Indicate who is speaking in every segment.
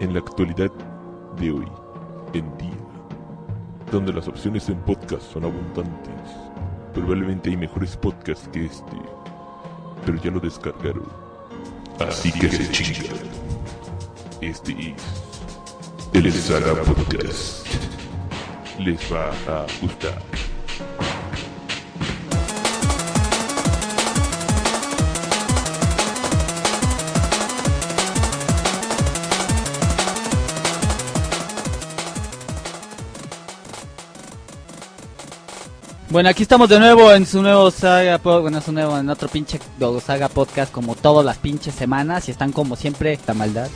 Speaker 1: en la actualidad de hoy, en día, donde las opciones en podcast son abundantes. Probablemente hay mejores podcasts que este, pero ya lo descargaron. Así, que, se chingan. Este es el Saga Podcast. Les va a gustar.
Speaker 2: Bueno, aquí estamos de nuevo en su nuevo saga podcast, bueno, su nuevo en otro pinche do- saga podcast como todas las pinches semanas y están como siempre la maldad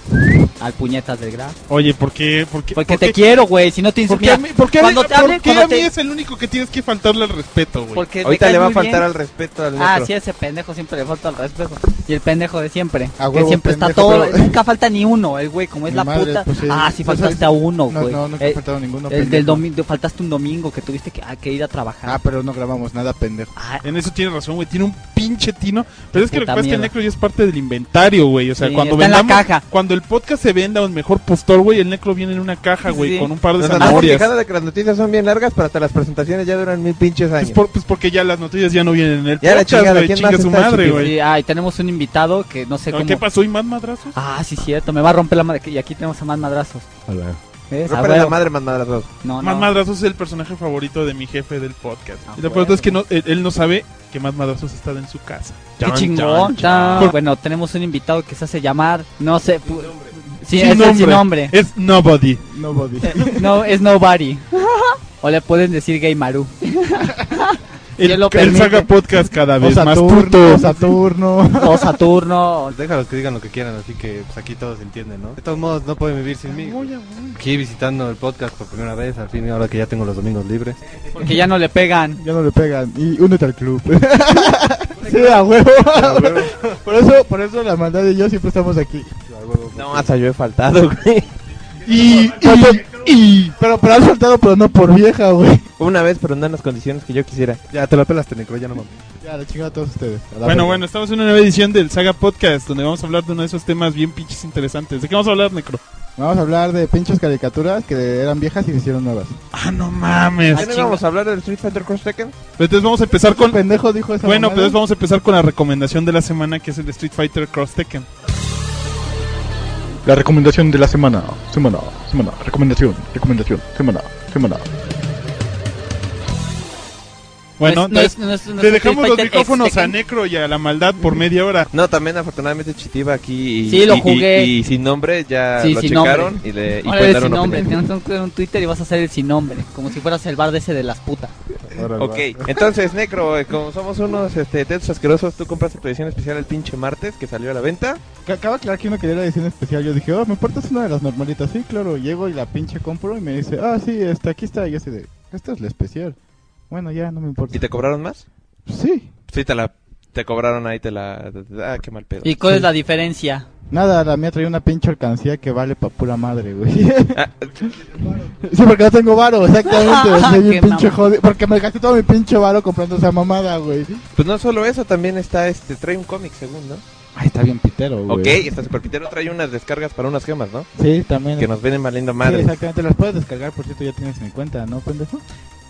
Speaker 2: al puñetas del graf.
Speaker 3: Oye, ¿por qué? ¿Por
Speaker 2: Porque
Speaker 3: qué? por qué-
Speaker 2: te quiero, güey, si no te
Speaker 3: ¿Por
Speaker 2: insultas.
Speaker 3: qué a mí, por qué a mí-
Speaker 2: cuando te
Speaker 3: por
Speaker 2: hable,
Speaker 3: qué
Speaker 2: cuando
Speaker 3: a mí
Speaker 2: te-
Speaker 3: es el único que tienes que faltarle al respeto, güey?
Speaker 2: Porque me
Speaker 4: Ahorita
Speaker 2: caes
Speaker 4: le va a
Speaker 2: muy
Speaker 4: faltar
Speaker 2: bien.
Speaker 4: al respeto al
Speaker 2: Ah,
Speaker 4: otro.
Speaker 2: sí, ese pendejo siempre le falta al respeto. Y el pendejo de siempre.
Speaker 5: A
Speaker 2: que
Speaker 5: huevo,
Speaker 2: siempre está
Speaker 5: pendejo,
Speaker 2: todo.
Speaker 5: pero-
Speaker 2: Nunca falta ni uno, el güey, como es
Speaker 5: Mi
Speaker 2: la
Speaker 5: madre,
Speaker 2: puta.
Speaker 5: pues sí.
Speaker 2: Ah, sí,
Speaker 5: No
Speaker 2: faltaste
Speaker 5: sabes-
Speaker 2: a uno,
Speaker 5: No,
Speaker 2: güey.
Speaker 5: no, nunca
Speaker 2: Eh,
Speaker 5: ha faltado ninguno.
Speaker 2: el
Speaker 5: pendejo.
Speaker 2: del domingo, faltaste un domingo que tuviste que, ah, que ir a trabajar.
Speaker 5: Ah, pero no grabamos nada, pendejo.
Speaker 2: Ah,
Speaker 3: En eso tienes razón, güey. Tiene un pinche tino. Pero es que lo que
Speaker 2: Puta
Speaker 3: pasa es que el
Speaker 2: mierda.
Speaker 3: necro ya es parte del inventario, güey. O sea,
Speaker 2: Sí,
Speaker 3: cuando
Speaker 2: está en la
Speaker 3: vendamos.
Speaker 2: caja.
Speaker 3: Cuando el podcast se venda o en mejor postor, güey, el necro viene en una caja, güey,
Speaker 2: Sí.
Speaker 3: con un par de
Speaker 4: Nos andamos
Speaker 3: zanahorias.
Speaker 4: quejando de que las noticias son bien largas, pero hasta las presentaciones ya duran mil pinches
Speaker 3: Pues,
Speaker 4: años.
Speaker 3: por- pues porque ya las noticias ya no vienen en el
Speaker 4: Ya la
Speaker 3: podcast,
Speaker 4: chingada,
Speaker 3: güey.
Speaker 4: ¿quién
Speaker 3: Chinga
Speaker 4: más
Speaker 3: su
Speaker 4: está
Speaker 3: madre,
Speaker 4: chingando?
Speaker 2: sí,
Speaker 3: güey.
Speaker 2: ah, y tenemos un invitado que no sé cómo.
Speaker 3: ¿Qué pasó? ¿Y más madrazos?
Speaker 2: Ah, sí, cierto, me va a romper la madre. Y aquí tenemos a más madrazos. ¿Ves? A
Speaker 4: Rómpele la
Speaker 2: huevo.
Speaker 4: madre más madrazos.
Speaker 2: No,
Speaker 3: Más
Speaker 2: no.
Speaker 3: Madrazos es el personaje favorito de mi jefe del podcast.
Speaker 2: Ah,
Speaker 3: y la verdad
Speaker 2: bueno.
Speaker 3: es que no, él, él no sabe que Más Madrazos está en su casa.
Speaker 2: Qué
Speaker 3: Chan,
Speaker 2: chingón.
Speaker 3: chan, chan.
Speaker 2: tan. Bueno, tenemos un invitado que se hace llamar. No sé. pu- Sí,
Speaker 3: Sin
Speaker 2: es el sin
Speaker 3: nombre.
Speaker 2: nombre.
Speaker 3: Es Nobody.
Speaker 5: Nobody.
Speaker 2: No, es nobody. O le pueden decir gay Maru.
Speaker 3: El,
Speaker 2: él lo
Speaker 3: el
Speaker 2: permite.
Speaker 3: Saga Podcast cada
Speaker 5: O
Speaker 3: vez más
Speaker 5: Saturno,
Speaker 3: puto.
Speaker 5: o Saturno.
Speaker 2: O Saturno. o-
Speaker 6: Pues déjalos que digan lo que quieran, así que pues, aquí todos entienden, ¿no? De todos modos, no pueden vivir sin mí. Aquí visitando el podcast por primera vez, al fin, ahora que ya tengo los domingos libres.
Speaker 2: Porque ya no le pegan.
Speaker 5: Ya no le pegan. Y únete al club. sí, a huevo. por eso, por eso la maldad y yo siempre estamos aquí.
Speaker 4: No, hasta yo he faltado, güey.
Speaker 5: Y, y, y- pero pero has faltado, pero no por vieja, güey.
Speaker 4: Una vez, pero no en las condiciones que yo quisiera.
Speaker 6: Ya, te la pelas, Necro, ya no mames.
Speaker 5: Ya, la chingada a todos ustedes. A la verga.
Speaker 3: Bueno, bueno, estamos en una nueva edición del Saga Podcast, donde vamos a hablar de uno de esos temas bien pinches interesantes. ¿De qué vamos a hablar, Necro?
Speaker 5: Vamos a hablar de pinches caricaturas que eran viejas y se hicieron nuevas.
Speaker 3: Ah, no mames.
Speaker 4: ¿Ya no íbamos a hablar del Street Fighter Cross Tekken?
Speaker 3: Entonces vamos a empezar con...
Speaker 5: pendejo dijo esa
Speaker 3: Bueno,
Speaker 5: mamada?
Speaker 3: pues vamos a empezar con la recomendación de la semana, que es el Street Fighter Cross Tekken.
Speaker 7: La recomendación de la semana, semana, semana, recomendación, recomendación, semana, semana.
Speaker 3: Bueno,
Speaker 2: No es-
Speaker 3: entonces,
Speaker 2: no es- no es- no
Speaker 3: le
Speaker 2: es
Speaker 3: dejamos
Speaker 2: Street
Speaker 3: los
Speaker 2: Fighter, es
Speaker 3: micrófonos a
Speaker 2: Tekken.
Speaker 3: Necro y a la maldad por media hora.
Speaker 4: No, también afortunadamente Chitiba aquí. Y,
Speaker 2: Sí, lo
Speaker 4: y- y-
Speaker 2: jugué.
Speaker 4: Y, sin nombre ya
Speaker 2: Sí,
Speaker 4: lo
Speaker 2: sin
Speaker 4: checaron
Speaker 2: nombre.
Speaker 4: y le y
Speaker 2: Ahora eres
Speaker 4: pueden dar
Speaker 2: sin
Speaker 4: una
Speaker 2: nombre.
Speaker 4: opinión.
Speaker 2: pues, Tienes que hacer un Twitter y vas a hacer el sin nombre. Como si fueras el bar de ese de las putas.
Speaker 5: Ahora va.
Speaker 4: Ok, entonces, Necro, eh, como somos unos este, tetos asquerosos, tú compraste tu edición especial el pinche martes que salió a la venta.
Speaker 5: Ca- Acaba de aclarar que uno quería la edición especial. Yo dije, oh, me portas una de las normalitas. Sí, claro. Llego y la pinche compro y me dice, ah, sí, esta, aquí está. Y yo así de, esta es la especial. Bueno, ya, no me importa.
Speaker 4: ¿Y te cobraron más?
Speaker 5: Sí.
Speaker 4: Sí, te la te cobraron ahí, te la... Ah, qué mal pedo.
Speaker 2: ¿Y cuál es
Speaker 5: Sí.
Speaker 2: la diferencia?
Speaker 5: Nada, la mía traía una pinche alcancía que vale pa' pura madre, güey. sí,
Speaker 4: Ah,
Speaker 5: porque no tengo varo, exactamente. o sea,
Speaker 2: Qué
Speaker 5: bien pinche
Speaker 2: mamón.
Speaker 5: jodido. Porque me gasté todo mi pinche varo comprando esa mamada, güey.
Speaker 4: pues no solo eso, también está este, trae un cómic según, ¿no?
Speaker 5: Ay, está bien pitero, güey.
Speaker 4: Ok, y esta superpitero trae unas descargas para unas gemas, ¿no?
Speaker 5: Sí, también.
Speaker 4: Que nos venden valiendo
Speaker 5: Sí,
Speaker 4: madre.
Speaker 5: exactamente. Las puedes descargar, por cierto, ya tienes mi cuenta, ¿no, pendejo?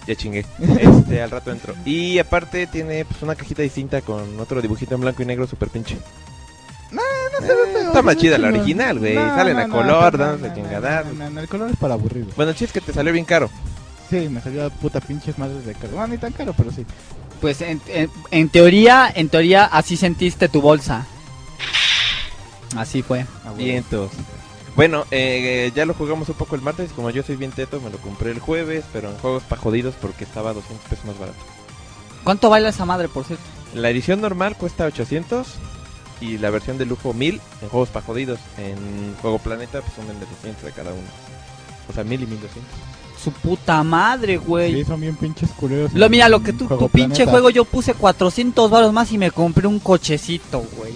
Speaker 4: Ya chingué. Este, al rato entro. Y aparte tiene pues una cajita distinta con otro dibujito en blanco y negro super pinche. Eh, Está más chida la original, güey. Salen a color, dándose chingadazos.
Speaker 5: No, no, el color es para aburrido.
Speaker 4: Bueno, el chiste es que te salió bien caro.
Speaker 5: Sí, me salió a puta pinches madres de caro. Bueno, ni tan caro, pero sí.
Speaker 2: Pues en, en- en teoría, en teoría, así sentiste tu bolsa. Así fue.
Speaker 5: Ah,
Speaker 4: Vientos. Bueno, eh, ya lo jugamos un poco el martes. Como yo soy bien teto, me lo compré el jueves. Pero en juegos pa' jodidos porque estaba a 200 pesos más barato.
Speaker 2: ¿Cuánto baila esa madre, por cierto?
Speaker 4: La edición normal cuesta 800. Y la versión de lujo 1000 en juegos pa' jodidos. En Juego Planeta, pues son de 200 de cada uno. O sea, 1000 y 1200.
Speaker 2: Su puta madre, güey.
Speaker 5: Sí, son bien pinches culeros.
Speaker 2: Lo,
Speaker 5: en-
Speaker 2: mira, lo que
Speaker 5: en
Speaker 2: tú,
Speaker 5: Juego
Speaker 2: tu pinche
Speaker 5: Planeta.
Speaker 2: juego yo puse 400 varos más y me compré un cochecito, güey.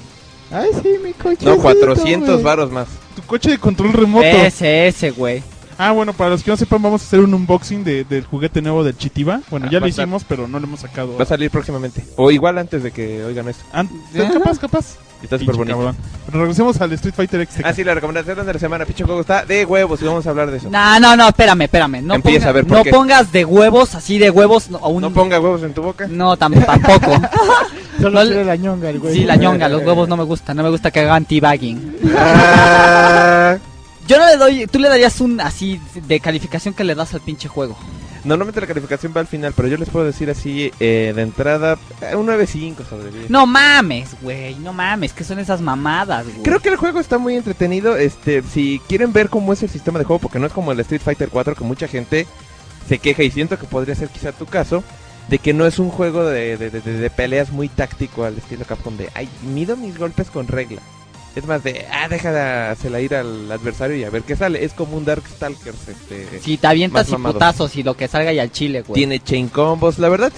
Speaker 5: Ay, sí, mi coche.
Speaker 4: No, 400 varos más.
Speaker 3: Tu coche de control remoto.
Speaker 2: Ese, ese, güey.
Speaker 3: Ah, bueno, para los que no sepan, vamos a hacer un unboxing de- del juguete nuevo del Chitiba. Bueno,
Speaker 4: Ah,
Speaker 3: ya lo
Speaker 4: va a estar-
Speaker 3: hicimos, pero no lo hemos sacado.
Speaker 4: Va a salir próximamente. O igual antes de que oigan esto.
Speaker 3: An- Capaz, capaz.
Speaker 4: Está súper bonito.
Speaker 3: cabrón. Pero regresemos al Street Fighter X.
Speaker 4: Ah, sí, la recomendación de la semana, Picho Coco, está de huevos y vamos a hablar de eso.
Speaker 2: No, no, no, espérame, espérame. No,
Speaker 4: Empieza
Speaker 2: ponga-
Speaker 4: a ver por
Speaker 2: no
Speaker 4: qué.
Speaker 2: pongas de huevos, así de huevos. No, a un-
Speaker 4: No ponga huevos en tu boca.
Speaker 2: No, tam- tampoco.
Speaker 8: Solo
Speaker 2: No le-
Speaker 8: quiere la ñonga, el güey.
Speaker 2: Sí, la ñonga, los huevos no me gustan. No me gusta que hagan t-bagging.
Speaker 4: Ah,
Speaker 2: Yo no le doy. Tú le darías un así de calificación que le das al pinche juego.
Speaker 4: Normalmente la calificación va al final, pero yo les puedo decir así eh, de entrada eh, un 9.5 sobre 10.
Speaker 2: No mames, güey. No mames, ¿qué son esas mamadas, güey?
Speaker 4: Creo que el juego está muy entretenido. Este, si quieren ver cómo es el sistema de juego, porque no es como el Street Fighter 4 que mucha gente se queja y siento que podría ser quizá tu caso, de que no es un juego de, de- de- de- de peleas muy táctico al estilo Capcom de, ay, mido mis golpes con regla. Es más de, ah, deja de hacerla ir al adversario y a ver qué sale. Es como un Darkstalkers, este...
Speaker 2: Si te avientas
Speaker 4: Más
Speaker 2: y
Speaker 4: mamado.
Speaker 2: putazos y lo que salga y al chile, güey.
Speaker 4: Tiene chain combos. La verdad,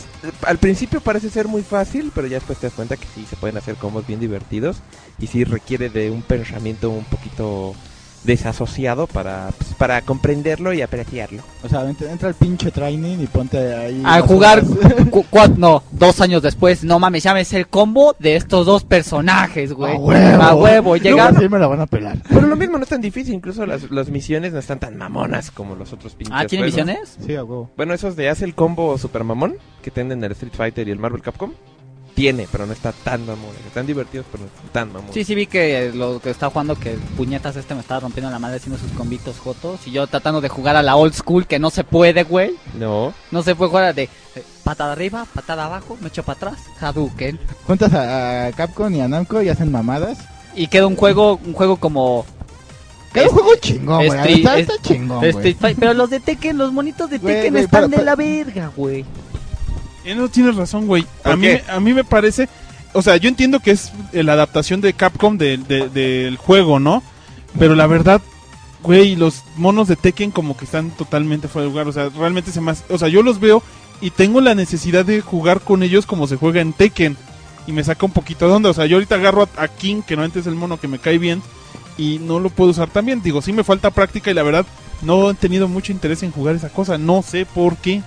Speaker 4: al principio parece ser muy fácil, pero ya después te das cuenta que sí se pueden hacer combos bien divertidos. Y sí requiere de un pensamiento un poquito desasociado para, pues, para comprenderlo y apreciarlo.
Speaker 8: O sea, ent- entra al pinche training y ponte ahí.
Speaker 2: Al
Speaker 8: las
Speaker 2: jugar,
Speaker 8: horas.
Speaker 2: cu- cua- no, dos años después, no mames, llámese el combo de estos dos personajes, güey.
Speaker 8: A huevo.
Speaker 2: A huevo, llega.
Speaker 8: Luego sí me la van a pelar.
Speaker 4: Pero lo mismo no es tan difícil, incluso las, las misiones no están tan mamonas como los otros pinches.
Speaker 2: Ah, ¿tiene
Speaker 4: juegos.
Speaker 2: misiones?
Speaker 8: Sí, a huevo.
Speaker 4: Bueno, esos de hace el combo super mamón que tienen el Street Fighter y el Marvel Capcom. Tiene, pero no está tan mamón. Están divertidos, pero no están tan mamón.
Speaker 2: Sí, sí, vi que eh, lo que está jugando, que puñetas este me estaba rompiendo la madre haciendo sus convictos jotos. Y yo tratando de jugar a la old school, que no se puede, güey.
Speaker 4: No.
Speaker 2: No se puede jugar a de eh, patada arriba, patada abajo, me echo para atrás, Hadouken.
Speaker 8: Juntas a, a Capcom y a Namco y hacen mamadas.
Speaker 2: Y queda un juego, un juego como
Speaker 8: Que es un juego chingón, güey.
Speaker 2: Street-
Speaker 8: Está,
Speaker 2: este, es- este,
Speaker 8: está chingón, güey.
Speaker 2: Street Fighter. Pero los de Tekken, los monitos de
Speaker 8: Güey,
Speaker 2: Tekken
Speaker 8: güey,
Speaker 2: están
Speaker 8: para-
Speaker 2: de
Speaker 8: para-
Speaker 2: la verga, güey.
Speaker 3: Eh, no tienes razón, güey.
Speaker 4: ¿Por
Speaker 3: A mí,
Speaker 4: qué?
Speaker 3: me- a mí me parece. O sea, yo entiendo que es eh, la adaptación de Capcom del de- del juego, ¿no? Pero la verdad, güey, los monos de Tekken como que están totalmente fuera de lugar. O sea, realmente se más. O sea, yo los veo y tengo la necesidad de jugar con ellos como se juega en Tekken. Y me saca un poquito de onda. O sea, yo ahorita agarro a, a King, que no antes es el mono que me cae bien. Y no lo puedo usar tan bien. Digo, sí me falta práctica y la verdad no he tenido mucho interés en jugar esa cosa. No sé por qué.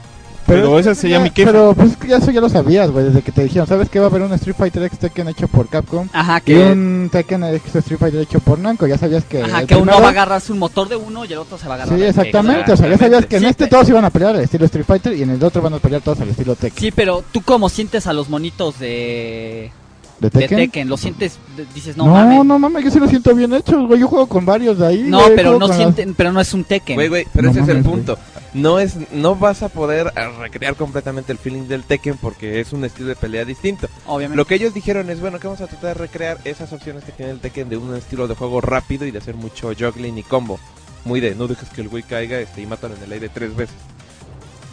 Speaker 3: Pero, esa sería
Speaker 8: ya-
Speaker 3: mi queja.
Speaker 8: Pero pues que ya eso ya lo sabías, güey, desde que te dijeron, ¿sabes que va a haber un Street Fighter X Tekken hecho por Capcom?
Speaker 2: Ajá,
Speaker 8: Y
Speaker 2: que.
Speaker 8: un Tekken X Street Fighter hecho por Namco, ya sabías que...
Speaker 2: Ajá,
Speaker 8: el
Speaker 2: que uno
Speaker 8: primero-
Speaker 2: va a agarrarse un motor de uno y el otro se va a agarrar.
Speaker 8: Sí,
Speaker 2: del-
Speaker 8: exactamente, o sea, ya
Speaker 4: Exactamente.
Speaker 8: sabías que en
Speaker 2: Sí,
Speaker 8: este
Speaker 2: te-
Speaker 8: todos iban a pelear al estilo Street Fighter y en el otro van a pelear todos al estilo Tekken.
Speaker 2: Sí, pero tú cómo sientes a los monitos de
Speaker 8: ¿De
Speaker 2: de
Speaker 8: Tekken?
Speaker 2: Tekken, lo sientes, de- dices, no,
Speaker 8: No, no
Speaker 2: mames.
Speaker 8: mames, yo sí lo siento bien hecho, güey, yo juego con varios de ahí.
Speaker 2: No,
Speaker 8: güey,
Speaker 2: pero
Speaker 8: juego
Speaker 2: no
Speaker 8: con
Speaker 2: sienten, pero no es un Tekken.
Speaker 4: Güey, güey, pero
Speaker 8: No
Speaker 4: ese es el
Speaker 8: mames, güey.
Speaker 4: punto. No es no vas a poder ah, recrear completamente el feeling del Tekken porque es un estilo de pelea distinto.
Speaker 2: obviamente.
Speaker 4: Lo que ellos dijeron es, bueno, que vamos a tratar de recrear esas opciones que tiene el Tekken de un estilo de juego rápido y de hacer mucho juggling y combo. Muy de no dejes que el güey caiga este, y mátalo en el aire tres veces.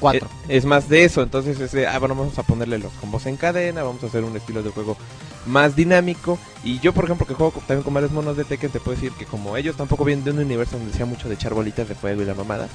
Speaker 2: Cuatro.
Speaker 4: Eh, Es, más de eso, entonces es de, ah, bueno, vamos a ponerle los combos en cadena, vamos a hacer un estilo de juego más dinámico. Y yo, por ejemplo, que juego con- también con varios monos de Tekken, te puedo decir que como ellos tampoco vienen de un universo donde sea mucho de echar bolitas de fuego y la mamada,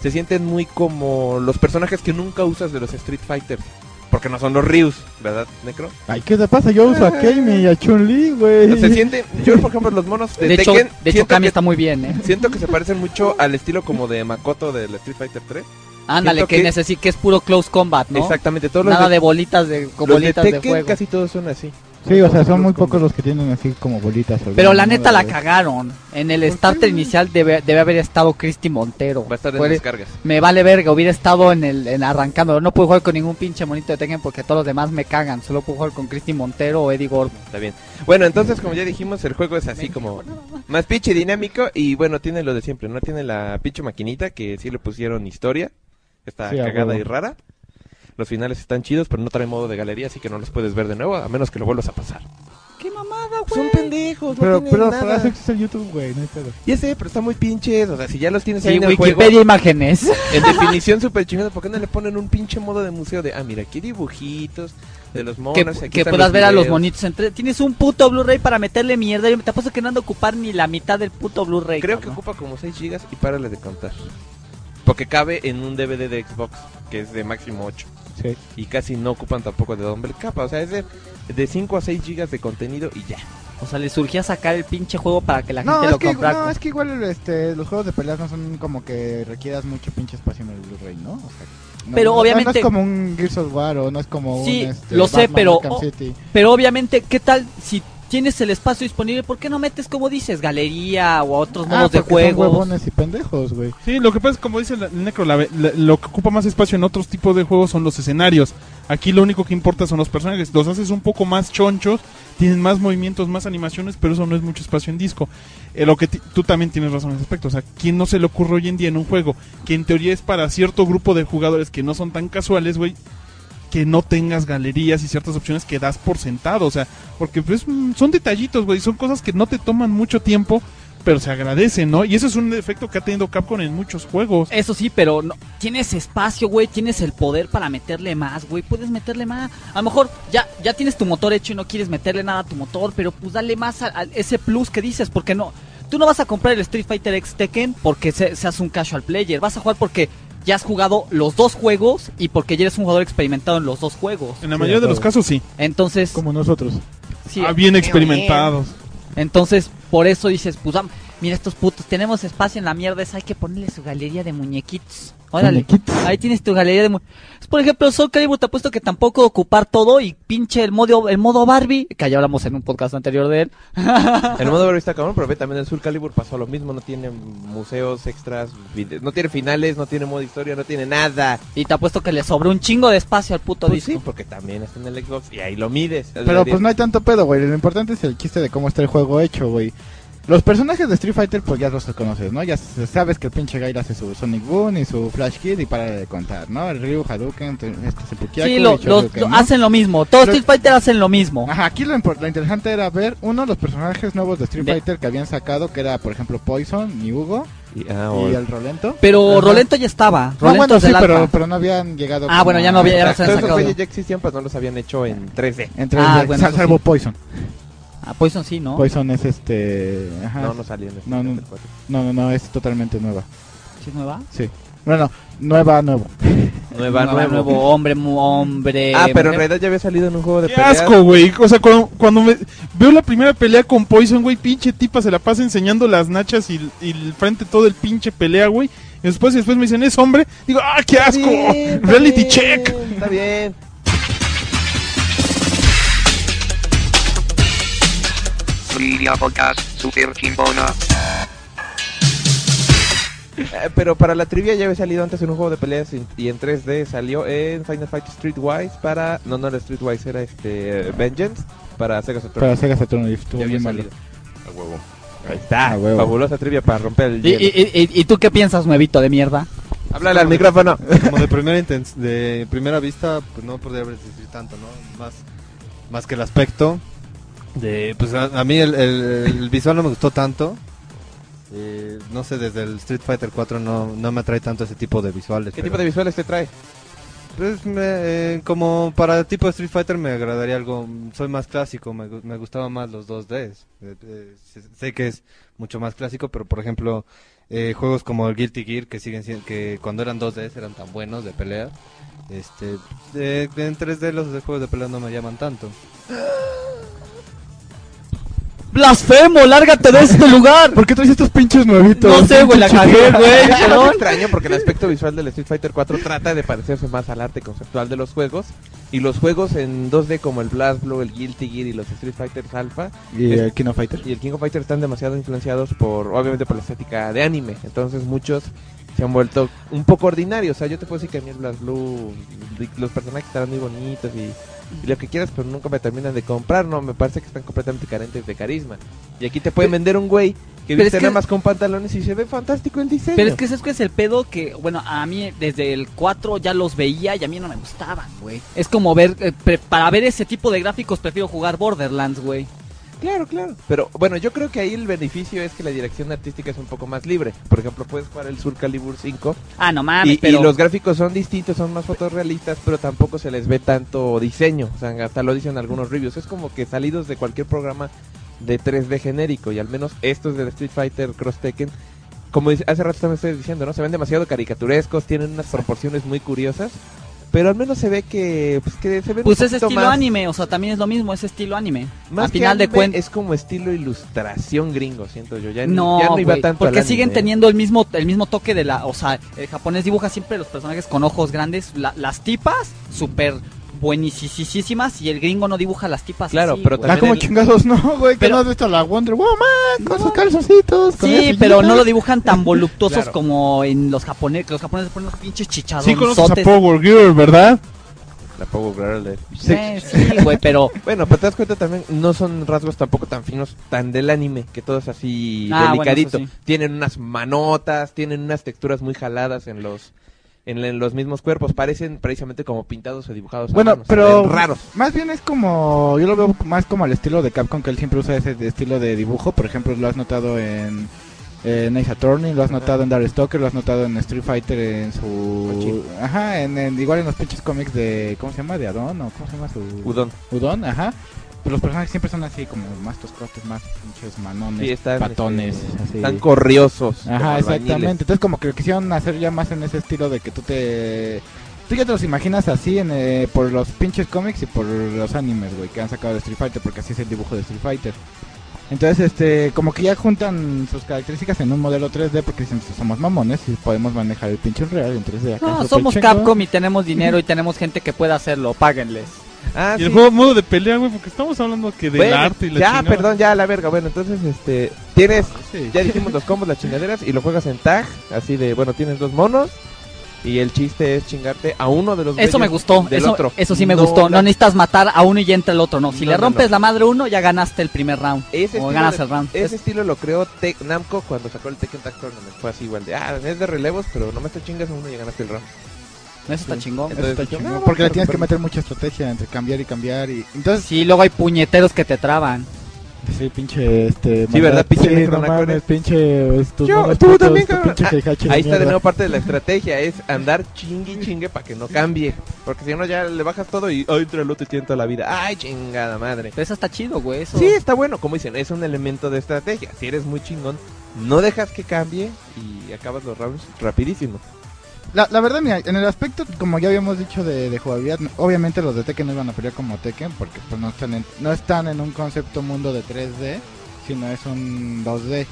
Speaker 4: se sienten muy como los personajes que nunca usas de los Street Fighters. Porque no son los Ryus, ¿verdad, Necro?
Speaker 8: Ay, ¿qué te pasa? Yo uso a Kami y a Chun-Li, güey.
Speaker 4: Se siente, yo por ejemplo los monos de,
Speaker 2: de hecho,
Speaker 4: Tekken
Speaker 2: de hecho
Speaker 4: siento,
Speaker 2: Kami
Speaker 4: que,
Speaker 2: está muy bien, eh.
Speaker 4: siento que se parecen mucho al estilo como de Makoto del Street Fighter 3.
Speaker 2: Ándale,
Speaker 4: siento
Speaker 2: que,
Speaker 4: que-
Speaker 2: necesi- que es puro close combat, ¿no?
Speaker 4: Exactamente, todos los
Speaker 2: Nada
Speaker 4: de,
Speaker 2: de bolitas de con
Speaker 4: los de
Speaker 2: bolitas de,
Speaker 4: Tekken
Speaker 2: juego.
Speaker 4: casi todos son así.
Speaker 8: Sí, o sea, son muy pocos los que tienen así como bolitas. o
Speaker 2: Pero
Speaker 8: alguna
Speaker 2: la neta
Speaker 8: mamada,
Speaker 2: la
Speaker 8: güey.
Speaker 2: cagaron. En el starter inicial debe, debe haber estado Cristi Montero.
Speaker 4: Va a estar en
Speaker 2: Fue-
Speaker 4: descargas.
Speaker 2: me vale verga, hubiera estado en el en arrancando. No puedo jugar con ningún pinche monito de Tekken porque todos los demás me cagan. Solo puedo jugar con Cristi Montero o Eddie Gordo.
Speaker 4: Está bien. Bueno, entonces, como ya dijimos, el juego es así como más pinche dinámico y bueno, tiene lo de siempre, ¿no? Tiene la pinche maquinita que sí le pusieron historia. Está
Speaker 8: Sí, a
Speaker 4: cagada
Speaker 8: huevo.
Speaker 4: y rara. Los finales están chidos, pero no trae modo de galería, así que no los puedes ver de nuevo, a menos que lo vuelvas a pasar.
Speaker 2: ¡Qué mamada,
Speaker 4: Son pendejos, no
Speaker 8: Pero,
Speaker 4: tienen
Speaker 8: pero
Speaker 4: nada.
Speaker 8: para eso existe el YouTube, güey, no hay pedo.
Speaker 4: Ya sé, pero está muy pinches, o sea, si ya los tienes ahí
Speaker 2: Sí,
Speaker 4: en el
Speaker 2: Wikipedia
Speaker 4: juego,
Speaker 2: imágenes.
Speaker 4: en definición súper chingados, ¿por qué no le ponen un pinche modo de museo de, ah, mira, aquí dibujitos de los monos,
Speaker 2: Que,
Speaker 4: aquí
Speaker 2: que
Speaker 4: están
Speaker 2: puedas ver a los
Speaker 4: videos"?
Speaker 2: monitos. entre- Tienes un puto Blu-ray para meterle mierda. Yo te apuesto que no ando a ocupar ni la mitad del puto Blu-ray.
Speaker 4: Creo que
Speaker 2: cabrón.
Speaker 4: ocupa como 6 gigas y párale de contar. Porque cabe en un DVD de Xbox, que es de máximo 8.
Speaker 8: Sí.
Speaker 4: Y casi no ocupan tampoco de Dumble Capa. O sea, es de, de 5 a 6 gigas de contenido y ya.
Speaker 2: O sea, le surgía sacar el pinche juego para que la
Speaker 8: No,
Speaker 2: gente
Speaker 8: es
Speaker 2: lo
Speaker 8: que,
Speaker 2: comprara.
Speaker 8: no, es que igual este, los juegos de peleas no son como que requieras mucho pinche espacio en el Blu-ray, ¿no? O sea, no- no-
Speaker 2: Pero
Speaker 8: no- No
Speaker 2: obviamente-
Speaker 8: es como un Gears of War o no es como
Speaker 2: Sí,
Speaker 8: un. este,
Speaker 2: lo sé,
Speaker 8: Batman
Speaker 2: pero-
Speaker 8: Arkham
Speaker 2: o-
Speaker 8: City.
Speaker 2: Pero obviamente, ¿qué tal si tienes el espacio disponible, ¿por qué no metes, como dices, galería o otros
Speaker 8: Ah,
Speaker 2: modos de
Speaker 8: porque son
Speaker 2: juego?
Speaker 8: huevones y pendejos, güey.
Speaker 3: Sí, lo que pasa es, como dice la- el Necro, la ve- la- lo que ocupa más espacio en otros tipos de juegos son los escenarios. Aquí lo único que importa son los personajes. Los haces un poco más chonchos, tienen más movimientos, más animaciones, pero eso no es mucho espacio en disco. Eh, lo que ti- tú también tienes razón en ese aspecto. O sea, ¿quién no se le ocurre hoy en día en un juego que en teoría es para cierto grupo de jugadores que no son tan casuales, güey? Que no tengas galerías y ciertas opciones que das por sentado. O sea, porque pues, mm, son detallitos, güey. Son cosas que no te toman mucho tiempo pero se agradece, ¿no? Y eso es un efecto que ha tenido Capcom en muchos juegos.
Speaker 2: Eso sí, pero no, tienes espacio, güey, tienes el poder para meterle más, güey, puedes meterle más. A lo mejor ya, ya tienes tu motor hecho y no quieres meterle nada a tu motor, pero pues dale más a, a ese plus que dices, porque no, tú no vas a comprar el Street Fighter X Tekken porque se- seas un casual player, vas a jugar porque ya has jugado los dos juegos y porque ya eres un jugador experimentado en los dos juegos.
Speaker 3: En la mayoría de
Speaker 8: claro.
Speaker 3: los casos sí.
Speaker 2: Entonces,
Speaker 8: Como nosotros.
Speaker 2: sí,
Speaker 3: Ah, bien experimentados.
Speaker 2: entonces por eso dices, pues vam- mira estos putos, tenemos espacio en la mierda, esa, hay que ponerle su galería de muñequitos. Órale.
Speaker 8: Muñequitos.
Speaker 2: Ahí tienes tu galería de... mu- Por ejemplo, Soul Calibur te apuesto que tampoco ocupar todo y pinche el modo, el modo Barbie, que ya hablamos en un podcast anterior de él.
Speaker 4: El modo Barbie está cabrón, pero ve también el Sur Calibur pasó lo mismo, no tiene museos extras, vide- no tiene finales, no tiene modo historia, no tiene nada.
Speaker 2: Y te apuesto que le sobró un chingo de espacio al puto
Speaker 4: Pues sí,
Speaker 2: disco.
Speaker 4: porque también está en el Xbox y ahí lo mides.
Speaker 8: Pero pues no hay tanto pedo, güey. Lo importante es el chiste de cómo está el juego hecho, güey. Los personajes de Street Fighter, pues ya los conoces, ¿no? Ya s- sabes que el pinche Gail hace su Sonic Boom y su Flash Kid y para de contar, ¿no? El Ryu, Hadouken, te- este Seppuku
Speaker 2: Sí,
Speaker 8: y
Speaker 2: lo- los-
Speaker 8: Shoryuken,
Speaker 2: lo-
Speaker 8: ¿no?
Speaker 2: hacen lo mismo. Todos
Speaker 8: Lo-
Speaker 2: Street Fighter hacen lo mismo.
Speaker 8: Ajá, aquí lo, impor- lo interesante era ver, uno, los personajes nuevos de Street
Speaker 2: De-
Speaker 8: Fighter que habían sacado, que era, por ejemplo, Poison y Hugo
Speaker 4: Y, ah,
Speaker 8: y
Speaker 4: bueno.
Speaker 8: el Rolento.
Speaker 2: Pero
Speaker 8: Ajá.
Speaker 2: Rolento ya estaba. Rolento
Speaker 8: No, bueno,
Speaker 2: es
Speaker 8: sí,
Speaker 2: del
Speaker 8: pero,
Speaker 2: alfa.
Speaker 8: pero no habían llegado.
Speaker 2: Ah,
Speaker 8: como
Speaker 2: bueno, ya
Speaker 8: a-
Speaker 2: no había- ya no se
Speaker 4: Exacto,
Speaker 2: han
Speaker 4: esos
Speaker 2: sacado.
Speaker 4: güeyes ya existían, pues no los habían hecho en 3D.
Speaker 8: Entre
Speaker 2: Ah,
Speaker 8: de-
Speaker 2: bueno,
Speaker 8: eh, sal-
Speaker 2: eso
Speaker 8: salvo
Speaker 2: sí.
Speaker 8: Poison.
Speaker 2: Ah, Poison sí, ¿no?
Speaker 8: Poison es este. Ajá.
Speaker 4: No, no salían.
Speaker 8: No, no. No, no, no, es totalmente nueva.
Speaker 2: ¿Sí es nueva?
Speaker 8: Sí. Bueno, nueva, nuevo.
Speaker 4: Nueva,
Speaker 2: Nueva,
Speaker 4: nuevo.
Speaker 2: nuevo. Hombre, mu- hombre.
Speaker 4: Ah, pero en
Speaker 2: mujer.
Speaker 4: realidad ya había salido en un juego de
Speaker 3: Qué
Speaker 4: peleas.
Speaker 3: asco, güey. O sea, cuando, cuando me- veo la primera pelea con Poison, güey, pinche tipa se la pasa enseñando las nachas y, y el frente todo el pinche pelea, güey. Y después, y después me dicen, es hombre. Digo, ah, qué asco. Reality check.
Speaker 4: Está bien.
Speaker 9: Media Podcast, Super Kimbona.
Speaker 4: Eh, pero para la trivia ya había salido antes en un juego de peleas y, y en 3D salió en Final Fight Streetwise para... No, no era Streetwise, era este... eh, Vengeance para Sega Saturn.
Speaker 8: Para Sega Saturn y estuvo
Speaker 4: Ya había
Speaker 8: muy malo.
Speaker 4: salido. Ahí está.
Speaker 2: Ah,
Speaker 8: A huevo.
Speaker 4: Fabulosa trivia para romper el
Speaker 2: ¿Y,
Speaker 4: hielo.
Speaker 2: y- y- y tú qué piensas, nuevito de mierda?
Speaker 4: Háblale al micrófono.
Speaker 10: Como de primera, inten- de primera vista, pues no podría decir tanto, ¿no? Más, más que el aspecto. De, pues a, a mí el, el- el visual no me gustó tanto. Eh, no sé, desde el Street Fighter 4 no, no me atrae tanto ese tipo de visuales.
Speaker 4: ¿Qué
Speaker 10: pero-
Speaker 4: tipo de visuales te trae?
Speaker 10: Pues me, eh, como para el tipo de Street Fighter me agradaría algo, soy más clásico, me, gu- me gustaba más los 2Ds. Eh, eh, sé- sé que es mucho más clásico, pero por ejemplo, eh, juegos como el Guilty Gear que siguen siendo, que cuando eran 2Ds eran tan buenos de pelea. Este, eh, en 3D los de juegos de pelea no me llaman tanto.
Speaker 2: ¡Blasfemo! ¡Lárgate de este lugar!
Speaker 8: ¿Por qué traes estos pinches nuevitos?
Speaker 2: No sé, güey, la cagué, güey.
Speaker 4: Es algo
Speaker 2: perdón.
Speaker 4: extraño porque el aspecto visual del Street Fighter 4 trata de parecerse más al arte conceptual de los juegos. Y los juegos en 2D como el Blast Blue, el Guilty Gear y los Street Fighters Alpha
Speaker 8: Y el Kino Fighter.
Speaker 4: y el King of Fighters están demasiado influenciados por, obviamente, por la estética de anime. Entonces muchos se han vuelto un poco ordinarios. O sea, yo te puedo decir que a mí el Blast Blue, los personajes estarán muy bonitos y, y lo que quieras, pero nunca me terminan de comprar. No, me parece que están completamente carentes de carisma. Y aquí te pueden vender un güey que
Speaker 2: pero
Speaker 4: viste
Speaker 2: es que-
Speaker 4: nada más con pantalones y se ve fantástico el diseño.
Speaker 2: Pero es que eso es el pedo que, bueno, a mí desde el 4 ya los veía y a mí no me gustaban, güey. Es como ver, eh, pre- para ver ese tipo de gráficos prefiero jugar Borderlands, güey.
Speaker 4: Claro, claro. Pero bueno, yo creo que ahí el beneficio es que la dirección artística es un poco más libre. Por ejemplo, puedes jugar el Sur Calibur 5
Speaker 2: Ah, no mames,
Speaker 4: y, y
Speaker 2: pero...
Speaker 4: los gráficos son distintos, son más fotorrealistas, pero tampoco se les ve tanto diseño. O sea, hasta lo dicen algunos reviews. Es como que salidos de cualquier programa de 3D genérico. Y al menos estos de Street Fighter Cross Tekken, como dice- hace rato también estoy diciendo, ¿no? Se ven demasiado caricaturescos, tienen unas proporciones muy curiosas. Pero al menos se ve que, pues, que se ven
Speaker 2: Pues
Speaker 4: un
Speaker 2: es
Speaker 4: poquito
Speaker 2: estilo
Speaker 4: más-
Speaker 2: anime, o sea, también es lo mismo, es estilo anime.
Speaker 4: más
Speaker 2: Al final
Speaker 4: que
Speaker 2: de
Speaker 4: anime,
Speaker 2: cuentas...
Speaker 4: Es como estilo ilustración gringo, siento yo. Ya
Speaker 2: No,
Speaker 4: ya no iba
Speaker 2: güey,
Speaker 4: tanto al
Speaker 2: porque
Speaker 4: anime,
Speaker 2: siguen
Speaker 4: ¿eh?
Speaker 2: teniendo el mismo el mismo toque de la, o sea, el japonés dibuja siempre los personajes con ojos grandes, la- las tipas super buenísimas y el gringo no dibuja las tipas
Speaker 4: Claro,
Speaker 2: así,
Speaker 4: pero
Speaker 2: güey.
Speaker 5: Ah,
Speaker 4: También
Speaker 5: como
Speaker 4: el-
Speaker 5: chingados, no, güey. Que
Speaker 2: Pero-
Speaker 5: no has visto la Wonder Woman con sus calzoncitos. con
Speaker 2: Sí,
Speaker 5: esas
Speaker 2: pero no lo
Speaker 5: sillitas.
Speaker 2: dibujan tan voluptuosos
Speaker 4: Claro.
Speaker 2: como en los japoneses. que Los japoneses ponen los pinches chichados.
Speaker 3: Sí conoces a Power Girl, ¿verdad?
Speaker 4: La Power Girl de-
Speaker 2: sí, güey, pero
Speaker 4: Bueno, pero te das cuenta también, no son rasgos tampoco tan finos, tan del anime, que todo es así
Speaker 2: Ah, bueno,
Speaker 4: delicadito.
Speaker 2: eso sí.
Speaker 4: Tienen unas manotas, tienen unas texturas muy jaladas en los en, en los mismos cuerpos, parecen precisamente como pintados o dibujados. Pues, a
Speaker 5: Bueno,
Speaker 4: mano, se
Speaker 5: pero.
Speaker 4: ven raros.
Speaker 5: Más bien es como. Yo lo veo más como el estilo de Capcom, que él siempre usa ese de estilo de dibujo. Por ejemplo, lo has notado en. En Ace Attorney, lo has notado en Darkstalker, lo has notado en Street Fighter, en su... Ajá, en, en- igual en los pinches cómics de... ¿Cómo se llama? ¿De Adon? ¿O cómo se llama su...?
Speaker 4: Udon.
Speaker 5: Udon, ajá. Pero los personajes siempre son así, como más toscotes, más pinches manones,
Speaker 4: Sí, están,
Speaker 5: patones,
Speaker 4: este,
Speaker 5: así.
Speaker 4: Están corriosos. como
Speaker 5: Ajá,
Speaker 4: albañiles.
Speaker 5: exactamente. Entonces como que lo quisieron hacer ya más en ese estilo de que tú te... Tú ya te los imaginas así en, eh, por los pinches cómics y por los animes, güey, que han sacado de Street Fighter, porque así es el dibujo de Street Fighter. Entonces, este, como que ya juntan sus características en un modelo 3D porque dicen, pues, somos mamones y podemos manejar el pinche real en 3D. acá
Speaker 2: no,
Speaker 5: súper
Speaker 2: Ah, somos
Speaker 5: chingón".
Speaker 2: Capcom y tenemos dinero y tenemos gente que puede hacerlo. Páguenles.
Speaker 4: Ah,
Speaker 3: y el
Speaker 4: sí.
Speaker 3: juego modo de pelea, güey, porque estamos hablando que del
Speaker 4: Bueno,
Speaker 3: arte y la
Speaker 4: ya,
Speaker 3: chingada.
Speaker 4: perdón, ya, la verga. Bueno, entonces, este, tienes,
Speaker 5: Sí.
Speaker 4: ya dijimos los combos, las chingaderas, y lo juegas en tag, así de, bueno, tienes dos monos, y el chiste es chingarte a uno de los
Speaker 2: Eso
Speaker 4: güeyes
Speaker 2: me gustó.
Speaker 4: del
Speaker 2: Eso,
Speaker 4: otro.
Speaker 2: eso sí me gustó.
Speaker 4: la-
Speaker 2: No necesitas matar a uno y ya entra el otro, no. Si
Speaker 4: No,
Speaker 2: le
Speaker 4: no,
Speaker 2: rompes
Speaker 4: no.
Speaker 2: la madre uno, ya ganaste el primer round. o
Speaker 4: ese estilo
Speaker 2: ganas
Speaker 4: de-
Speaker 2: el round.
Speaker 4: Ese estilo lo creó Tec- Namco cuando sacó el Tekken Tag Tournament. Fue así igual de, ah, es de relevos, pero nomás te chingas a uno y ganaste el round.
Speaker 2: Eso está chingón.
Speaker 5: Eso está
Speaker 4: Entonces,
Speaker 5: chingón,
Speaker 4: no,
Speaker 5: porque le
Speaker 4: pero-
Speaker 5: tienes que
Speaker 4: pero-
Speaker 5: meter mucha estrategia entre cambiar y cambiar y... Entonces,
Speaker 2: Sí, luego hay puñeteros que te traban.
Speaker 5: sí, pinche, este...
Speaker 4: Sí, ¿verdad? Pinche
Speaker 5: sí,
Speaker 4: negro
Speaker 5: no
Speaker 4: naco
Speaker 5: mames,
Speaker 4: eres.
Speaker 5: pinche... estos
Speaker 4: Yo,
Speaker 5: monos
Speaker 4: tú
Speaker 5: putos,
Speaker 4: también,
Speaker 5: tu
Speaker 4: cabrón. Ah,
Speaker 5: pinche jejache
Speaker 4: Ahí está de
Speaker 5: mierda.
Speaker 4: nuevo parte de la estrategia, es andar chingue y chingue para que no cambie. Porque si no, ya le bajas todo y ay, entra el otro y tiene toda la vida. Ay, chingada madre.
Speaker 2: Pero eso está chido, güey. Eso...
Speaker 4: Sí, está bueno, como dicen, es un elemento de estrategia. Si eres muy chingón, no dejas que cambie y acabas los rounds rapidísimo.
Speaker 5: La, la verdad, mira, en el aspecto, como ya habíamos dicho de, de jugabilidad, obviamente los de Tekken no iban a pelear como Tekken, porque pues no están en, no están en un concepto mundo de 3D, sino es un 2D.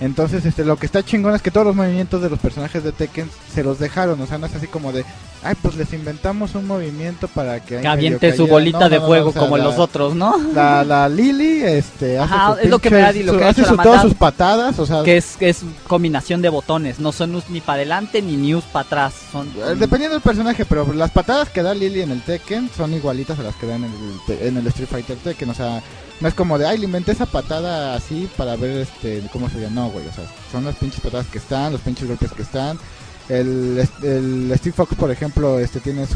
Speaker 5: Entonces, este, lo que está chingón es que todos los movimientos de los personajes de Tekken se los dejaron, o sea, no es así como de, ay, pues les inventamos un movimiento para que... ahí
Speaker 2: Que
Speaker 5: medio
Speaker 2: aviente su
Speaker 5: cayera".
Speaker 2: bolita
Speaker 5: No,
Speaker 2: de
Speaker 5: no, no,
Speaker 2: fuego
Speaker 5: o sea,
Speaker 2: como
Speaker 5: la-
Speaker 2: los otros, ¿no?
Speaker 5: La, la Lily, este, hace
Speaker 2: Ajá,
Speaker 5: sus
Speaker 2: es lo que me
Speaker 5: pinches-
Speaker 2: da y lo
Speaker 5: su-
Speaker 2: que ha
Speaker 5: hace
Speaker 2: hecho la
Speaker 5: su- todas
Speaker 2: maldad.
Speaker 5: sus patadas, o sea,
Speaker 2: Que es, que es combinación de botones. No son us ni para adelante ni news para atrás. Son...
Speaker 5: Eh, Dependiendo del personaje, pero las patadas que da Lily en el Tekken son igualitas a las que da en el, te- en el Street Fighter Tekken. O sea, no es como de, ay, le inventé esa patada así para ver este cómo sería. No, güey, o sea, son las pinches patadas que están, los pinches golpes que están. El, est- el Steve Fox, por ejemplo, este tiene sus,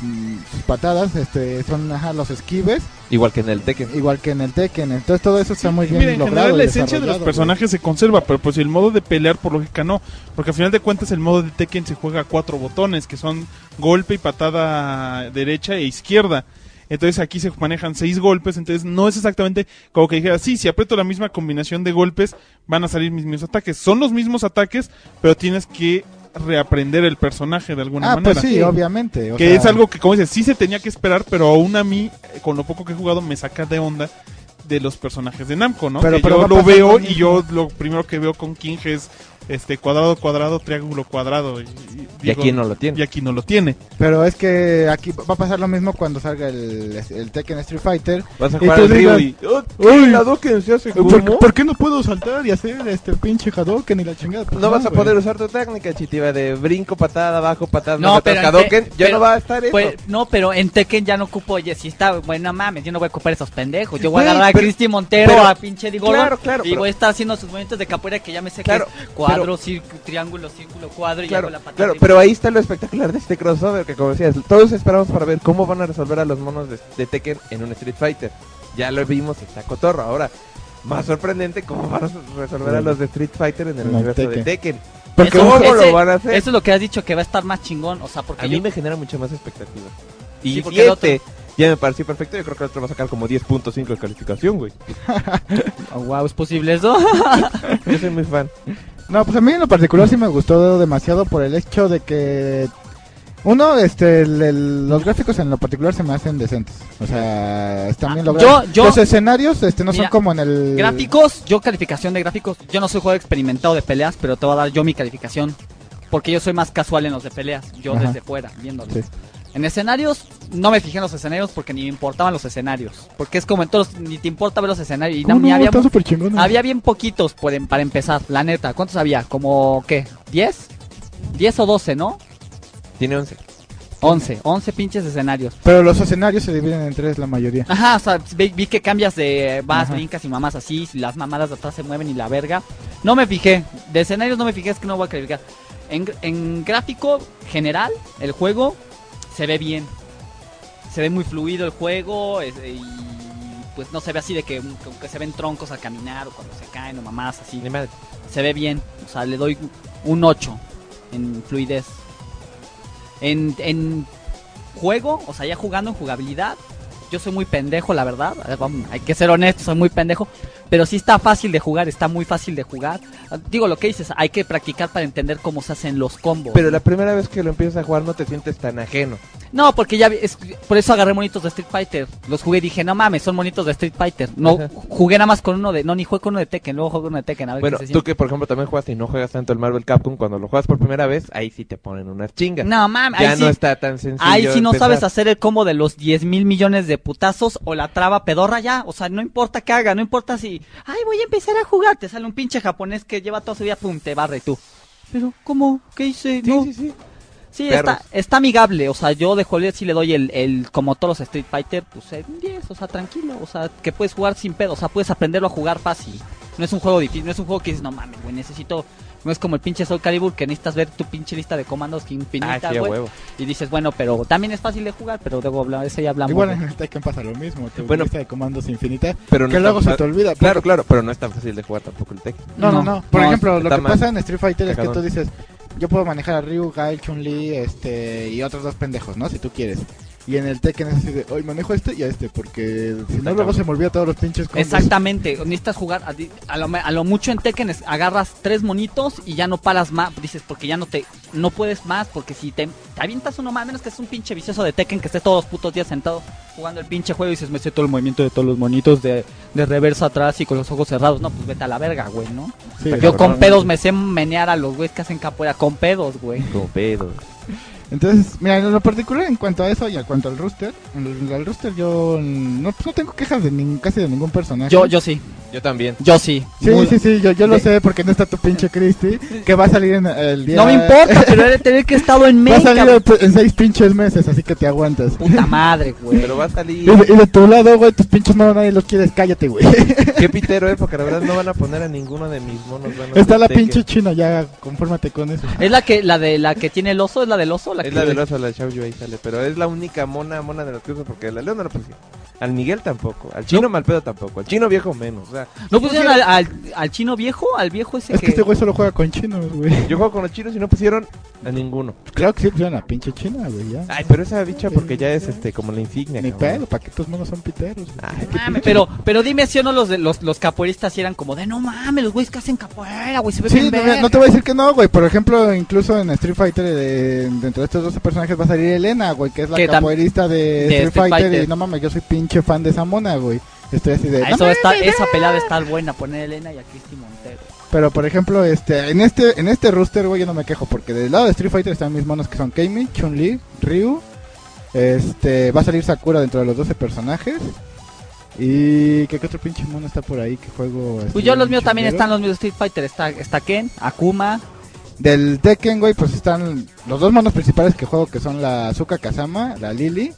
Speaker 5: mm, sus patadas, este son ajá, los esquives,
Speaker 4: Igual que en el Tekken.
Speaker 5: igual que en el Tekken. Entonces todo eso está muy bien
Speaker 3: Mira, en
Speaker 5: logrado.
Speaker 3: general la
Speaker 5: y
Speaker 3: esencia de los
Speaker 5: desarrollado,
Speaker 3: personajes se conserva, pero pues el modo de pelear por lógica no, porque al final de cuentas el modo de Tekken se juega a cuatro botones, que son golpe y patada derecha e izquierda. Entonces aquí se manejan seis golpes, entonces no es exactamente como que dijera, sí, si aprieto la misma combinación de golpes, van a salir mis mismos ataques. Son los mismos ataques, pero tienes que reaprender el personaje de
Speaker 5: güey.
Speaker 3: alguna
Speaker 5: Ah,
Speaker 3: manera.
Speaker 5: pues sí, obviamente. o
Speaker 3: Que
Speaker 5: sea,
Speaker 3: es algo que, como dices, sí se tenía que esperar, pero aún a mí, eh, con lo poco que he jugado, me saca de onda de los personajes de Namco, ¿no?
Speaker 5: Pero-
Speaker 3: Que
Speaker 5: pero va
Speaker 3: yo lo
Speaker 5: pasando
Speaker 3: veo
Speaker 5: lo
Speaker 3: y yo lo primero que veo con King es este cuadrado, cuadrado, triángulo, cuadrado. Y, y
Speaker 4: Y
Speaker 3: digo,
Speaker 4: aquí no lo tiene.
Speaker 3: y aquí no lo tiene.
Speaker 5: Pero es que aquí va a pasar lo mismo cuando salga el, el Tekken Street Fighter.
Speaker 4: Vas a
Speaker 5: Y
Speaker 4: jugar
Speaker 5: tú
Speaker 4: al Ryu y.
Speaker 5: digas,
Speaker 4: "Oh,
Speaker 5: "Uy,
Speaker 4: la Hadouken se hace
Speaker 5: ¿Por,
Speaker 4: como".
Speaker 5: por qué no puedo saltar y hacer este pinche Hadouken y la chingada? Pues
Speaker 4: No vas a
Speaker 5: güey.
Speaker 4: poder usar tu técnica chitiva de brinco, patada, bajo, patada,
Speaker 2: No,
Speaker 4: no,
Speaker 2: pero
Speaker 4: patada,
Speaker 2: en
Speaker 4: Hadouken.
Speaker 2: te-
Speaker 4: Ya
Speaker 2: pero-
Speaker 4: no va a estar eso.
Speaker 2: Pues, no, pero en Tekken ya no ocupo, oye, si está, bueno, mames, yo no voy a ocupar esos pendejos. Yo voy a
Speaker 4: Güey,
Speaker 2: agarrar a
Speaker 4: pero-
Speaker 2: Cristi Montero,
Speaker 4: pero-
Speaker 2: a pinche Digolo,
Speaker 4: claro, claro,
Speaker 2: y
Speaker 4: pero-
Speaker 2: voy a estar haciendo sus movimientos de capoeira que ya me sé
Speaker 4: Claro,
Speaker 2: que es cuadro, círculo, triángulo, círculo, cuadro, y
Speaker 4: Claro,
Speaker 2: hago la patada.
Speaker 4: claro, pero ahí está lo espectacular de este crossover que como decías, todos esperamos para ver cómo van a resolver a los monos de, de Tekken en un Street Fighter. Ya lo vimos, está cotorro. Ahora, más sorprendente cómo van a resolver a los de Street Fighter en el
Speaker 5: No,
Speaker 4: universo de
Speaker 5: Tekken.
Speaker 4: Tekken.
Speaker 5: Porque
Speaker 4: ¿Cómo
Speaker 2: Ese-
Speaker 4: lo van a hacer?
Speaker 2: Eso es lo que has dicho, que va a estar más chingón, o sea, porque
Speaker 4: a mí
Speaker 2: yo-
Speaker 4: me genera mucha más expectativa.
Speaker 2: Sí,
Speaker 4: Y
Speaker 2: porque el
Speaker 4: siete, ya me pareció perfecto, yo creo que el otro va a sacar como 10.5 de calificación, güey.
Speaker 2: Oh, wow, ¿es posible eso?
Speaker 4: Yo soy muy fan.
Speaker 5: No, pues a mí en lo particular sí me gustó demasiado por el hecho de que... Uno, este, el- el- los gráficos en lo particular se me hacen decentes. O sea, están bien
Speaker 2: Ah,
Speaker 5: logrados.
Speaker 2: yo- yo-
Speaker 5: los escenarios este, no
Speaker 2: Mira,
Speaker 5: son como en el...
Speaker 2: Gráficos, yo calificación de gráficos. Yo no soy jugador experimentado de peleas, pero te voy a dar yo mi calificación. Porque yo soy más casual en los de peleas, yo
Speaker 5: Ajá.
Speaker 2: desde fuera, viéndolos.
Speaker 5: Sí.
Speaker 2: En escenarios, no me fijé en los escenarios porque ni me importaban los escenarios. Porque es como en todos, ni te importa ver los escenarios. Y no, ni había,
Speaker 11: Está súper chingón.
Speaker 2: había bien poquitos por em- para empezar, la neta. ¿Cuántos había? ¿Como qué? ¿10? ¿10 o 12, no?
Speaker 4: Tiene 11.
Speaker 2: 11, 11 pinches escenarios.
Speaker 5: Pero los escenarios se dividen en tres la mayoría.
Speaker 2: Ajá, o sea, vi, vi que cambias de vas,
Speaker 5: Ajá.
Speaker 2: brincas y mamás así, si las mamadas de atrás se mueven y la verga. No me fijé, de escenarios no me fijé, es que no voy a calificar. En, gr- en gráfico general, el juego se ve bien. Se ve muy fluido el juego es- y pues no se ve así de que, como que se ven troncos al caminar o cuando se caen o mamás así.
Speaker 4: Ni madre.
Speaker 2: Se ve bien, o sea, le doy un 8 en fluidez. En, en juego, o sea, ya jugando en jugabilidad, yo soy muy pendejo, la verdad. eh, vamos, Hay que ser honesto, soy muy pendejo. Pero sí está fácil de jugar, está muy fácil de jugar. Ah, Digo, lo que dices, hay que practicar para entender cómo se hacen los combos.
Speaker 4: Pero la primera vez que lo empiezas a jugar no te sientes tan ajeno.
Speaker 2: No, porque ya vi- es- por eso agarré monitos de Street Fighter. Los jugué y dije, no mames, son monitos de Street Fighter. No,
Speaker 4: Ajá.
Speaker 2: jugué nada más con uno de, no, ni jugué con uno de Tekken, luego jugué con uno de Tekken. A ver
Speaker 4: Bueno,
Speaker 2: qué se
Speaker 4: tú
Speaker 2: siente.
Speaker 4: que por ejemplo también juegas y no juegas tanto el Marvel Capcom, cuando lo juegas por primera vez, ahí sí te ponen unas chingas.
Speaker 2: No mames,
Speaker 4: ya
Speaker 2: ahí
Speaker 4: no
Speaker 2: sí-
Speaker 4: está tan sencillo.
Speaker 2: Ahí si no
Speaker 4: empezar.
Speaker 2: sabes hacer el combo de los 10 mil millones de putazos o la traba pedorra ya. O sea, no importa que haga, no importa si... Ay, voy a empezar a jugar. Te sale un pinche japonés que lleva todo su día, pum, te barre tú. Pero, ¿cómo? ¿Qué hice? no.
Speaker 4: Sí, sí, sí.
Speaker 2: Sí,
Speaker 4: Perros.
Speaker 2: está, está amigable, o sea, yo de Joliet sí le doy el, el, como todos los Street Fighter, pues eh, un 10, o sea, tranquilo, o sea, que puedes jugar sin pedo, o sea, puedes aprenderlo a jugar fácil. No es un juego difícil, no es un juego que dices, no mames, güey, necesito, no es como el pinche Soul Calibur que necesitas ver tu pinche lista de comandos que
Speaker 4: Ah,
Speaker 2: infinita,
Speaker 4: sí, a
Speaker 2: güey.
Speaker 4: huevo.
Speaker 2: y dices, bueno, pero también es fácil de jugar, pero debo hablar, ese ya hablamos.
Speaker 5: Igual eh,
Speaker 2: güey.
Speaker 5: en el Tekken pasa lo mismo. Tu
Speaker 4: Bueno.
Speaker 5: lista de comandos infinita.
Speaker 4: Pero no
Speaker 5: que
Speaker 4: es
Speaker 5: luego
Speaker 4: tan
Speaker 5: se
Speaker 4: fa-
Speaker 5: te olvida.
Speaker 4: Claro, claro, pero no es tan fácil de jugar tampoco el tech.
Speaker 5: No, no,
Speaker 2: No,
Speaker 5: no. Por
Speaker 2: no,
Speaker 5: ejemplo, lo
Speaker 4: está
Speaker 5: que
Speaker 4: mal.
Speaker 5: pasa en Street Fighter es que
Speaker 4: Cagado.
Speaker 5: tú dices, yo puedo manejar a Ryu, Gael, Chun-Li, este, y otros dos pendejos, ¿no? Si tú quieres. Y en el Tekken es así de, hoy manejo a este y a este, porque si no luego se me olvida todos los pinches combos.
Speaker 2: Exactamente, necesitas jugar a, di- a lo, me- a lo mucho en Tekken es- agarras tres monitos y ya no paras más, dices, porque ya no te no puedes más, porque si te, te avientas uno más, a menos que es un pinche vicioso de Tekken que esté todos los putos días sentado jugando el pinche juego y dices, me sé todo el movimiento de todos los monitos de, de reversa atrás y con los ojos cerrados, no, pues vete a la verga, güey, ¿no?
Speaker 5: Sí,
Speaker 2: Yo con
Speaker 5: cabrón.
Speaker 2: pedos me sé menear a los güeyes que hacen capoeira con pedos, güey.
Speaker 4: Como pedo.
Speaker 5: Entonces, mira, en lo particular en cuanto a eso y en cuanto al rooster, en el- al rooster yo mm, no, pues, no tengo quejas de nin- casi de ningún personaje.
Speaker 2: Yo, yo sí,
Speaker 4: Yo también.
Speaker 2: yo sí.
Speaker 5: Sí,
Speaker 2: Muy-
Speaker 5: sí, sí, yo, yo lo
Speaker 2: de-
Speaker 5: sé porque no está tu pinche Christie, que va a salir en el día...
Speaker 2: No me importa, pero he de tener que he estado en
Speaker 5: Va a salir
Speaker 2: México. pues,
Speaker 5: en- en seis pinches meses, así que te aguantas.
Speaker 2: Puta madre, güey.
Speaker 4: Pero va a
Speaker 5: Y
Speaker 4: salir.
Speaker 5: de, y de tu lado, güey, tus pinches manos nadie los quieres, cállate, güey.
Speaker 4: Qué pitero, eh, porque la verdad no van a poner a ninguno de mis monos. buenos
Speaker 5: Está
Speaker 4: del
Speaker 5: la
Speaker 4: Tekken.
Speaker 5: pinche china, ya, confórmate con eso.
Speaker 2: ¿Es la que la de la que tiene el oso? ¿Es la del oso? La
Speaker 4: Es
Speaker 2: que-
Speaker 4: la de los la de Xiao Yu, ahí sale, pero es la única mona, mona de los cruces porque la León no la pusieron. Al Miguel tampoco, al chino mal pedo tampoco, al chino viejo menos. O sea,
Speaker 2: ¿No pusieron al, al- al chino viejo? ¿Al viejo ese
Speaker 5: Es
Speaker 2: que...?
Speaker 5: que este güey solo juega con chinos, güey.
Speaker 4: yo juego con los chinos y no pusieron a ninguno.
Speaker 5: Claro que sí pusieron la pinche china, güey, ya.
Speaker 4: Ay, pero esa bicha porque ya es este como la insignia.
Speaker 5: Ni
Speaker 4: cabrón.
Speaker 5: pedo, ¿para qué tus manos son piteros, güey?
Speaker 4: Ay,
Speaker 2: No mames, Ah, pero, pero dime si o no los, de- los, los capoeiristas sí eran como de no mames, los güeyes que hacen capoeira, güey, se ve
Speaker 5: Sí,
Speaker 2: bien
Speaker 5: no,
Speaker 2: verga".
Speaker 5: no te voy a decir que no, güey. Por ejemplo, incluso en Street Fighter, eh, dentro de estos 12 personajes va a salir Elena, güey, que es la
Speaker 2: Que tam-
Speaker 5: capoeirista de, Street,
Speaker 2: Street
Speaker 5: Fighter,
Speaker 2: Fighter.
Speaker 5: Y no mames, yo soy pinche fan de esa mona, güey. Estoy así de.
Speaker 2: Ah,
Speaker 5: "No
Speaker 2: eso está,
Speaker 5: mames,
Speaker 2: esa pelada está buena, poner a Elena y a Cristi Montero.
Speaker 5: Pero por ejemplo, este, en este, en este roster, güey, yo no me quejo, porque del lado de Street Fighter están mis monos que son Kami, Chun Li, Ryu, este, va a salir Sakura dentro de los 12 personajes. Y que qué otro pinche mono está por ahí que juego. este,
Speaker 2: Pues yo los
Speaker 5: un
Speaker 2: míos también
Speaker 5: chinguero?
Speaker 2: están los míos de Street Fighter, está, está Ken, Akuma,
Speaker 5: Del Tekken, güey, pues están los dos monos principales que juego que son la Azuka Kazama, la Lily.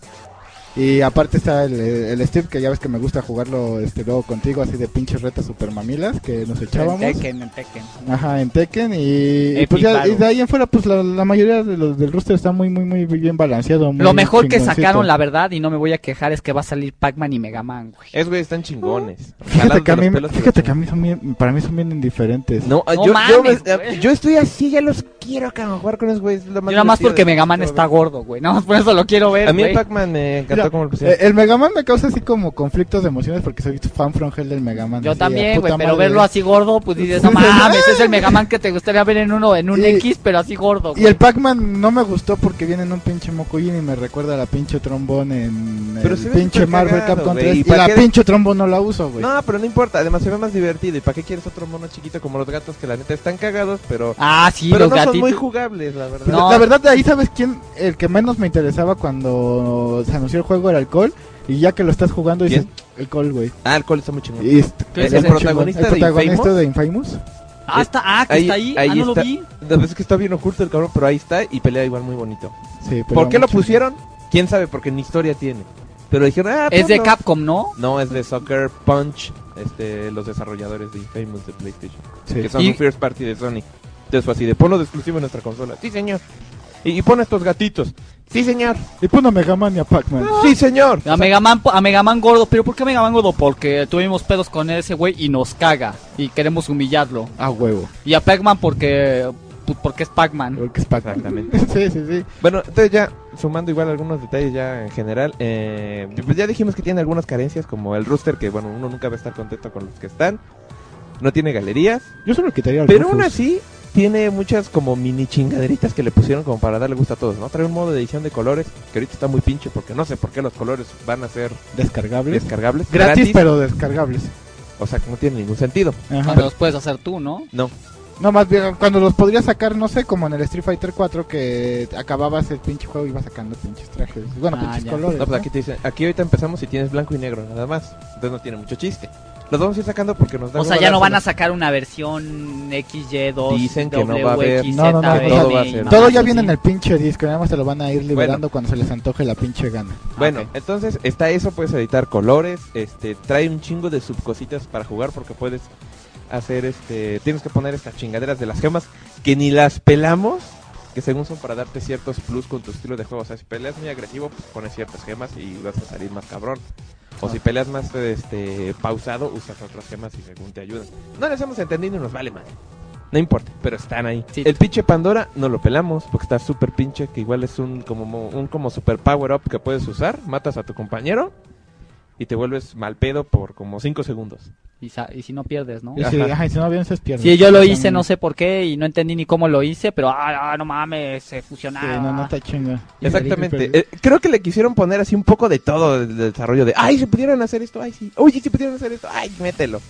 Speaker 5: Y aparte está el, el Steve, que ya ves que me gusta jugarlo este luego contigo, así de pinches retas super mamilas que nos
Speaker 2: en
Speaker 5: echábamos.
Speaker 2: Tekken, en Tekken.
Speaker 5: Ajá, en Tekken y, y
Speaker 2: Epic
Speaker 5: pues ya, y
Speaker 2: Battle.
Speaker 5: de ahí en fuera pues la, la mayoría de los del roster está muy muy muy bien balanceado. muy
Speaker 2: Lo mejor que
Speaker 5: chingoncito.
Speaker 2: sacaron, la verdad, y no me voy a quejar, es que va a salir Pac-Man y Mega Man, güey.
Speaker 4: Es güey, están chingones.
Speaker 5: Oh, Fíjate que a mí,
Speaker 4: Jalando los pelos de
Speaker 5: fíjate
Speaker 4: la
Speaker 5: que a mí son bien- para mí son bien indiferentes.
Speaker 4: No,
Speaker 2: No
Speaker 4: yo, yo,
Speaker 2: mames,
Speaker 4: me- eh,
Speaker 2: güey.
Speaker 4: yo estoy así, ya los quiero cabrón, jugar con esos güeyes. es lo
Speaker 2: Yo
Speaker 4: más
Speaker 2: nada más
Speaker 4: divertido
Speaker 2: porque
Speaker 4: de-
Speaker 2: Mega Man está gordo, güey, nada más por eso lo quiero ver,
Speaker 4: A mí el
Speaker 2: güey.
Speaker 4: Pac-Man me encantó
Speaker 5: Mira,
Speaker 4: como lo pusieron.
Speaker 5: Eh, el Mega Man me causa así como conflictos de emociones porque soy fan from hell del Mega Man.
Speaker 2: Yo
Speaker 5: así, a
Speaker 2: también, güey,
Speaker 5: puta
Speaker 2: pero
Speaker 5: madre.
Speaker 2: verlo así gordo, pues dices, no
Speaker 5: Sí, sí,
Speaker 2: mames, es el Megaman que te gustaría ver en uno, en un
Speaker 5: Y-
Speaker 2: X, pero así gordo.
Speaker 5: Y el Pac-Man no me gustó porque viene en un pinche mocoyín y me recuerda a la pinche trombón en
Speaker 4: Pero
Speaker 5: el
Speaker 4: se ve
Speaker 5: pinche
Speaker 4: súper
Speaker 5: Marvel
Speaker 4: cagado,
Speaker 5: Capcom
Speaker 4: güey,
Speaker 5: 3
Speaker 4: ¿y
Speaker 5: y,
Speaker 4: para
Speaker 5: la
Speaker 4: qué de-
Speaker 5: pinche trombón no la uso, güey.
Speaker 4: No, pero no importa, además se ve más divertido. ¿Y para qué quieres otro mono chiquito como los gatos que la neta están cagados, pero
Speaker 2: Ah, sí,
Speaker 4: Pero
Speaker 2: los
Speaker 4: no son juegos muy
Speaker 2: títulos.
Speaker 4: jugables, la verdad.
Speaker 5: Pues,
Speaker 2: No.
Speaker 5: La verdad, de ahí sabes quién, el que menos me interesaba cuando se anunció el juego era alcohol. Y ya que lo estás jugando, dices, alcohol, güey.
Speaker 4: Ah, el col está muy chingón.
Speaker 5: Y est-
Speaker 2: ¿Qué es
Speaker 5: está
Speaker 2: el
Speaker 5: chingón.
Speaker 4: protagonista
Speaker 5: ¿El
Speaker 4: de
Speaker 5: protagonista
Speaker 4: Infamous?
Speaker 5: de Infamous?
Speaker 2: Ah, está, ah, que
Speaker 4: Ahí-
Speaker 2: está ahí.
Speaker 4: ahí
Speaker 2: ah, no
Speaker 4: está.
Speaker 2: lo vi.
Speaker 4: La verdad es que está bien oculto el cabrón, pero ahí está y pelea igual muy bonito.
Speaker 5: Sí, pero
Speaker 4: ¿Por qué lo
Speaker 5: mucho.
Speaker 4: pusieron? ¿Quién sabe? Porque ni historia tiene. Pero dijeron, ah,
Speaker 2: Es de
Speaker 4: ponlo.
Speaker 2: Capcom, ¿no?
Speaker 4: No, es de Soccer Punch, este, los desarrolladores de Infamous de PlayStation.
Speaker 5: Sí.
Speaker 4: Que son
Speaker 2: Y-
Speaker 4: un first party de Sony. Entonces fue así de, ponlo de exclusivo en nuestra consola. Sí, señor. Y, y pon estos gatitos. Sí, señor.
Speaker 5: Y pues pon a Mega Man y a Pac-Man.
Speaker 4: Sí, señor.
Speaker 2: A Mega Man, a Mega Man gordo, pero ¿por qué a Mega Man gordo? Porque tuvimos pedos con ese güey y nos caga y queremos humillarlo.
Speaker 5: A huevo.
Speaker 2: Y a Pac-Man porque pu- porque es Pac-Man.
Speaker 5: Porque es Pac-Man.
Speaker 4: Exactamente.
Speaker 5: sí, sí, sí.
Speaker 4: Bueno, entonces ya, sumando igual algunos detalles ya en general, eh, pues ya dijimos que tiene algunas carencias, como el rooster, que bueno, uno nunca va a estar contento con los que están. No tiene galerías,
Speaker 5: Yo solo quitaría al
Speaker 4: pero
Speaker 5: Rufus.
Speaker 4: aún así tiene muchas como mini chingaderitas que le pusieron como para darle gusto a todos, ¿no? Trae un modo de edición de colores, que ahorita está muy pinche porque no sé por qué los colores van a ser
Speaker 5: Descargables.
Speaker 4: descargables.
Speaker 5: Gratis, pero descargables.
Speaker 4: O sea, que no tiene ningún sentido.
Speaker 5: Ajá.
Speaker 2: Bueno, los puedes hacer tú, ¿no?
Speaker 4: No.
Speaker 5: No, más bien, cuando los podrías sacar, no sé, como en el Street Fighter 4, que acababas el pinche juego y ibas sacando pinches trajes. Bueno,
Speaker 2: Ah,
Speaker 5: pinches
Speaker 2: ya.
Speaker 5: colores.
Speaker 4: No, pues
Speaker 5: ¿no?
Speaker 4: aquí te dicen, aquí ahorita empezamos y tienes blanco y negro nada más. Entonces no tiene mucho chiste. Los vamos a ir sacando porque nos da
Speaker 2: O sea,
Speaker 4: hueva
Speaker 2: ya no van a
Speaker 4: dárselos.
Speaker 2: sacar una versión XY2.
Speaker 4: Dicen que no va a haber.
Speaker 2: WXZ,
Speaker 5: No, no, no,
Speaker 2: B,
Speaker 5: todo
Speaker 2: y
Speaker 4: va a ser.
Speaker 2: mamás
Speaker 5: Todo ya
Speaker 2: así.
Speaker 5: viene en el pinche disco, nada más te lo van a ir liberando cuando se les antoje la pinche gana.
Speaker 4: Bueno,
Speaker 2: Ok.
Speaker 4: entonces está eso, puedes editar colores, este, trae un chingo de subcositas para jugar porque puedes hacer este, tienes que poner estas chingaderas de las gemas que ni las pelamos, que según son para darte ciertos plus con tu estilo de juego, o sea, si peleas muy agresivo, pues pones ciertas gemas y vas a salir más cabrón. O si peleas más este pausado, usas otras gemas y según te ayudan. No les hemos entendido y nos vale madre. No importa, pero están ahí.
Speaker 2: Sí.
Speaker 4: El pinche Pandora no lo pelamos porque está súper pinche, que igual es un como mo- un como super power up que puedes usar, matas a tu compañero y te vuelves mal pedo por como 5 segundos.
Speaker 2: Y, sa- y si no pierdes, ¿no?
Speaker 5: Y si,
Speaker 4: Ajá.
Speaker 5: ajá, y si no vienes, pierdes.
Speaker 2: Sí, yo lo hice,
Speaker 5: También.
Speaker 2: no sé por qué, y no entendí ni cómo lo hice, pero ah, ah, no mames, se
Speaker 5: Sí,
Speaker 2: fusionaba.
Speaker 5: no, no está chinga.
Speaker 4: Exactamente. Eh, creo que le quisieron poner así un poco de todo el desarrollo de, ay, se pudieron hacer esto, ay, sí. Oye, si pudieron hacer esto, ay, mételo.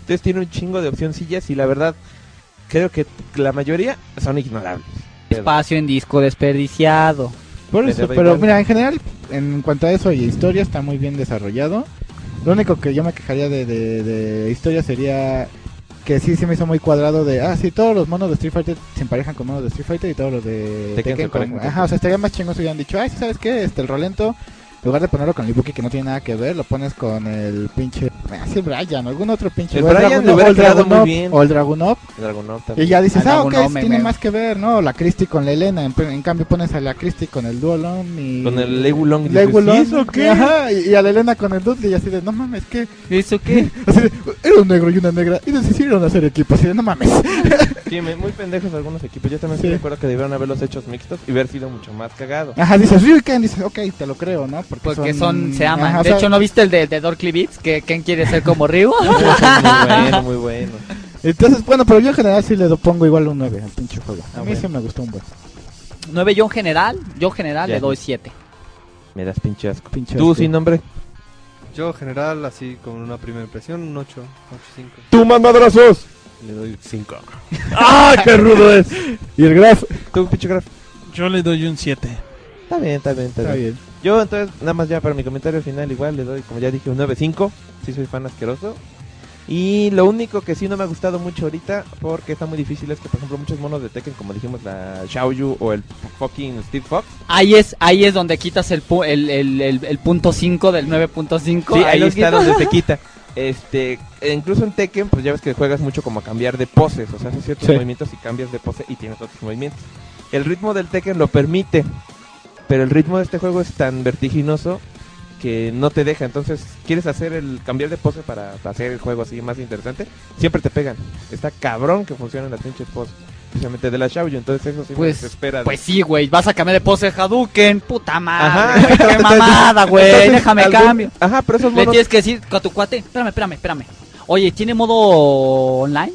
Speaker 4: Entonces tiene un chingo de opcioncillas y la verdad creo que la mayoría son ignorables.
Speaker 2: Espacio en disco desperdiciado.
Speaker 5: Por
Speaker 4: Me
Speaker 5: eso,
Speaker 4: daba
Speaker 5: pero
Speaker 4: igual.
Speaker 5: mira, en general, en cuanto a eso y historia, está muy bien desarrollado. Lo único que yo me quejaría de, de- de historia sería que sí se me hizo muy cuadrado de, ah, sí, todos los monos de Street Fighter se emparejan con monos de Street Fighter y todos los de
Speaker 4: Tekken se
Speaker 5: Tekken con...
Speaker 4: emparejan con
Speaker 5: Ajá, o sea, estaría más chingón si hubieran dicho, ay, ¿sabes qué? Este, el rolento, en lugar de ponerlo con el Ibuki que no tiene nada que ver, lo pones con el pinche... Ah, sí, Brian, algún otro pinche...
Speaker 4: El
Speaker 5: o
Speaker 4: Brian
Speaker 5: Dragunov,
Speaker 4: le hubiera
Speaker 5: o el
Speaker 4: quedado muy
Speaker 5: Dragunov,
Speaker 4: bien.
Speaker 5: O el Dragunov,
Speaker 4: Dragunov también.
Speaker 5: y ya dices,
Speaker 2: Ah, no,
Speaker 5: ah, ok,
Speaker 2: no,
Speaker 5: sí
Speaker 2: me-
Speaker 5: tiene
Speaker 2: me-
Speaker 5: más que ver, ¿no? La Christie con la Elena, en, en cambio pones a la Christie con el Duolon y...
Speaker 4: Con el Legulong.
Speaker 5: Legulon.
Speaker 4: ¿Y eso qué?
Speaker 5: Ajá, y, y a la Elena con el Dudley y así de, no mames, ¿qué?
Speaker 2: ¿Eso qué?
Speaker 5: Así de, era un negro y una negra y decidieron hacer equipo, así de, no mames.
Speaker 4: Sí, me- muy pendejos algunos equipos. Yo también
Speaker 5: Sí.
Speaker 4: estoy de acuerdo que debieron haberlos hechos mixtos y haber sido mucho más cagado.
Speaker 5: Ajá, dices, Ryuken, dices, ok, te lo creo, ¿no?
Speaker 2: Porque Pues son, se aman.
Speaker 5: Ajá, o
Speaker 2: de
Speaker 5: sea,
Speaker 2: hecho, ¿no viste el de, de Dorkly Beats? Que Ken quiere ser como Ryu.
Speaker 5: Ah.
Speaker 4: muy bueno, muy bueno.
Speaker 5: Entonces, bueno, pero yo en general sí le do- pongo igual un 9 al pinche juego.
Speaker 2: Ah,
Speaker 5: A mí sí me gustó un buen
Speaker 2: 9 yo en general, yo en general
Speaker 4: Ya.
Speaker 2: le doy 7.
Speaker 4: Me das pinche asco.
Speaker 5: pinche. este.
Speaker 4: Tú
Speaker 5: asco.
Speaker 4: sin nombre.
Speaker 10: Yo general así con una primera impresión, un 8, 8, 5.
Speaker 1: ¡Tú más madrazos!
Speaker 10: Le doy 5.
Speaker 1: ¡Ah, qué rudo es!
Speaker 5: Y el Graf,
Speaker 4: Tú pinche graf.
Speaker 3: Yo le doy un 7.
Speaker 4: Está bien, está bien, está
Speaker 5: está
Speaker 4: bien.
Speaker 5: bien.
Speaker 4: Yo entonces, nada más ya para mi comentario final, igual le doy, como ya dije, un 9.5. Sí soy fan asqueroso. Y lo único que sí no me ha gustado mucho ahorita, porque está muy difícil, es que por ejemplo muchos monos de Tekken, como dijimos, la Xiaoyu o el fucking Steve Fox,
Speaker 2: Ahí es, ahí es donde quitas el, pu- el, el, el- el punto 5 del 9.5.
Speaker 4: Sí, ahí
Speaker 2: lo
Speaker 4: está
Speaker 2: quitas.
Speaker 4: donde se quita. Este, e incluso en Tekken, pues ya ves que juegas mucho como a cambiar de poses, o sea, haces ciertos
Speaker 5: Sí.
Speaker 4: movimientos y cambias de pose y tienes otros movimientos. El ritmo del Tekken lo permite, pero el ritmo de este juego es tan vertiginoso que no te deja. Entonces, quieres hacer el cambiar de pose para hacer el juego así más interesante, siempre te pegan. Está cabrón que funcionen las pinches poses, especialmente de la Xiaoyu, entonces eso sí
Speaker 2: Pues-
Speaker 4: me desespera. de-
Speaker 2: Pues sí, güey, vas a cambiar de pose de Hadouken, puta
Speaker 4: Ajá,
Speaker 2: madre.
Speaker 4: entonces-
Speaker 2: Qué mamada, güey,
Speaker 4: entonces,
Speaker 2: déjame
Speaker 4: algún-
Speaker 2: cambio.
Speaker 4: Ajá, pero esos
Speaker 2: Le
Speaker 4: monos...
Speaker 2: tienes que decir a tu cuate, espérame, espérame, espérame. Oye, ¿tiene modo online?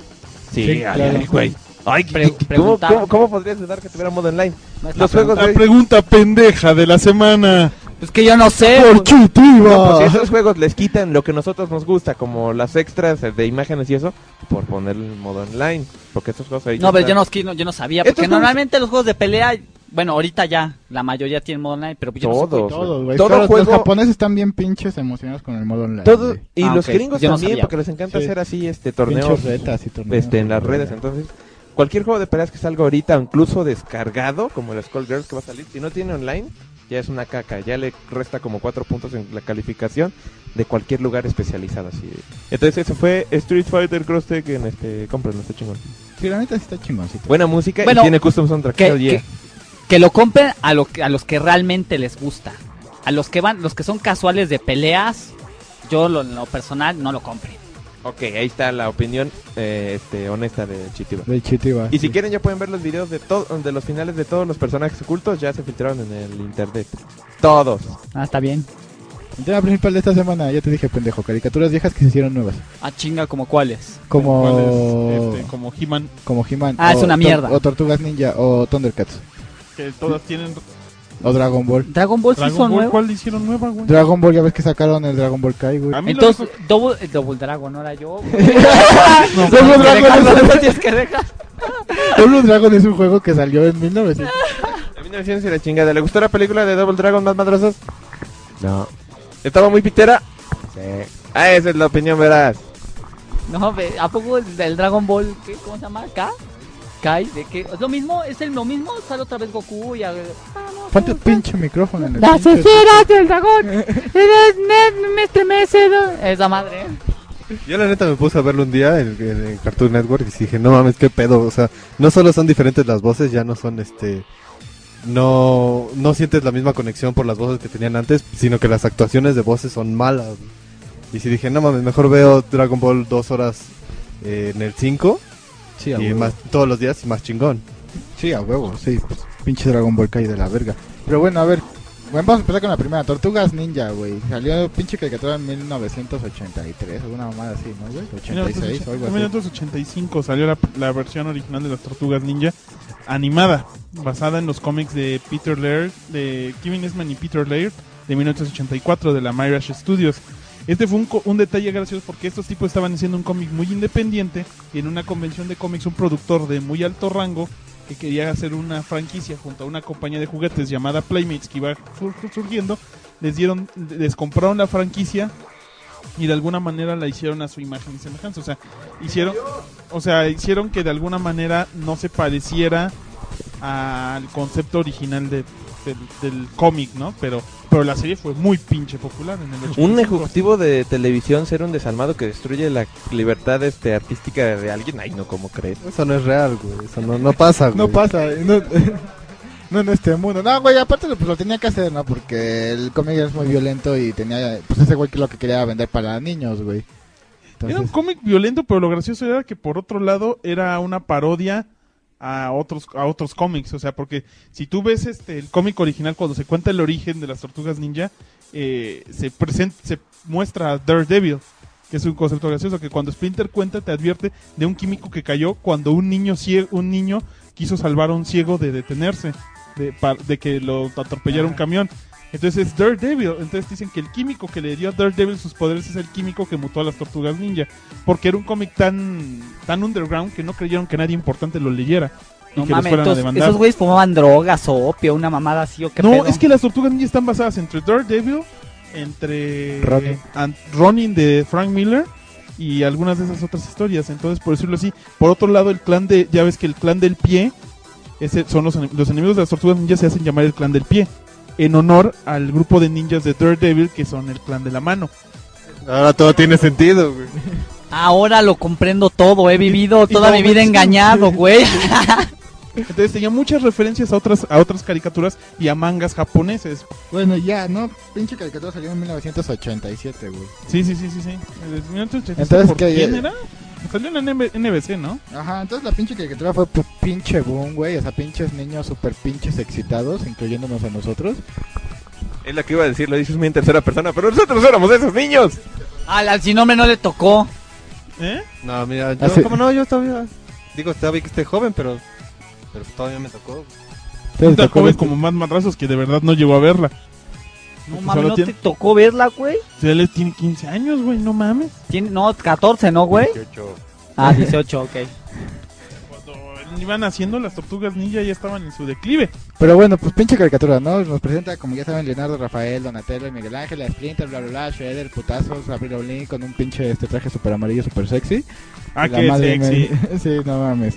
Speaker 4: Sí,
Speaker 5: Sí,
Speaker 4: ay,
Speaker 5: claro.
Speaker 4: ay, güey. Ay,
Speaker 2: Pre-
Speaker 4: ¿cómo-
Speaker 2: preguntaba.
Speaker 4: cómo, cómo podrías dudar que tuviera modo online?
Speaker 2: No está
Speaker 4: Los juegos
Speaker 3: La
Speaker 4: de...
Speaker 3: pregunta pendeja de la semana.
Speaker 2: Pues que yo no sé. güey.
Speaker 4: Pues si
Speaker 5: ¡Porchitiva!
Speaker 4: esos juegos les quitan lo que nosotros nos gusta, como las extras de imágenes y eso, por poner el modo online. Porque estos juegos ahí.
Speaker 2: No, pero yo
Speaker 4: están-
Speaker 2: no, yo no- yo no sabía. Porque
Speaker 4: Estos juegos-
Speaker 2: normalmente los juegos de pelea, bueno, ahorita ya, la mayoría tienen modo online, pero yo no sé, güey.
Speaker 4: Todos.
Speaker 5: Todo, güey.
Speaker 4: Todo
Speaker 5: Todos los-
Speaker 4: juego-
Speaker 5: Los japoneses están bien pinches emocionados con el modo online.
Speaker 4: Todo-
Speaker 5: güey.
Speaker 4: y
Speaker 2: Ah,
Speaker 4: los
Speaker 2: ok.
Speaker 4: gringos
Speaker 2: Yo no
Speaker 4: también,
Speaker 2: sabía.
Speaker 4: porque les encanta
Speaker 5: Sí.
Speaker 4: hacer así este torneos
Speaker 5: Pinches retas y torneos.
Speaker 4: este, en las redes. Entonces, cualquier juego de peleas que salga ahorita, incluso descargado, como el Skullgirls que va a salir, si no tiene online, ya es una caca. Ya le resta como cuatro puntos en la calificación de cualquier lugar especializado. así Entonces, eso fue Street Fighter Cross Tekken. Este, cómprenlo, está chingón.
Speaker 5: Sí, la neta sí está chingoncito.
Speaker 4: Buena música
Speaker 2: Bueno,
Speaker 4: y tiene custom soundtrack.
Speaker 2: que,
Speaker 4: Hell yeah.
Speaker 2: que- que lo compren a, lo, que- a los que realmente les gusta. A los que van, los que son casuales de peleas, yo lo, en lo personal no lo compren.
Speaker 4: Ok, ahí está la opinión eh, este, honesta de Chitiba.
Speaker 5: De Chitiba.
Speaker 4: Y si quieren ya pueden ver los videos de todos de los finales de todos los personajes ocultos, ya se filtraron en el internet. Todos.
Speaker 2: Ah, está bien.
Speaker 5: El tema principal de esta semana, ya te dije, pendejo, caricaturas viejas que se hicieron nuevas.
Speaker 2: Ah, chinga, como cuáles.
Speaker 5: Como...
Speaker 3: ¿Cuál es? Este, como He-Man,
Speaker 5: Como He-Man.
Speaker 2: Ah, es
Speaker 5: o
Speaker 2: una
Speaker 5: Tor-
Speaker 2: mierda.
Speaker 5: O Tortugas Ninja, o Thundercats,
Speaker 3: que todas tienen...
Speaker 5: o Dragon Ball.
Speaker 2: Dragon Ball sí
Speaker 3: Dragon
Speaker 2: son
Speaker 3: Ball,
Speaker 2: nuevos.
Speaker 3: ¿Cuál le hicieron nueva, güey?
Speaker 5: Dragon Ball, ya ves que sacaron el Dragon Ball Kai, güey.
Speaker 3: A mí lo
Speaker 2: Entonces,
Speaker 3: único-
Speaker 2: Double, eh, Double Dragon, ahora yo. güey.
Speaker 5: No,
Speaker 2: Tienes
Speaker 5: Double
Speaker 2: que
Speaker 5: Dragon
Speaker 2: dejarlo,
Speaker 5: es-
Speaker 2: no tienes que dejar.
Speaker 5: Double Dragon es un juego que salió en 1900.
Speaker 4: A mí no me hicieron si la chingada. ¿Le gustó la película de Double Dragon más madrosas? No. ¿Estaba muy pitera? Sí. Ah, esa es la opinión, verás.
Speaker 2: No, ve, ¿a poco el, el Dragon Ball, ¿qué, cómo se llama? ¿K? ¿Kai? ¿De qué? ¿Es lo mismo? ¿Es el, lo mismo? Sale otra vez Goku y... a-
Speaker 5: Ponte el pinche micrófono en el
Speaker 2: Las
Speaker 5: pinche-
Speaker 2: esferas del dragón. Eres- me- Me estremece. ¿no? Esa madre.
Speaker 10: Yo la neta me puse a verlo un día en, en- en Cartoon Network y dije, no mames, qué pedo. O sea, no solo son diferentes las voces, ya no son este... No, no sientes la misma conexión por las voces que tenían antes, sino que las actuaciones de voces son malas. Y si dije, no mames, mejor veo Dragon Ball dos horas eh, en el 5
Speaker 5: Sí, a
Speaker 10: y
Speaker 5: huevo.
Speaker 10: más todos los días y más chingón.
Speaker 5: Sí, a huevo, sí. pues, pinche Dragon Ball Kai de la verga. Pero bueno, a ver. Bueno, vamos a empezar con la primera. Tortugas Ninja, güey. Salió pinche caricatura en 1983, alguna mamada así, ¿no, güey? 86 o algo así.
Speaker 3: 1985 salió la, la versión original de las Tortugas Ninja animada, basada en los cómics de Peter Laird, de Kevin Eastman y Peter Laird, de 1984, de la Mirage Studios. Este fue un, co- un detalle gracioso porque estos tipos estaban haciendo un cómic muy independiente y en una convención de cómics un productor de muy alto rango que quería hacer una franquicia junto a una compañía de juguetes llamada Playmates que iba sur- sur- surgiendo, les dieron, les compraron la franquicia y de alguna manera la hicieron a su imagen y semejanza. O sea, hicieron, o sea, hicieron que de alguna manera no se pareciera al concepto original de, del, del cómic, ¿no? Pero, pero la serie fue muy pinche popular en el 85.
Speaker 4: Un ejecutivo de televisión ser un desalmado que destruye la libertad este, artística de alguien. Ay, no, ¿cómo crees?
Speaker 10: Eso no es real, güey. Eso no, no pasa, güey.
Speaker 5: No pasa, eh, no, no en este mundo. No, güey, aparte pues, lo tenía que hacer, ¿no? Porque el cómic es muy violento y tenía, pues ese güey que lo que quería vender para niños, güey.
Speaker 3: Era un
Speaker 5: Entonces,
Speaker 3: cómic violento, pero lo gracioso era que por otro lado era una parodia a otros a otros cómics, o sea, porque si tú ves este el cómic original cuando se cuenta el origen de las Tortugas Ninja, eh, se presenta se muestra a Daredevil, que es un concepto gracioso que cuando Splinter cuenta te advierte de un químico que cayó cuando un niño cie- un niño quiso salvar a un ciego de detenerse, de, pa- de que lo atropellara un
Speaker 2: Ah.
Speaker 3: camión. Entonces es Daredevil. Entonces dicen que el químico que le dio a Daredevil sus poderes es el químico que mutó a las tortugas ninja. Porque era un cómic tan, tan underground que no creyeron que nadie importante lo leyera. Y
Speaker 2: No
Speaker 3: que los
Speaker 2: mames,
Speaker 3: fueran a
Speaker 2: entonces,
Speaker 3: demandar.
Speaker 2: esos güeyes fumaban drogas o opio, una mamada así o qué
Speaker 3: No,
Speaker 2: pedo?
Speaker 3: es que las tortugas ninja están basadas entre Daredevil, entre
Speaker 5: Ronin.
Speaker 3: and- Ronin de Frank Miller y algunas de esas otras historias. Entonces, por decirlo así, por otro lado, el clan de, ya ves que el clan del pie, ese son los, enem- los enemigos de las tortugas ninja se hacen llamar el clan del pie, en honor al grupo de ninjas de Daredevil que son el clan de la mano.
Speaker 10: Ahora todo tiene sentido, güey.
Speaker 2: Ahora lo comprendo todo, he vivido
Speaker 3: y
Speaker 2: toda
Speaker 3: no
Speaker 2: mi vida
Speaker 3: manches.
Speaker 2: engañado, güey.
Speaker 3: Entonces tenía muchas referencias a otras, a otras caricaturas y a mangas japoneses.
Speaker 5: bueno, ya, ¿no? Pinche caricatura salió en 1987, güey.
Speaker 3: Sí, sí, sí, sí, sí. Desde 1986,
Speaker 5: Entonces,
Speaker 3: ¿por
Speaker 5: ¿qué?
Speaker 3: quién era? Salió en la NB NBC, ¿no?
Speaker 5: Ajá, entonces la pinche caricatura fue pu- pinche boom, güey. O sea, pinches niños super pinches excitados, incluyéndonos a nosotros.
Speaker 4: Es la que iba a decir, lo dices muy en tercera persona, pero nosotros éramos esos niños.
Speaker 2: Al, al sinome no le tocó.
Speaker 3: ¿Eh?
Speaker 10: No, mira, yo,
Speaker 5: Ah, sí.
Speaker 10: ¿cómo no? Yo todavía. Digo, todavía que esté joven, pero. Pero todavía me tocó.
Speaker 5: Entonces,
Speaker 3: Tan
Speaker 5: tocó
Speaker 3: joven
Speaker 5: este-
Speaker 3: como más madrazos que de verdad no llegó a verla.
Speaker 2: No
Speaker 3: Pues
Speaker 2: mames,
Speaker 3: solo
Speaker 2: ¿no
Speaker 3: tiene-
Speaker 2: te tocó verla, güey?
Speaker 3: Celes tiene 15 años, güey, no mames.
Speaker 2: Tiene, no, 14, ¿no, güey?
Speaker 4: 18.
Speaker 2: Ah, 18, ok.
Speaker 3: Cuando iban haciendo las tortugas ninja ya estaban en su declive.
Speaker 8: Pero bueno, pues pinche caricatura, ¿no? Nos presenta, como ya saben, Leonardo, Rafael, Donatello y Miguel Ángel, a Splinter, bla, bla, bla, Shredder, putazos, Avril Lavigne con un pinche este traje super amarillo, super sexy.
Speaker 3: Ah,
Speaker 8: Y la
Speaker 3: qué
Speaker 8: madre
Speaker 3: sexy.
Speaker 8: me- sí, no mames.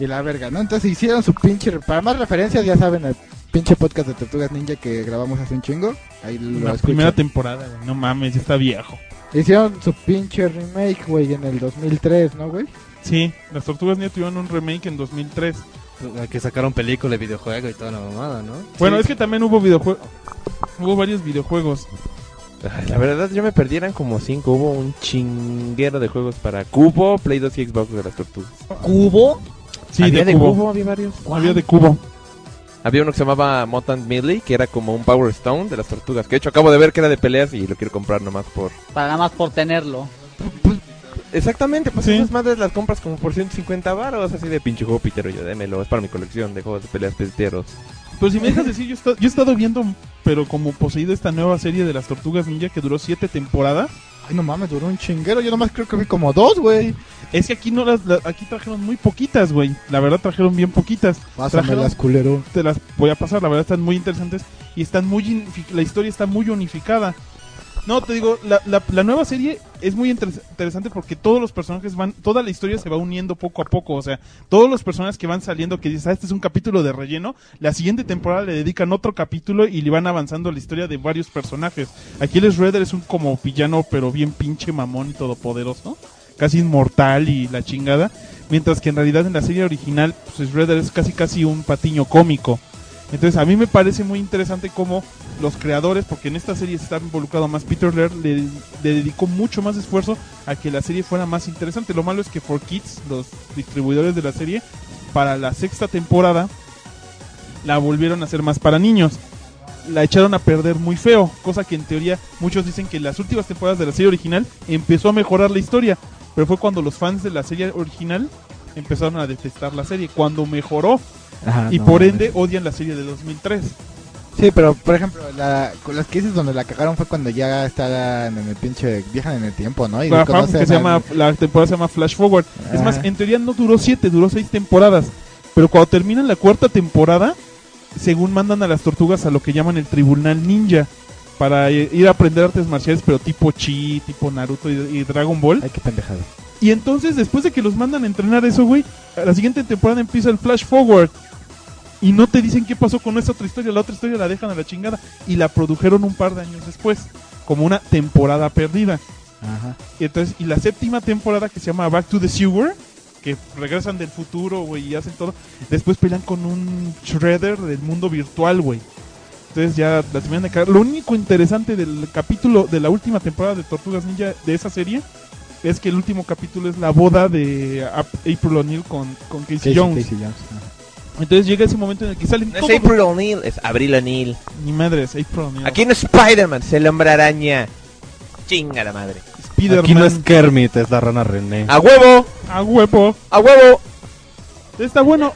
Speaker 8: Y la verga, ¿no? Entonces hicieron su pinche... Para más referencias, ya saben, el pinche podcast de Tortugas Ninja que grabamos hace un chingo. Ahí lo
Speaker 3: La
Speaker 8: escuchan.
Speaker 3: primera temporada, güey, no mames, ya está viejo.
Speaker 8: Hicieron su pinche remake, güey, en el 2003, ¿no, güey?
Speaker 3: Sí, las tortugas ninja tuvieron un remake en 2003.
Speaker 10: Que sacaron película, videojuego y toda la mamada, ¿no?
Speaker 3: Bueno, es que también hubo videojuegos. Hubo varios videojuegos.
Speaker 4: Ay, La verdad, yo me perdí, eran como 5. Hubo un chinguero de juegos para Cubo, Play 2 y Xbox de las tortugas.
Speaker 2: ¿Cubo?
Speaker 3: Sí,
Speaker 4: había
Speaker 3: de cubo.
Speaker 4: había varios.
Speaker 3: Había de cubo.
Speaker 4: Había uno que se llamaba Mutant Medley, que era como un Power Stone de las tortugas. Que de hecho acabo de ver que era de peleas y lo quiero comprar nomás por.
Speaker 2: Para nada más por tenerlo.
Speaker 4: Exactamente, pues
Speaker 3: Sí.
Speaker 4: esas madres las compras como por 150 baros, así de pinche juego pitero. Yo démelo, es para mi colección de juegos de peleas piteros.
Speaker 3: Pero si me dejas decir, yo he, estado, yo he estado viendo, pero como poseído esta nueva serie de las tortugas ninja que duró siete temporadas.
Speaker 8: Ay, no mames, duró un chinguero. Yo nomás creo que vi como dos, güey.
Speaker 3: Es que aquí no las, la- aquí trajeron muy poquitas, güey. La verdad trajeron bien poquitas.
Speaker 8: Pásamelas, culero.
Speaker 3: Te las voy a pasar, la verdad están muy interesantes y están muy in- fi- la historia está muy unificada. No, te digo, la, la- la nueva serie es muy inter- interesante porque todos los personajes van, toda la historia se va uniendo poco a poco, o sea, todos los personajes que van saliendo que dices, ah, este es un capítulo de relleno, la siguiente temporada le dedican otro capítulo y le van avanzando la historia de varios personajes. Aquí el Shredder es un como villano, pero bien pinche mamón y todopoderoso, casi inmortal y la chingada. Mientras que en realidad en la serie original, pues Shredder es casi casi un patiño cómico. Entonces a mí me parece muy interesante cómo los creadores, porque en esta serie está involucrado más Peter Laird, le, le dedicó mucho más esfuerzo a que la serie fuera más interesante. Lo malo es que 4Kids, los distribuidores de la serie, para la sexta temporada la volvieron a hacer más para niños. La echaron a perder muy feo, cosa que en teoría muchos dicen que en las últimas temporadas de la serie original empezó a mejorar la historia, pero fue cuando los fans de la serie original empezaron a detestar la serie, cuando mejoró
Speaker 5: Ah,
Speaker 3: y por ende odian la serie de 2003.
Speaker 8: Sí, pero por ejemplo, la, con las que dices donde la cagaron fue cuando ya estaban en el pinche. Viajan en el tiempo, ¿no? Y
Speaker 3: Ajá,
Speaker 8: conocen
Speaker 3: que se
Speaker 8: al-
Speaker 3: llama, la temporada se llama Flash Forward. Es
Speaker 8: Ajá.
Speaker 3: más, en teoría no duró siete, duró seis temporadas. Pero cuando terminan la cuarta temporada, según mandan a las tortugas a lo que llaman el Tribunal Ninja, para eh, ir a aprender artes marciales, pero tipo Chi, tipo Naruto y, y Dragon Ball.
Speaker 8: Ay, qué pendejada.
Speaker 3: Y entonces, después de que los mandan a entrenar eso, güey, a la siguiente temporada empieza el Flash Forward. Y no te dicen qué pasó con esa otra historia. La otra historia la dejan a la chingada. Y la produjeron un par de años después. Como una temporada perdida.
Speaker 8: Ajá.
Speaker 3: Y entonces, y la séptima temporada que se llama Back to the Sewer, que regresan del futuro, güey, y hacen todo. Después pelean con un Shredder del mundo virtual, güey. Entonces ya la terminan de cagar. Lo único interesante del capítulo de la última temporada de Tortugas Ninja de esa serie es que el último capítulo es la boda de Ap- April O'Neil con, con Casey,
Speaker 8: Casey-
Speaker 3: Jones.
Speaker 8: Casey Jones, ajá.
Speaker 3: Entonces llega ese momento en el que salen
Speaker 4: No
Speaker 3: todos
Speaker 4: es April O'Neil, es Abril O'Neil.
Speaker 3: los- Ni madre, es April O'Neil.
Speaker 4: Aquí no es Spider-Man, es el hombre araña. Chinga la madre.
Speaker 3: Spider-Man.
Speaker 10: Aquí no es Kermit, es la rana René.
Speaker 4: ¡A huevo!
Speaker 3: A huevo.
Speaker 4: ¡A huevo!
Speaker 3: Está bueno.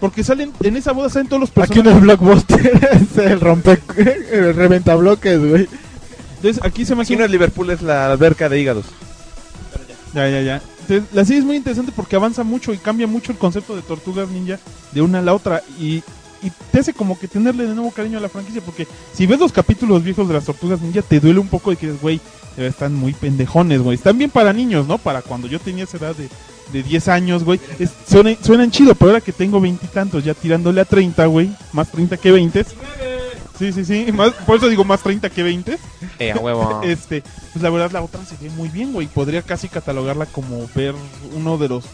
Speaker 3: Porque salen, en esa boda salen todos los personajes.
Speaker 8: Aquí
Speaker 10: pues,
Speaker 8: no es Blockbuster, es el rompe. El reventa bloques, güey.
Speaker 3: Entonces, aquí se me hace
Speaker 4: Aquí no es Liverpool, es la alberca de hígados.
Speaker 3: Ya, ya, ya. Entonces, la serie es muy interesante porque avanza mucho y cambia mucho el concepto de tortugas ninja de una a la otra. Y, y te hace como que tenerle de nuevo cariño a la franquicia. Porque si ves los capítulos viejos de las tortugas ninja, te duele un poco de que dices, güey, de verdad están muy pendejones, güey. Están bien para niños, ¿no? Para cuando yo tenía esa edad de, de 10 años, güey. Es- suenan, suenan chido, pero ahora que tengo veintitantos, ya tirándole a 30, güey. Más 30 que 20. Sí, sí, sí. Más, por eso digo más 30 que 20.
Speaker 4: Eh, a huevo.
Speaker 3: Este, pues la verdad la otra se ve muy bien, güey. Podría casi catalogarla como ver uno de los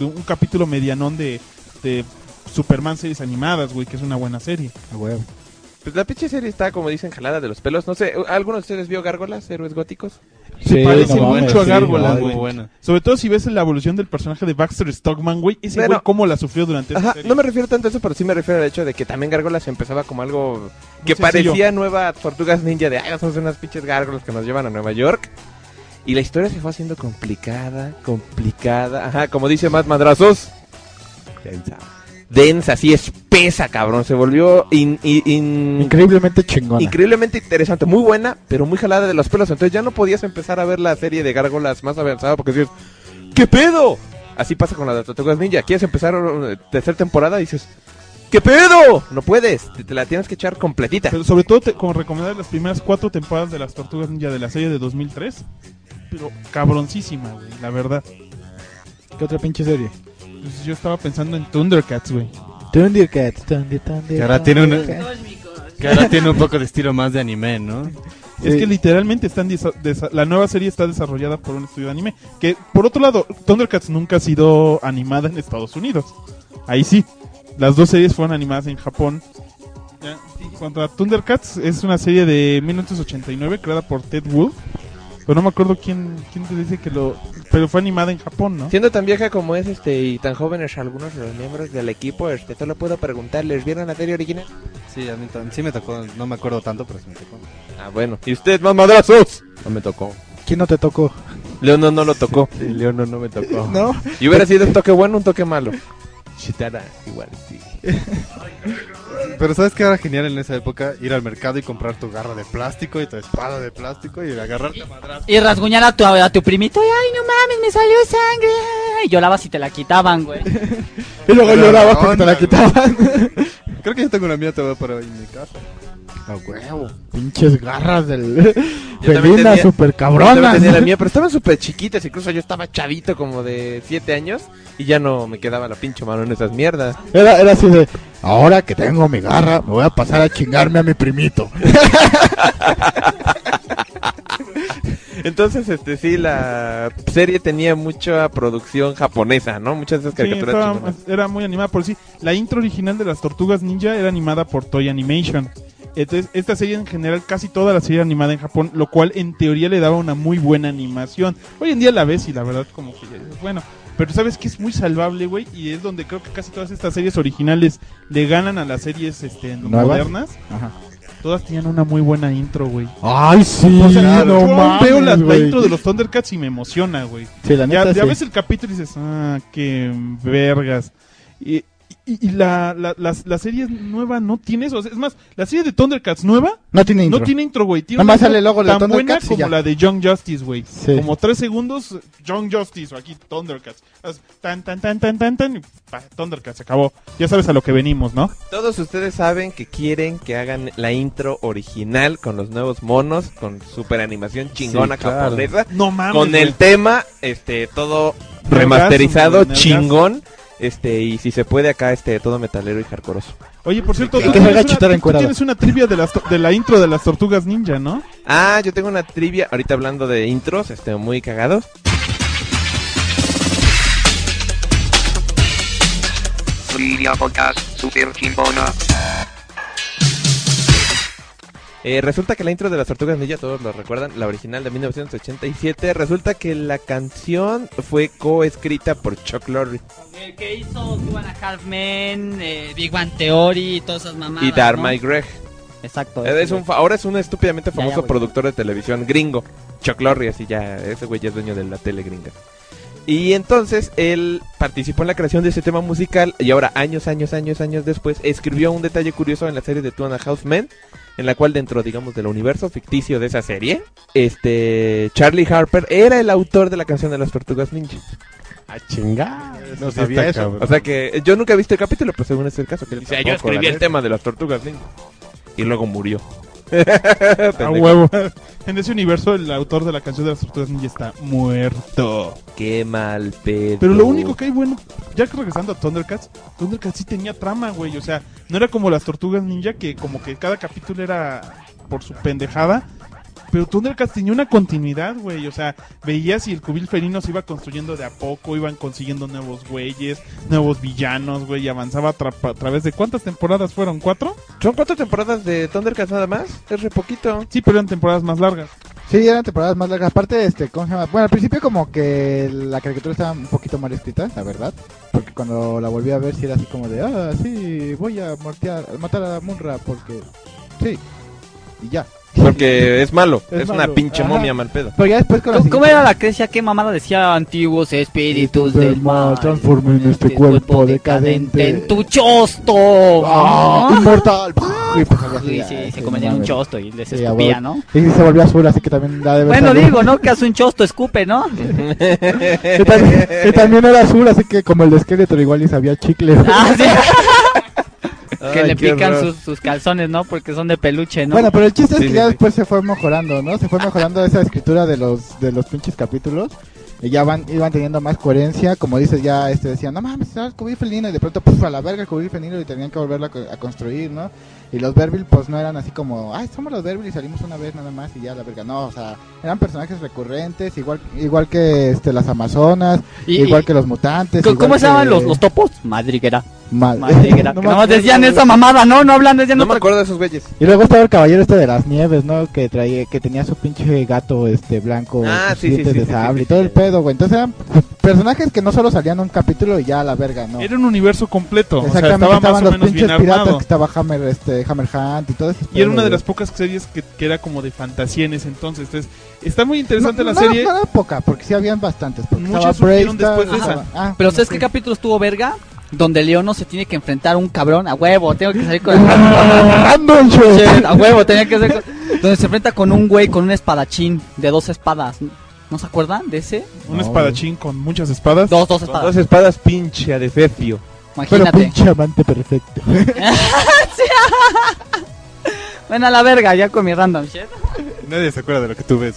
Speaker 3: de un capítulo medianón de, de Superman series animadas, güey, que es una buena serie.
Speaker 8: A huevo.
Speaker 4: Pues la pinche serie está, como dicen, jalada de los pelos. No sé, ¿alguno de ustedes vio Gárgolas, héroes góticos?
Speaker 8: Sí,
Speaker 3: parece
Speaker 8: no mames,
Speaker 3: mucho a
Speaker 8: sí,
Speaker 3: Gárgolas,
Speaker 8: no,
Speaker 3: güey.
Speaker 10: buena.
Speaker 3: Sobre todo si ves la evolución del personaje de Baxter Stockman, güey. Ese
Speaker 4: Pero-
Speaker 3: güey cómo la sufrió durante esa
Speaker 4: Ajá,
Speaker 3: serie.
Speaker 4: no me refiero tanto a eso, pero sí me refiero al hecho de que también Gárgolas empezaba como algo que
Speaker 3: sencillo.
Speaker 4: parecía nueva Tortugas Ninja de, ay, somos unas pinches gárgolas que nos llevan a Nueva York. Y la historia se fue haciendo complicada, complicada. Ajá, como dice Matt Madrazos. densa, así espesa, cabrón. Se volvió in- in- in-
Speaker 8: Increíblemente chingona.
Speaker 4: increíblemente interesante. Muy buena, pero muy jalada de los pelos. Entonces ya no podías empezar a ver la serie de gárgolas más avanzada porque dices, ¿qué pedo? Así pasa con la de Tortugas Ninja. Quieres empezar eh, tercera temporada y dices, ¿qué pedo? No puedes, te, te la tienes que echar completita.
Speaker 3: Pero sobre todo, te- como recomendar las primeras cuatro temporadas de las Tortugas Ninja de la serie de 2003. Pero cabroncísima, güey, la verdad.
Speaker 8: ¿Qué otra pinche serie?
Speaker 3: Entonces, yo estaba pensando en Thundercats, güey.
Speaker 8: Thundercats, Thunder, Thunder.
Speaker 10: Que ahora tiene una-
Speaker 8: Thundercats.
Speaker 10: Que ahora tiene un poco de estilo más de anime, ¿no?
Speaker 3: Es
Speaker 8: Sí.
Speaker 3: que literalmente están desa- desa- la nueva serie está desarrollada por un estudio de anime. Que, por otro lado, Thundercats nunca ha sido animada en Estados Unidos. Ahí sí. Las dos series fueron animadas en Japón. Ya, en cuanto a Thundercats, es una serie de 1989 creada por Ted Wood. Pero no me acuerdo quién, quién te dice que lo... Pero fue animada en Japón, ¿no?
Speaker 4: Siendo tan vieja como es este y tan jóvenes algunos de los miembros del equipo, este, solo puedo preguntar, ¿les vieron la serie original?
Speaker 10: Sí, a mí tam- sí me tocó, no me acuerdo tanto, pero sí me tocó.
Speaker 4: Ah, bueno. ¿Y usted, mamadrazos? No me tocó.
Speaker 8: ¿Quién no te tocó?
Speaker 4: León no lo tocó. Sí, León no me tocó.
Speaker 8: No.
Speaker 4: Y hubiera sido un toque bueno, un toque malo. Chitara, igual, sí.
Speaker 10: Pero ¿sabes qué era genial en esa época? Ir al mercado y comprar tu garra de plástico y tu espada de plástico y agarrarte a madrazos.
Speaker 2: Y rasguñar a tu, a tu primito. y, Ay, no mames, me salió sangre. ay, Y llorabas y te la quitaban, güey.
Speaker 8: Y luego
Speaker 10: Pero
Speaker 8: llorabas
Speaker 10: la
Speaker 8: porque te la
Speaker 10: onda,
Speaker 8: quitaban.
Speaker 10: Creo que yo tengo una mía todavía para en mi casa.
Speaker 8: A huevo. Pinches garras del.
Speaker 4: Yo también
Speaker 8: Felina,
Speaker 4: tenía-
Speaker 8: super
Speaker 4: Yo también
Speaker 8: cabrona.
Speaker 4: tenía la mía, pero estaban súper chiquitas, incluso yo estaba chavito como de 7 años y ya no me quedaba la pinche mano en esas mierdas.
Speaker 8: Era, era así de. Ahora que tengo mi garra, me voy a pasar a chingarme a mi primito.
Speaker 4: Entonces, este sí, la serie tenía mucha producción japonesa, ¿no? Muchas de esas
Speaker 3: Sí,
Speaker 4: caricaturas
Speaker 3: estaba-
Speaker 4: chingonas.
Speaker 3: era muy animada por sí. La intro original de las Tortugas Ninja era animada por Toy Animation. Entonces, esta serie en general, casi toda la serie era animada en Japón, lo cual en teoría le daba una muy buena animación. Hoy en día la ves y la verdad como que ya dices, bueno, pero sabes que es muy salvable, güey, y es donde creo que casi todas estas series originales le ganan a las series este,
Speaker 8: ¿Nuevas?
Speaker 3: modernas.
Speaker 8: Ajá.
Speaker 3: Todas tenían una muy buena intro, güey.
Speaker 8: Ay, sí,
Speaker 3: O sea, yo
Speaker 8: no
Speaker 3: aún veo la,
Speaker 8: mames,
Speaker 3: la
Speaker 8: güey.
Speaker 3: intro de los Thundercats y me emociona, güey.
Speaker 8: Sí, la
Speaker 3: Ya,
Speaker 8: neta,
Speaker 3: ya
Speaker 8: sí.
Speaker 3: ves el capítulo y dices, ah, qué vergas. Y, y- y la, la, la- la serie nueva no tiene eso. O sea, es más, la serie de Thundercats nueva
Speaker 8: No tiene intro.
Speaker 3: no tiene intro, güey. Tiene
Speaker 8: Nada
Speaker 3: una
Speaker 8: más
Speaker 3: intro
Speaker 8: sale el logo de
Speaker 3: tan buena
Speaker 8: Thundercats y
Speaker 3: como
Speaker 8: ya.
Speaker 3: la de Young Justice, güey.
Speaker 8: Sí.
Speaker 3: Como tres segundos, Young Justice, o aquí Thundercats. Haz Tan, tan, tan, tan, tan, tan, y pa, Thundercats, se acabó. Ya sabes a lo que venimos, ¿no?
Speaker 4: Todos ustedes saben que quieren que hagan la intro original con los nuevos monos, con super animación chingona
Speaker 10: Sí, claro.
Speaker 4: japonesa,
Speaker 3: No mames.
Speaker 4: con
Speaker 3: güey.
Speaker 4: el tema, este, todo
Speaker 3: Nalgazo,
Speaker 4: remasterizado,
Speaker 3: güey, nalgazo.
Speaker 4: chingón, este, y si se puede acá, este, todo metalero y hardcoreoso.
Speaker 3: Oye, por cierto,
Speaker 8: Y
Speaker 3: tú
Speaker 8: que salga
Speaker 3: tienes
Speaker 8: Chitara
Speaker 3: una- tú
Speaker 8: encuerada.
Speaker 3: tienes una trivia de, las, to- de la intro de las Tortugas Ninja, ¿no?
Speaker 4: Ah, yo tengo una trivia ahorita hablando de intros, este, muy cagados.
Speaker 9: Trivia Podcast Super Kimbona.
Speaker 4: Eh, resulta que la intro de las Tortugas Ninja, todos lo recuerdan, la original de 1987, resulta que la canción fue coescrita por Chuck Lorre
Speaker 2: El que hizo Two and a Half Men, eh, Big Bang Theory y todas esas mamadas.
Speaker 4: y Dharma
Speaker 2: ¿no?
Speaker 4: y Greg.
Speaker 2: Exacto.
Speaker 4: Eh, es un fa- ahora es un estúpidamente
Speaker 2: Ya,
Speaker 4: famoso
Speaker 2: ya, güey.
Speaker 4: productor de televisión gringo. Chuck Lorre, así ya, ese güey ya es dueño de la tele gringa. Y entonces él participó en la creación de ese tema musical y ahora años, años, años, años después escribió un detalle curioso en la serie de Two and a Half Men, en la cual dentro, digamos, del universo ficticio de esa serie, este Charlie Harper era el autor de la canción de las Tortugas Ninja.
Speaker 8: A chingar.
Speaker 10: No sabía eso.
Speaker 4: O sea que eh, yo nunca he visto el capítulo, pero según es el caso, que él dice, "Ah, yo
Speaker 10: tampoco,
Speaker 4: escribí
Speaker 10: la
Speaker 4: el
Speaker 10: neta".
Speaker 4: tema de las Tortugas Ninja y luego murió.
Speaker 3: A
Speaker 4: Pendejo.
Speaker 3: huevo. En ese universo, el autor de la canción de las tortugas ninja está muerto.
Speaker 4: Qué mal pedo.
Speaker 3: Pero lo único que hay bueno, ya que regresando a Thundercats, Thundercats sí tenía trama, güey. O sea, no era como las tortugas ninja, que como que cada capítulo era por su pendejada. Pero Thundercats tenía una continuidad, güey. O sea, veías y el cubil felino se iba construyendo de a poco, iban consiguiendo nuevos güeyes, nuevos villanos, güey, y avanzaba a, tra- a través de cuántas temporadas fueron, cuatro.
Speaker 4: Son cuatro temporadas de Thundercats nada más. Es re poquito.
Speaker 3: Sí, pero eran temporadas más largas.
Speaker 8: Sí, eran temporadas más largas. Aparte, este, ¿cómo se llama? Bueno, al principio como que la caricatura estaba un poquito mal escrita, la verdad. Porque cuando la volví a ver sí era así como de, ah, sí, voy a mortear- matar a Munra porque... Sí. Y ya.
Speaker 4: Porque es malo.
Speaker 8: Es
Speaker 4: Es,
Speaker 8: malo.
Speaker 4: una pinche
Speaker 8: Ajá.
Speaker 4: momia mal pedo.
Speaker 8: Pero ya después con la
Speaker 2: ¿Cómo, cómo
Speaker 8: siguiente-
Speaker 2: era la creencia? ¿Qué mamada decía antiguos espíritus del mal?
Speaker 5: transformen este cuerpo decadente
Speaker 2: en tu chosto.
Speaker 5: ¡Ah!
Speaker 2: ¿no?
Speaker 5: ¡Inmortal! Y pues, algo así,
Speaker 2: Y
Speaker 5: ah,
Speaker 2: sí,
Speaker 5: sí,
Speaker 2: se convertía en un
Speaker 5: mames.
Speaker 2: chosto y les
Speaker 5: Sí,
Speaker 2: escupía,
Speaker 5: a huevo.
Speaker 2: ¿no?
Speaker 5: Y sí se volvió azul, así que también da de ver
Speaker 2: Bueno,
Speaker 5: también.
Speaker 2: digo, ¿no? Que hace un chosto, escupe, ¿no?
Speaker 5: Que también, que también era azul, así que como el de Skeletor igual y sabía chicle.
Speaker 2: Ah, sí. que
Speaker 4: Ay,
Speaker 2: le
Speaker 4: qué
Speaker 2: pican
Speaker 4: horror.
Speaker 2: sus, sus calzones, ¿no? Porque son de peluche, ¿no?
Speaker 5: Bueno, pero el chiste es
Speaker 4: Sí,
Speaker 5: que
Speaker 4: sí,
Speaker 5: ya
Speaker 4: sí.
Speaker 5: después se fue mejorando, ¿no? Se fue mejorando esa escritura de los de los pinches capítulos y ya van iban teniendo más coherencia, como dices ya este decían, "No mames, se va a cubrir felino" y de pronto puf, a la verga el cubrir felino y tenían que volverlo a, co- a construir, ¿no? Y los Verbil pues no eran así como, "Ay, somos los Verbil y salimos una vez nada más y ya la verga." No, o sea, eran personajes recurrentes, igual igual que este las amazonas,
Speaker 2: Y-
Speaker 5: igual
Speaker 2: y-
Speaker 5: que los mutantes,
Speaker 2: ¿Cómo
Speaker 5: igual
Speaker 2: se llaman
Speaker 5: que-
Speaker 2: los, los topos? Madriguera.
Speaker 5: Mal-
Speaker 2: Madriguera.
Speaker 5: No
Speaker 2: que
Speaker 5: me
Speaker 2: nomás
Speaker 5: acuerdo,
Speaker 2: decían
Speaker 5: güey.
Speaker 2: esa mamada, ¿no? No hablan, decían
Speaker 4: No me
Speaker 2: otra
Speaker 4: acuerdo de esos güeyes.
Speaker 5: Y luego estaba el caballero este de las nieves, ¿no? Que traía, que tenía su pinche gato este blanco,
Speaker 4: Ah,
Speaker 5: sus
Speaker 4: sí, sí,
Speaker 5: dientes
Speaker 4: sí,
Speaker 5: de
Speaker 4: sí,
Speaker 5: sable
Speaker 4: sí,
Speaker 5: y todo
Speaker 4: sí,
Speaker 5: el
Speaker 4: sí.
Speaker 5: pedo, güey. Entonces eran personajes que no solo salían un capítulo y ya a la verga, ¿no?
Speaker 3: Era un universo completo. O sea, estaba
Speaker 5: Exactamente,
Speaker 3: más
Speaker 5: estaban
Speaker 3: o
Speaker 5: los
Speaker 3: menos bien
Speaker 5: pinches piratas,
Speaker 3: armado.
Speaker 5: que estaba Hammer, este, Hammer Hunt y todo eso.
Speaker 3: Y era una de las pocas series que, que era como de fantasía en ese entonces. Entonces, está muy interesante la
Speaker 5: no,
Speaker 3: serie.
Speaker 5: No, no era poca, porque sí habían bastantes. Porque
Speaker 3: Muchas
Speaker 5: estaba
Speaker 3: surgieron
Speaker 5: Bravestar,
Speaker 3: después de
Speaker 5: estaba- ah,
Speaker 2: Pero
Speaker 5: no
Speaker 2: ¿sabes
Speaker 5: sé.
Speaker 2: qué capítulo estuvo verga? Donde Leono se tiene que enfrentar a un cabrón a huevo, tengo que salir con el...
Speaker 5: ¡Random Show!
Speaker 2: Shit, a huevo, tenía que ser... Donde se enfrenta con un güey con un espadachín de dos espadas. ¿No se acuerdan de ese?
Speaker 3: Un
Speaker 5: No,
Speaker 3: espadachín con muchas espadas.
Speaker 2: Dos, dos
Speaker 4: Con
Speaker 2: espadas.
Speaker 4: dos espadas pinche a defecio.
Speaker 5: Pero
Speaker 2: Imagínate.
Speaker 5: pinche amante perfecto.
Speaker 2: Ven a la verga ya con mi random shit.
Speaker 3: Nadie se acuerda de lo que tú ves,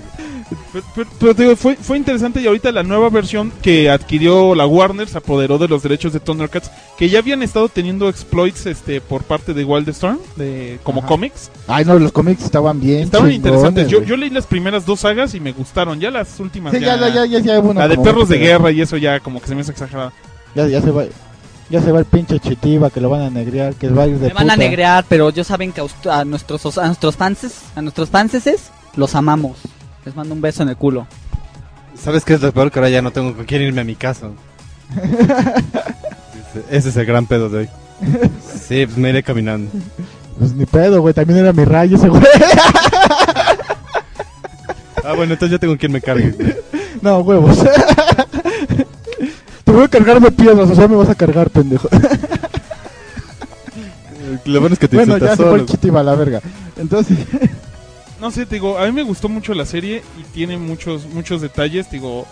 Speaker 3: Pero, pero- pero te digo, fue, fue interesante y ahorita la nueva versión que adquirió la Warner se apoderó de los derechos de Thundercats, que ya habían estado teniendo exploits este por parte de Wildstorm, de, como
Speaker 5: Ajá.
Speaker 3: cómics.
Speaker 5: Ay, no, los cómics estaban bien.
Speaker 3: Estaban
Speaker 5: chingones,
Speaker 3: interesantes. Yo,
Speaker 5: güey.
Speaker 3: yo leí las primeras dos sagas y me gustaron. Ya las últimas.
Speaker 5: Sí, ya, ya, ya, ya, ya hubo una
Speaker 3: la de
Speaker 5: como-
Speaker 3: perros de guerra y eso ya como que se me hace exagerada.
Speaker 5: Ya, ya se va. Ya se va el pinche Chitiba que lo van a negrear, que va a ir de
Speaker 2: Me van a
Speaker 5: puta.
Speaker 2: negrear, pero yo saben que a, ust- a nuestros a nuestros fanses, a nuestros fanses los amamos. Les mando un beso en el culo.
Speaker 10: ¿Sabes qué es lo peor? Que ahora ya no tengo con quién irme a mi casa. Ese- Ese es el gran pedo de hoy. Sí, pues me iré caminando.
Speaker 5: Pues ni pedo, güey, también era mi rayo ese güey.
Speaker 10: Ah, bueno, entonces ya tengo quien me cargue.
Speaker 5: No, huevos. Te voy a cargarme piedras, o sea, me vas a cargar, pendejo.
Speaker 10: Lo bueno es que te
Speaker 5: bueno, ya
Speaker 10: insultas
Speaker 5: se fue el
Speaker 10: solo.
Speaker 5: Chitiba a la verga. Entonces,
Speaker 3: No sé, te digo, a mí me gustó mucho la serie y tiene muchos muchos detalles, te digo,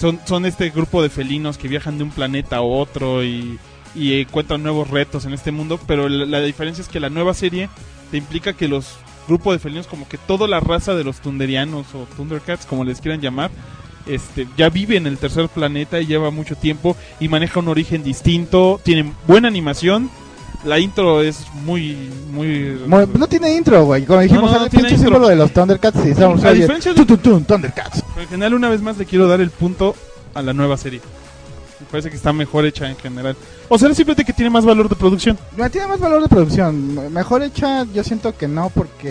Speaker 3: son son este grupo de felinos que viajan de un planeta a otro y, y encuentran nuevos retos en este mundo, pero la, la diferencia es que la nueva serie te implica que los grupos de felinos como que toda la raza de los tunderianos o Thundercats, como les quieran llamar, este, ya vive en el tercer planeta y lleva mucho tiempo y maneja un origen distinto, tienen buena animación, la intro es muy muy
Speaker 5: mo- no tiene intro, güey. Como dijimos,
Speaker 3: no,
Speaker 5: sale
Speaker 3: no
Speaker 5: el
Speaker 3: tiene
Speaker 5: pinche
Speaker 3: intro.
Speaker 5: símbolo de los Thundercats y somos
Speaker 3: A
Speaker 5: oye,
Speaker 3: diferencia de-
Speaker 5: tun, tun, tun, Thundercats.
Speaker 3: Pero en general, una vez más le quiero dar el punto a la nueva serie. Me parece que está mejor hecha en general. O sea, simplemente que tiene más valor de producción.
Speaker 5: No, tiene más valor de producción. Me- Mejor hecha, yo siento que no,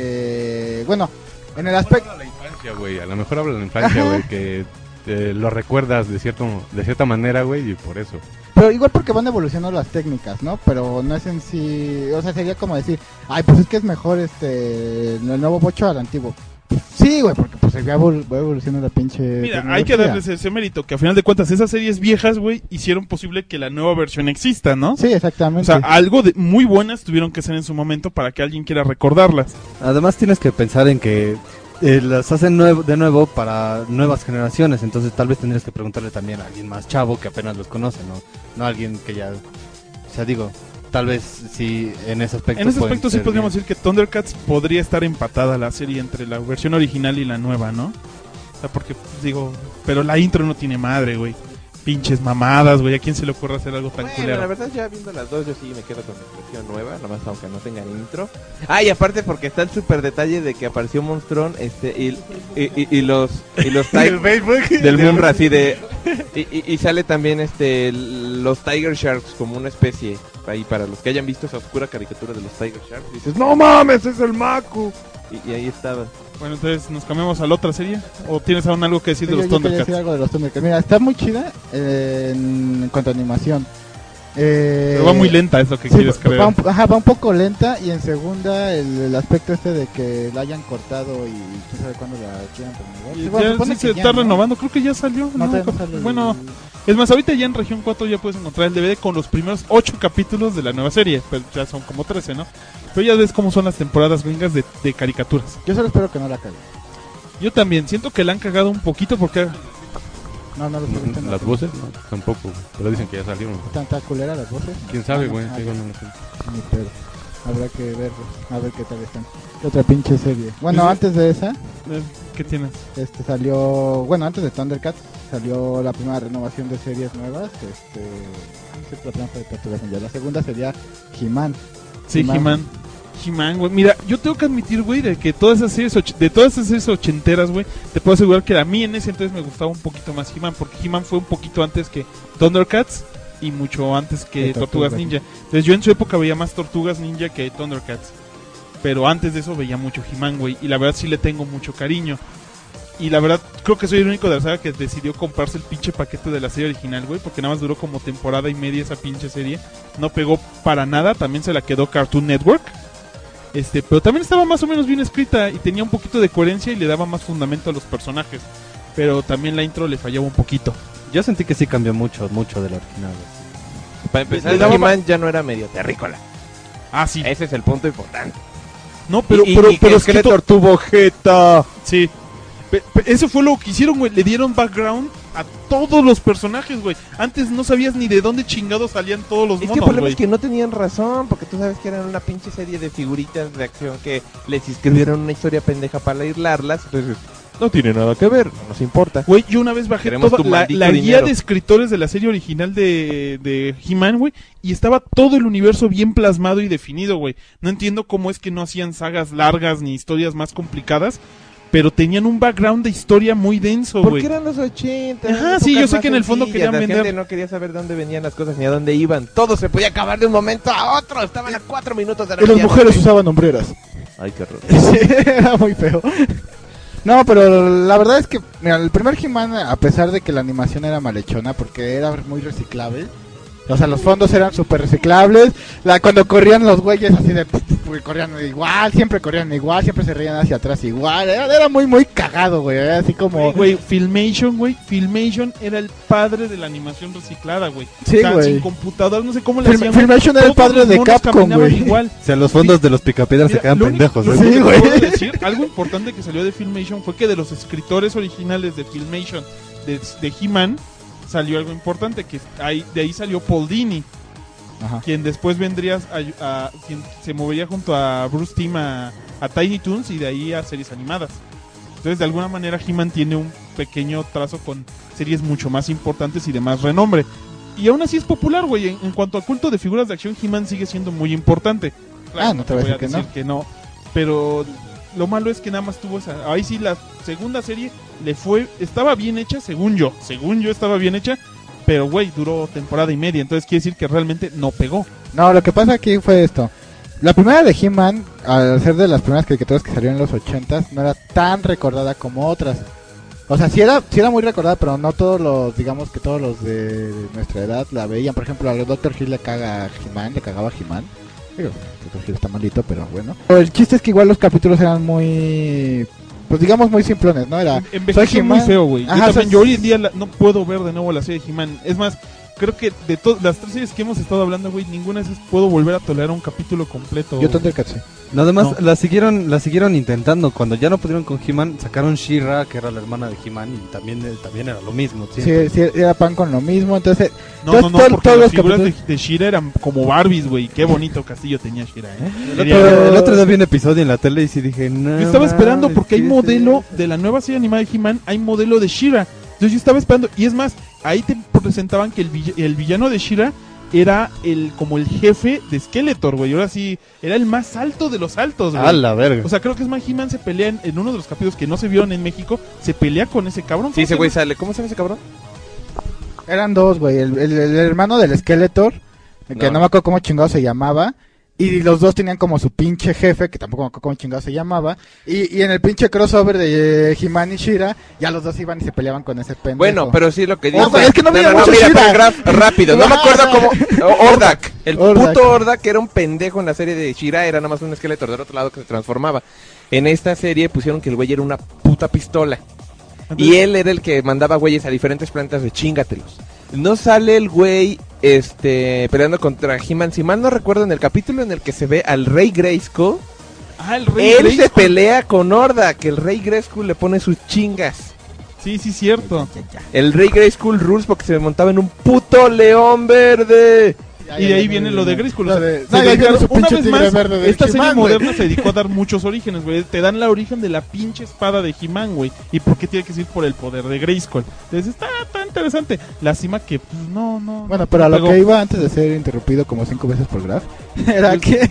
Speaker 5: porque. Bueno, en el aspecto.
Speaker 12: Habla de la infancia, güey. A lo mejor habla de la infancia, güey. Que eh, lo recuerdas de, cierto, de cierta manera, güey, y por eso.
Speaker 5: Pero igual porque van evolucionando las técnicas, ¿no? Pero no es en sí, o sea, sería como decir, ay, pues es que es mejor este el nuevo bocho al antiguo. Sí, güey, porque pues se va evol- va evolucionando la pinche
Speaker 3: Mira,
Speaker 5: Eh, tecnología.
Speaker 3: hay que darles ese mérito, que a final de cuentas esas series viejas, güey, hicieron posible que la nueva versión exista, ¿no?
Speaker 5: Sí,
Speaker 3: O
Speaker 5: exactamente.
Speaker 3: sea, ah, algo de muy buenas tuvieron que ser en su momento para que alguien quiera recordarlas.
Speaker 10: Además tienes que pensar en que eh, las hacen nuev- de nuevo para nuevas generaciones, entonces tal vez tendrías que preguntarle también a alguien más chavo que apenas los conoce, ¿no? No a alguien que ya... O sea, digo, tal vez sí en ese aspecto...
Speaker 3: En ese
Speaker 10: pueden
Speaker 3: aspecto sí
Speaker 10: ser
Speaker 3: podríamos
Speaker 10: bien.
Speaker 3: decir que Thundercats podría estar empatada la serie entre la versión original y la nueva, ¿no? O sea, porque pues, digo, pero la intro no tiene madre, güey. Pinches mamadas, güey. ¿A quién se le ocurre hacer algo tan
Speaker 4: Bueno,
Speaker 3: culero?
Speaker 4: la verdad ya viendo las dos yo sí me quedo con la versión nueva, nomás aunque no tengan intro. Ah, y aparte porque está el super detalle de que apareció Monstrón este y, y, y- y los y los Tiger
Speaker 12: Del Facebook.
Speaker 4: del Mumra así de y, y- y sale también este el- los Tiger Sharks como una especie ahí para los que hayan visto esa oscura caricatura de los Tiger Sharks dices no mames es el Maku y, y ahí estaba
Speaker 3: Bueno, entonces nos cambiamos a la otra serie. ¿O tienes aún algo que
Speaker 5: Sí,
Speaker 3: decir
Speaker 5: yo-
Speaker 3: de los
Speaker 5: yo quería decir
Speaker 3: Thundercats?
Speaker 5: algo de los Thundercats. Mira, está muy chida eh, en, en cuanto a animación. Eh,
Speaker 3: Pero va muy lenta, es lo que
Speaker 5: sí,
Speaker 3: quieres
Speaker 5: va- va
Speaker 3: creer.
Speaker 5: un- ajá, va un poco lenta y en segunda el, el aspecto este de que la hayan cortado y quién sabe cuándo la quieran renovar.
Speaker 3: Y
Speaker 5: Sí, bueno,
Speaker 3: ya
Speaker 5: supone
Speaker 3: sí
Speaker 5: que
Speaker 3: se
Speaker 5: ya,
Speaker 3: está
Speaker 5: ¿no?
Speaker 3: renovando, creo que ya salió.
Speaker 5: No,
Speaker 3: ¿no?
Speaker 5: todavía no sale el-
Speaker 3: Bueno, es más, ahorita ya en Región 4 ya puedes encontrar el DVD con los primeros 8 capítulos de la nueva serie. Pero ya son como 13, ¿no? Pero ya ves cómo son las temporadas gringas de, de caricaturas.
Speaker 5: Yo solo espero que no la cague.
Speaker 3: Yo también siento que la han cagado un poquito porque
Speaker 5: No, no lo estoy viendo.
Speaker 12: Mm, ¿Las voces? No, tampoco. güey. Pero dicen que ya salieron.
Speaker 5: Tanta culera las voces.
Speaker 12: ¿Quién sabe,
Speaker 5: Ah,
Speaker 12: güey?
Speaker 5: ah,
Speaker 12: Digo, no lo sé.
Speaker 5: Ni pedo. Habrá que verlos, a ver qué tal están. ¿Qué otra pinche serie? Bueno,
Speaker 3: Pues,
Speaker 5: antes de esa,
Speaker 3: eh, ¿Qué tienes?
Speaker 5: este salió, bueno, antes de Thundercats salió la primera renovación de series nuevas, este, siempre la primera fue de Tortugas Ninja. La segunda sería He-Man.
Speaker 3: Sí,
Speaker 5: He-Man.
Speaker 3: He-Man. He-Man, güey. Mira, yo tengo que admitir, güey, de que todas esas series, och- de todas esas series ochenteras, güey, te puedo asegurar que a mí en ese entonces me gustaba un poquito más He-Man, porque He-Man fue un poquito antes que Thundercats y mucho antes que
Speaker 5: Que
Speaker 3: Tortugas
Speaker 5: Tortugas.
Speaker 3: Ninja. Entonces yo en su época veía más Tortugas Ninja que Thundercats. Pero antes de eso veía mucho He-Man, güey, y la verdad sí le tengo mucho cariño. Y la verdad, creo que soy el único de la saga que decidió comprarse el pinche paquete de la serie original, güey, porque nada más duró como temporada y media esa pinche serie no pegó para nada, también se la quedó Cartoon Network. Este, pero también estaba más o menos bien escrita y tenía un poquito de coherencia y le daba más fundamento a los personajes. Pero también la intro le fallaba un poquito.
Speaker 10: Yo sentí que sí cambió mucho, mucho del original. güey.
Speaker 4: Para empezar,
Speaker 3: Le daba
Speaker 4: He-Man ya no era medio terrícola.
Speaker 3: Ah, sí.
Speaker 4: Ese es el punto importante.
Speaker 3: No, pero,
Speaker 4: Y- y-
Speaker 3: pero,
Speaker 4: y que
Speaker 3: pero
Speaker 4: el
Speaker 3: es que
Speaker 4: esqueleto
Speaker 3: to- Sí. Pe- pe- eso fue lo que hicieron, güey. Le dieron background a todos los personajes, güey. Antes no sabías ni de dónde chingados salían todos los
Speaker 4: Es que el
Speaker 3: monos,
Speaker 4: problema
Speaker 3: güey.
Speaker 4: es que no tenían razón, porque tú sabes que eran una pinche serie de figuritas de acción que les escribieron una historia pendeja para aislarlas. Entonces, no tiene nada que ver, no nos importa.
Speaker 3: Güey, yo una vez bajé
Speaker 4: Queremos
Speaker 3: toda
Speaker 4: tu
Speaker 3: la,
Speaker 4: maldito
Speaker 3: la guía
Speaker 4: dinero.
Speaker 3: de escritores de la serie original de, de He-Man, güey, y estaba todo el universo bien plasmado y definido, güey. No entiendo cómo es que no hacían sagas largas ni historias más complicadas, pero tenían un background de historia muy denso,
Speaker 4: Porque
Speaker 3: güey.
Speaker 4: eran los 80.
Speaker 3: Ajá,
Speaker 4: eran
Speaker 3: sí, yo
Speaker 4: épocas
Speaker 3: sé
Speaker 4: más
Speaker 3: que en el fondo
Speaker 4: sencillas,
Speaker 3: querían
Speaker 4: La
Speaker 3: vender-
Speaker 4: gente no quería saber dónde venían las cosas ni a dónde iban. Todo se podía acabar de un momento a otro. Estaban a cuatro minutos de la
Speaker 5: Y las
Speaker 4: medianoche.
Speaker 5: mujeres usaban hombreras.
Speaker 4: Ay, qué horror.
Speaker 5: Sí, era muy feo. No, pero la verdad es que mira, el primer He-Man, a pesar de que la animación era malhechona, porque era muy reciclable, o sea, los fondos eran súper reciclables, la, cuando corrían los güeyes así de... porque corrían igual, siempre corrían igual, siempre se reían hacia atrás igual, era, era muy, muy cagado, güey, era así como...
Speaker 3: Güey, Filmation, güey, Filmation era el padre de la animación reciclada, güey.
Speaker 5: Sí,
Speaker 3: O sea,
Speaker 5: güey.
Speaker 3: sin computadoras, no sé cómo le
Speaker 5: Film-
Speaker 3: hacían.
Speaker 5: Filmation era el
Speaker 3: Todos
Speaker 5: padre
Speaker 3: los
Speaker 5: de
Speaker 3: monos
Speaker 5: Capcom,
Speaker 3: caminaban
Speaker 5: güey.
Speaker 3: igual.
Speaker 10: O sea, los fondos de los picapiedras se
Speaker 3: Mira,
Speaker 10: quedan
Speaker 3: lo único-
Speaker 10: pendejos. ¿eh?
Speaker 3: lo
Speaker 10: güey.
Speaker 3: único
Speaker 5: güey.
Speaker 3: que puedo decir, algo importante que salió de Filmation fue que de los escritores originales de Filmation, de, de He-Man, salió algo importante, que ahí, de ahí salió Paul Dini,
Speaker 5: Ajá.
Speaker 3: quien después vendría a, a- quien se movería junto a Bruce Timm a, a Tiny Toons y de ahí a series animadas. Entonces, de alguna manera, He-Man tiene un pequeño trazo con series mucho más importantes y de más renombre. Y aún así es popular, güey. En, en cuanto a culto de figuras de acción, He-Man sigue siendo muy importante.
Speaker 5: Ah, no te voy a decir que no.
Speaker 3: Pero lo malo es que nada más tuvo esa. Ahí sí, la segunda serie le fue. Estaba bien hecha, según yo. Según yo estaba bien hecha. Pero, güey, duró temporada y media. Entonces quiere decir que realmente no pegó.
Speaker 5: No, lo que pasa aquí fue esto. La primera de He-Man, al ser de las primeras caricaturas que salieron en los 80 no era tan recordada como otras. O sea, sí era, sí era muy recordada, pero no todos los, digamos que todos los de nuestra edad la veían. Por ejemplo, al Dr. Hill le caga He-Man, le cagaba He-Man. Digo, Dr. Hill está malito, pero bueno. Pero el chiste es que igual los capítulos eran muy, pues digamos muy simplones, ¿no? Era,
Speaker 3: Envejeció
Speaker 5: Soy
Speaker 3: muy
Speaker 5: He-Man.
Speaker 3: feo, güey. Yo
Speaker 5: Ajá,
Speaker 3: también,
Speaker 5: soy-
Speaker 3: yo hoy en día la- no puedo ver de nuevo la serie de He-Man. Es más, creo que de todas las tres series que hemos estado hablando, güey, ninguna de esas puedo volver a tolerar un capítulo completo.
Speaker 5: yo Thundercats. sí.
Speaker 10: Nada más
Speaker 3: No.
Speaker 10: la siguieron, la siguieron intentando. Cuando ya no pudieron con He-Man, sacaron She-Ra, que era la hermana de He-Man, y también, eh, también era lo mismo. ¿sí?
Speaker 5: Sí, sí, era pan con lo mismo, entonces...
Speaker 3: No, no, no,
Speaker 5: Todo-
Speaker 3: porque
Speaker 5: todos
Speaker 3: las
Speaker 5: los
Speaker 3: figuras de, de Shira eran como Barbies, güey. Qué bonito castillo tenía Shira, ¿eh?
Speaker 10: El
Speaker 3: Tenía-
Speaker 10: otro, el otro día vi un episodio en la tele y sí dije, no.
Speaker 3: Yo
Speaker 5: Ah,
Speaker 3: estaba esperando
Speaker 10: mames,
Speaker 3: porque hay
Speaker 5: este
Speaker 10: ¿qué es
Speaker 3: modelo
Speaker 10: eso?".
Speaker 3: de la nueva serie animada de He-Man, hay modelo de Shira. Entonces yo estaba esperando y es más, ahí te presentaban que el, vill- el villano de Shira era el como el jefe de Skeletor, güey. Ahora sí, era el más alto de los altos, güey.
Speaker 10: A la verga.
Speaker 3: O sea, creo que es más He-Man se pelea en, en uno de los capítulos que no se vieron en México, se pelea con ese cabrón.
Speaker 4: Sí, ese güey sale. ¿Cómo se llama ese cabrón?
Speaker 5: Eran dos, güey. El, el- el hermano del Skeletor, que
Speaker 4: No.
Speaker 5: no. me acuerdo cómo chingado se llamaba. Y los dos tenían como su pinche jefe, que tampoco me acuerdo cómo chingado se llamaba. Y, y en el pinche crossover de eh, He-Man y Shira, ya los dos iban y se peleaban con ese pendejo.
Speaker 4: Bueno, pero sí lo que
Speaker 5: Ojo,
Speaker 4: dice.
Speaker 5: es que no veía mucho
Speaker 4: mira,
Speaker 5: Shira.
Speaker 4: Paragraph, rápido. No me acuerdo
Speaker 5: Ah,
Speaker 4: cómo. O- Ordak. El
Speaker 5: Ordak.
Speaker 4: puto Ordak era un pendejo en la serie de Shira. Era nada más un esqueleto del otro lado que se transformaba. En esta serie pusieron que el güey era una puta pistola. Y él era el que mandaba güeyes a diferentes plantas de chingatelos. No sale el güey este, peleando contra He-Man. Si mal no recuerdo, en el capítulo en el que se ve al Rey Grayskull,
Speaker 3: Ah, el rey.
Speaker 4: él
Speaker 3: Rey.
Speaker 4: se pelea con Ordak. El Rey Grayskull le pone sus chingas.
Speaker 3: Sí, sí, cierto.
Speaker 4: El Rey Grayskull rules porque se montaba en un puto león verde.
Speaker 3: Y de ahí viene lo de Grisculo.
Speaker 5: Lo de- no, y ahí viene su
Speaker 3: una
Speaker 5: pinche
Speaker 3: vez
Speaker 5: tigre
Speaker 3: más,
Speaker 5: verde de
Speaker 3: esta serie
Speaker 5: He-Man, güey.
Speaker 3: moderna se dedicó a dar muchos orígenes, güey. Te dan la origen de la pinche espada de He-Man, güey. ¿Y por qué tiene que ir por el poder de Grayskull? Entonces está tan interesante. Lástima que, pues, no, no.
Speaker 5: Bueno, pero a lo
Speaker 3: Luego-
Speaker 5: que iba antes de ser interrumpido como cinco veces por Graf, era que,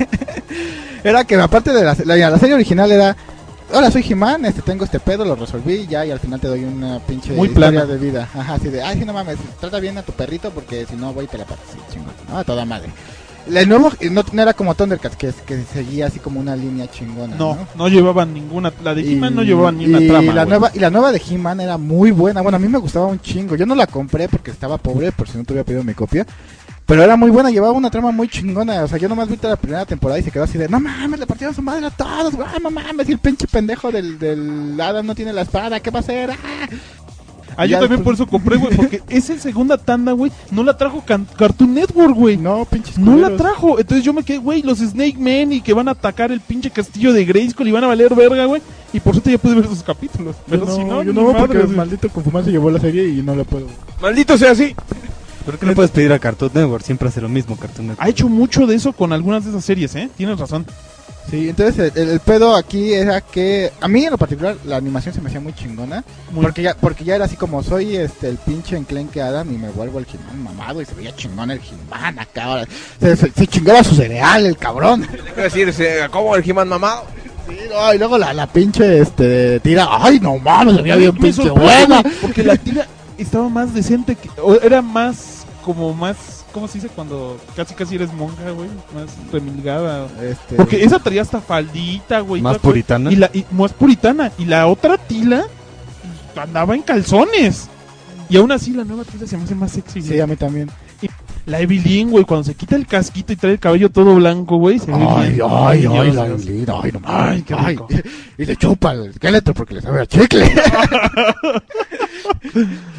Speaker 5: era que aparte de la, la, mira, la serie original era, hola, soy He-Man, este, tengo este pedo, lo resolví ya y al final te doy una pinche
Speaker 3: Muy
Speaker 5: historia
Speaker 3: plana.
Speaker 5: de vida. Ajá, así de, ay, sí, no mames, trata bien a tu perrito porque si no voy y te la paras, sí, chingón, ¿no? A toda madre. El nuevo no, no era como Thundercats, que, es- que seguía así como una línea chingona. No,
Speaker 3: No, no llevaban ninguna. La de He-Man no llevaba ni una
Speaker 5: y
Speaker 3: trama.
Speaker 5: La
Speaker 3: güey.
Speaker 5: nueva, y la nueva de He-Man era muy buena. Bueno, a mí me gustaba un chingo. Yo no la compré porque estaba pobre, por si no te hubiera pedido mi copia. Pero era muy buena, llevaba una trama muy chingona. O sea, yo nomás vi toda la primera temporada y se quedó así de: No mames, le partieron su madre a todos. güey, Ah, no mames, y el pinche pendejo del, del Adam no tiene la espada. ¿Qué va a hacer? Ah".
Speaker 3: Ah, yo
Speaker 5: Ya
Speaker 3: también por
Speaker 5: después-
Speaker 3: eso compré, güey, porque esa segunda tanda, güey, no la trajo Can- Cartoon Network, güey. No,
Speaker 5: No, pinches.
Speaker 3: la
Speaker 5: culeros.
Speaker 3: trajo. Entonces yo me quedé, güey, los Snake Men y que van a atacar el pinche castillo de Grayskull y van a valer verga, güey. Y por suerte ya pude ver sus capítulos. Pero
Speaker 5: Yo no,
Speaker 3: si no,
Speaker 5: yo
Speaker 3: ni
Speaker 5: no,
Speaker 3: madre,
Speaker 5: porque
Speaker 3: güey.
Speaker 5: maldito Confumán se llevó la serie y no la puedo.
Speaker 4: Maldito sea así.
Speaker 10: ¿Por qué le puedes pedir a Cartoon Network? Siempre hace lo mismo Cartoon Network.
Speaker 3: Ha hecho mucho de eso con algunas de esas series, ¿eh? Tienes razón.
Speaker 5: Sí, entonces el, el pedo aquí era que a mí en lo particular la animación se me hacía muy chingona.
Speaker 3: Muy-
Speaker 5: Porque ya, porque ya era así como soy este el pinche enclenque Adam y me vuelvo el Jimán mamado y se veía chingón el Jimán acá ahora. Se, se- se chingaba su cereal el cabrón.
Speaker 4: Quiero decir, se acabó el He-Man mamado.
Speaker 5: Sí, no, y luego la, la pinche este tira, ay no mames, se veía bien
Speaker 3: Me
Speaker 5: pinche
Speaker 3: sorprende,
Speaker 5: buena.
Speaker 3: güey, Porque la tira estaba más decente que... o era más, como más... ¿Cómo se dice cuando casi casi eres monja, güey? Más remilgada.
Speaker 5: Este,
Speaker 3: Porque esa traía hasta faldita, güey.
Speaker 12: Más
Speaker 3: toda cosa.
Speaker 12: puritana.
Speaker 3: Y la, y más puritana. Y la otra tila andaba en calzones. Y aún así la nueva tila se me hace más sexy.
Speaker 5: sí,
Speaker 3: güey.
Speaker 5: a mí también.
Speaker 3: La Evelyn, güey, cuando se quita el casquito y trae el cabello todo blanco, güey, se ve
Speaker 5: Ay,
Speaker 3: bien.
Speaker 5: ay, ay,
Speaker 3: Dios,
Speaker 5: la
Speaker 3: Dios.
Speaker 5: Evelyn, ay, no
Speaker 3: Ay,
Speaker 5: mames,
Speaker 3: qué
Speaker 5: ay.
Speaker 3: rico.
Speaker 5: Y le chupa el esqueleto porque le sabe a chicle.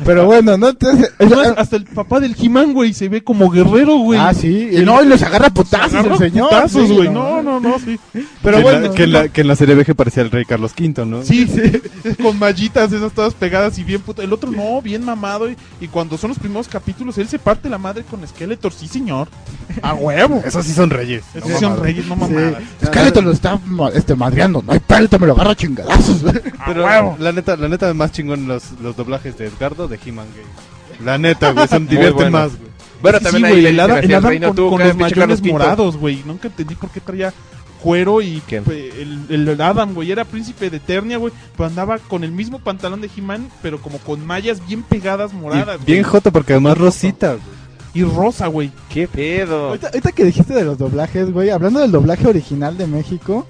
Speaker 5: Pero bueno, no entonces
Speaker 3: Es más, hasta el papá del He-Man, güey, se ve como guerrero, güey.
Speaker 5: Eh, Ah, sí. Y no, y los agarra putazos
Speaker 3: Agarra
Speaker 5: el señor.
Speaker 3: putazos,
Speaker 5: sí,
Speaker 3: güey. No, no, no, sí.
Speaker 5: Pero
Speaker 12: que, en la-
Speaker 5: bueno.
Speaker 12: que, en la, que en la serie VG parecía el rey Carlos V, ¿no?
Speaker 3: Sí, con mallitas esas todas pegadas y bien puta. El otro no, bien mamado. Y, y cuando son los primeros capítulos, él se parte la madre con Skeletor. Sí, señor. A huevo.
Speaker 12: Esos sí son reyes.
Speaker 3: Es
Speaker 5: mamadas.
Speaker 3: son reyes, no mamadas.
Speaker 5: Skeletor lo está ma- este, madreando. No hay pelota, me lo agarra a chingadazos.
Speaker 12: Pero
Speaker 3: huevo.
Speaker 12: la neta, la neta más chingón los, los doblajes de Edgardo de He-Man Gay. La neta, güey, son
Speaker 4: Muy
Speaker 12: divierten
Speaker 4: bueno.
Speaker 12: más, güey.
Speaker 4: Bueno,
Speaker 3: Sí,
Speaker 4: también
Speaker 3: güey,
Speaker 4: ahí
Speaker 3: el
Speaker 4: le
Speaker 3: Adam-
Speaker 4: hacía
Speaker 3: el
Speaker 4: el
Speaker 3: Adam
Speaker 4: reino
Speaker 3: con,
Speaker 4: tú,
Speaker 3: con
Speaker 4: acá,
Speaker 3: los
Speaker 4: pinche
Speaker 3: mayones
Speaker 4: Carlos Pinto.
Speaker 3: morados, güey. Nunca entendí por qué traía cuero y
Speaker 4: ¿Quién?
Speaker 3: pe- el, el Adam, güey, era príncipe de Eternia, güey, pero andaba con el mismo pantalón de He-Man, pero como con mallas bien pegadas moradas,
Speaker 12: Y bien
Speaker 3: güey,
Speaker 12: joto porque además Rosita, güey.
Speaker 3: y rosa, güey.
Speaker 4: ¿Qué pedo?
Speaker 5: ahorita, ahorita que dijiste de los doblajes, güey. Hablando del doblaje original de México.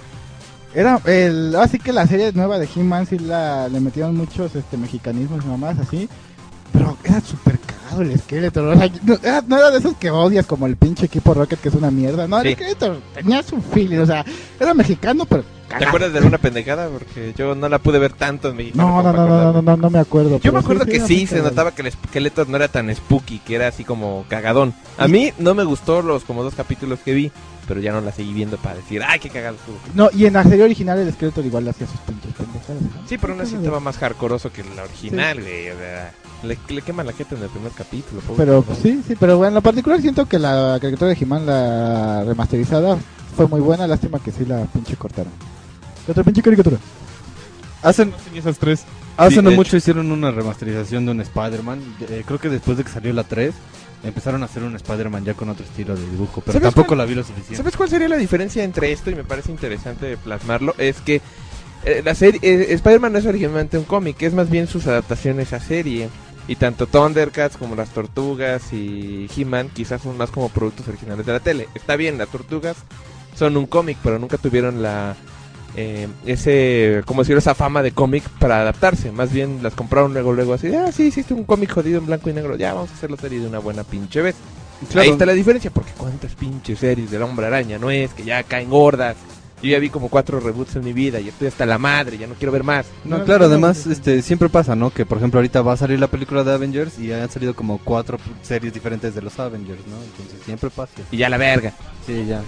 Speaker 5: Era el. Así que la serie nueva de He-Man sí la, le metieron muchos este, mexicanismos nomás así. Pero era súper cagado el esqueleto. o sea, no, era, no era de esos que odias como el pinche equipo Rocket que es una mierda. No,
Speaker 4: Sí.
Speaker 5: el esqueleto tenía su feeling. O sea, era mexicano, pero.
Speaker 4: ¿Te
Speaker 5: cagado.
Speaker 4: acuerdas de alguna pendejada? Porque yo no la pude ver tanto en México.
Speaker 5: No, no, no, no, no, no, no me acuerdo.
Speaker 4: Yo
Speaker 5: pero
Speaker 4: me acuerdo que
Speaker 5: era
Speaker 4: sí,
Speaker 5: muy
Speaker 4: se
Speaker 5: cagado.
Speaker 4: notaba que el esqueleto no era tan spooky, que era así como cagadón. A mí no me gustó los como dos capítulos que vi, pero ya no la seguí viendo para decir, ay, qué cagado estuvo.
Speaker 5: No, y en la serie original el esqueleto igual le hacía sus pinches pendejadas. ¿no?
Speaker 4: Sí, pero aún así estaba más hardcoreoso que la original, güey. o sea, le, le queman la jeta en el primer capítulo, pobre.
Speaker 5: Pero pues, sí, sí, pero bueno, en lo particular siento que la caricatura de He-Man, la remasterizada, fue muy buena. Lástima que sí la pinche cortaron. ¿Qué otra pinche caricatura?
Speaker 12: Hacen,
Speaker 3: Tenía esas tres.
Speaker 12: hace
Speaker 4: Sí,
Speaker 12: no
Speaker 4: de
Speaker 12: mucho hicieron una remasterización de un Spider-Man. eh, creo que después de que salió la 3, empezaron a hacer un Spider-Man ya con otro estilo de dibujo. Pero
Speaker 4: ¿Sabes
Speaker 12: tampoco la vi lo suficiente.
Speaker 4: ¿Sabes cuál sería la diferencia entre esto? Y me parece interesante plasmarlo. Es que eh, la serie eh, Spider-Man no es originalmente un cómic, es más bien sus adaptaciones a serie. Y tanto Thundercats como las tortugas y He-Man quizás son más como productos originales de la tele. Está bien, las tortugas son un cómic, pero nunca tuvieron la eh, ese como decirlo esa fama de cómic para adaptarse. Más bien las compraron luego luego así, ah sí hiciste un cómic jodido en blanco y negro, ya vamos a hacer la serie de una buena pinche vez. Ahí está la diferencia, porque cuántas pinches series del Hombre Araña no es que ya caen gordas. Yo ya vi como cuatro reboots en mi vida, ya estoy hasta la madre, ya no quiero ver más.
Speaker 10: No, claro, además este, siempre pasa, ¿no? Que por ejemplo ahorita va a salir la película de Avengers y han salido como cuatro series diferentes de los Avengers, ¿no? Entonces siempre pasa.
Speaker 4: Y ya la verga.
Speaker 10: Sí, ya.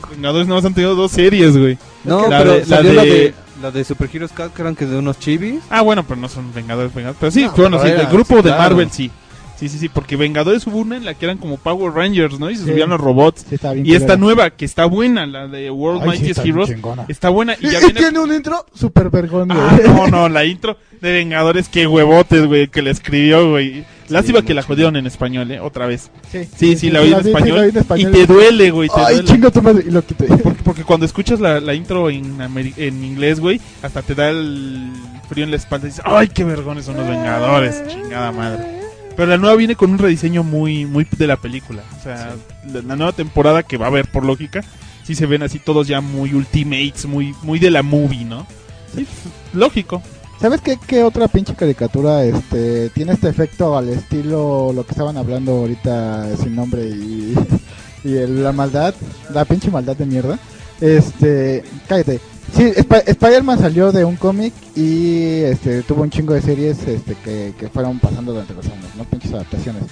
Speaker 3: Los Vengadores nada más han tenido dos series, güey.
Speaker 10: No,
Speaker 3: La
Speaker 10: pero
Speaker 3: de- la
Speaker 10: salió la
Speaker 3: de-
Speaker 10: de... La de Super Heroes Cup, que eran que de unos chibis.
Speaker 3: Ah, bueno, pero no son Vengadores, Vengadores. Pero sí,
Speaker 10: No,
Speaker 3: bueno,
Speaker 10: pero
Speaker 3: sí,
Speaker 10: era-
Speaker 3: del grupo de
Speaker 10: claro.
Speaker 3: Marvel sí. Sí, sí, sí, porque Vengadores hubo una en la que eran como Power Rangers, ¿no? Y se
Speaker 5: Sí.
Speaker 3: subían los robots.
Speaker 5: Sí, está bien
Speaker 3: Y esta
Speaker 5: culera.
Speaker 3: nueva, que está buena, la de World
Speaker 5: Ay, sí,
Speaker 3: Mightiest
Speaker 5: está bien
Speaker 3: Heroes,
Speaker 5: chingona.
Speaker 3: está buena. Y ya
Speaker 5: Y- y
Speaker 3: viene...
Speaker 5: tiene un intro súper vergón,
Speaker 3: Ah,
Speaker 5: güey.
Speaker 3: no, no, la intro de Vengadores, qué huevotes, güey, que la escribió, güey. Lástima que la jodieron en español, ¿eh? Otra vez. Sí, sí, la oí en
Speaker 5: vi- sí, la oí
Speaker 3: español.
Speaker 5: en
Speaker 3: Y
Speaker 5: español.
Speaker 3: te duele, güey, te
Speaker 5: Ay,
Speaker 3: duele.
Speaker 5: chinga tu madre. Y lo quité.
Speaker 3: Porque, porque cuando escuchas la, la intro en, ameri- en inglés, güey, hasta te da el frío en la espalda y dices, ¡ay, qué vergones son los Vengadores! Chingada madre. Pero la nueva viene con un rediseño muy muy de la película. O sea, la, la nueva temporada que va a haber, por lógica, sí se ven así todos ya muy Ultimates, muy muy de la movie, ¿no? Sí, pues, lógico.
Speaker 5: ¿Sabes qué, qué otra pinche caricatura este tiene este efecto al estilo lo que estaban hablando ahorita sin nombre y, y el- la maldad, la pinche maldad de mierda? Este, cállate. Sí, Sp- Spider-Man salió de un cómic y este tuvo un chingo de series este que, que fueron pasando durante los años, no pinches adaptaciones.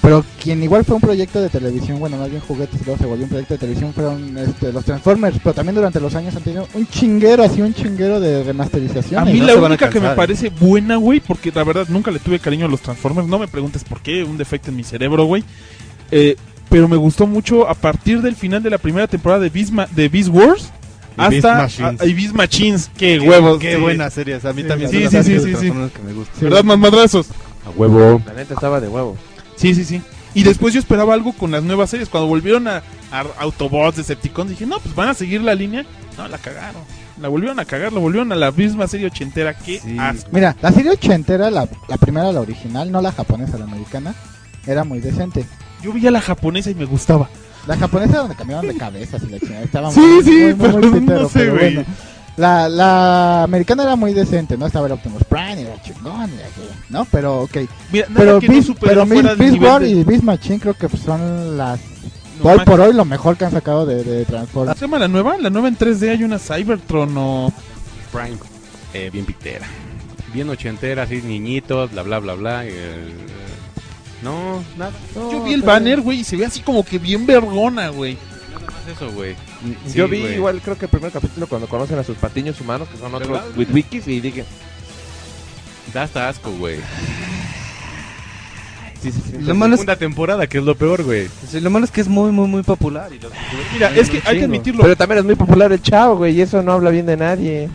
Speaker 5: Pero quien igual fue un proyecto de televisión, bueno, más bien juguetes y luego se volvió un proyecto de televisión, fueron este, los Transformers, pero también durante los años han tenido un chinguero, así un chinguero de remasterización.
Speaker 3: A mí
Speaker 10: no
Speaker 3: la
Speaker 10: se van a
Speaker 3: única que me
Speaker 10: cansar, ¿eh?
Speaker 3: parece buena, güey, porque la verdad nunca le tuve cariño a los Transformers. No me preguntes por qué, un defecto en mi cerebro, güey. Eh, pero me gustó mucho a partir del final de la primera temporada de Beast, Ma- de Beast Wars
Speaker 12: Y Beast
Speaker 3: hasta
Speaker 12: Machines.
Speaker 3: a- y Beast Machines. Qué, huevos.
Speaker 10: Qué
Speaker 3: sí.
Speaker 10: buenas series, a mí
Speaker 5: Sí,
Speaker 10: también.
Speaker 3: sí,
Speaker 10: son
Speaker 3: sí,
Speaker 10: las
Speaker 3: sí,
Speaker 10: series
Speaker 3: sí,
Speaker 10: de
Speaker 3: sí.
Speaker 10: Transformers que me gustan.
Speaker 3: ¿Verdad, mamadrazos?
Speaker 12: A huevo.
Speaker 4: La neta estaba de huevo.
Speaker 3: Sí, sí, sí. Y después yo esperaba algo con las nuevas series. Cuando volvieron a, a Autobots, Decepticons, dije, no, pues van a seguir la línea. No, la cagaron. La volvieron a cagar, la volvieron a la misma serie ochentera. Qué
Speaker 10: Sí.
Speaker 3: asco.
Speaker 5: Mira, la serie ochentera, la, la primera, la original, no la japonesa, la americana, era muy decente.
Speaker 3: Yo veía la japonesa y me gustaba.
Speaker 5: La japonesa donde cambiaron de cabezas y la chingada, estaba
Speaker 3: Sí, sí, pero no sé, güey.
Speaker 5: La, la americana era muy decente, ¿no? Estaba el Optimus Prime, era chingón, era aquello, ¿no? Pero, ok.
Speaker 3: Mira, nada
Speaker 5: Pero,
Speaker 3: que no
Speaker 5: Beast-
Speaker 3: superara
Speaker 5: pero
Speaker 3: fuera del
Speaker 5: Beast, Beast
Speaker 3: nivel
Speaker 5: Wars
Speaker 3: de-
Speaker 5: y Beast Machine creo que son las...
Speaker 3: No
Speaker 5: hoy
Speaker 3: manches.
Speaker 5: por hoy lo mejor que han sacado de, de
Speaker 3: ¿Cómo
Speaker 5: Transformers.
Speaker 3: se llama la nueva? La nueva en 3D hay una Cybertron o...
Speaker 12: Prime. Eh, bien pictera. Bien ochentera, así niñitos, bla, bla, bla, bla. eh, no, nada.
Speaker 3: Yo vi el banner, güey, y se ve así como que bien vergona, güey.
Speaker 12: Nada más eso, güey. Sí,
Speaker 4: Yo vi
Speaker 12: güey.
Speaker 4: igual, creo que el primer capítulo cuando conocen a sus patiños humanos, que son otros
Speaker 12: ¿Verdad?
Speaker 4: witwikis, y dije,
Speaker 12: Da hasta asco, güey.
Speaker 4: sí, sí, sí.
Speaker 10: Lo malo es
Speaker 12: Segunda temporada, que es lo peor, güey.
Speaker 10: Sí, lo malo es que es muy, muy, muy popular. Y los-
Speaker 3: Mira,
Speaker 10: Ay,
Speaker 3: es que
Speaker 10: un
Speaker 3: hay que
Speaker 10: chingo.
Speaker 3: admitirlo.
Speaker 4: Pero también es muy popular el chavo, güey, y eso no habla bien de nadie.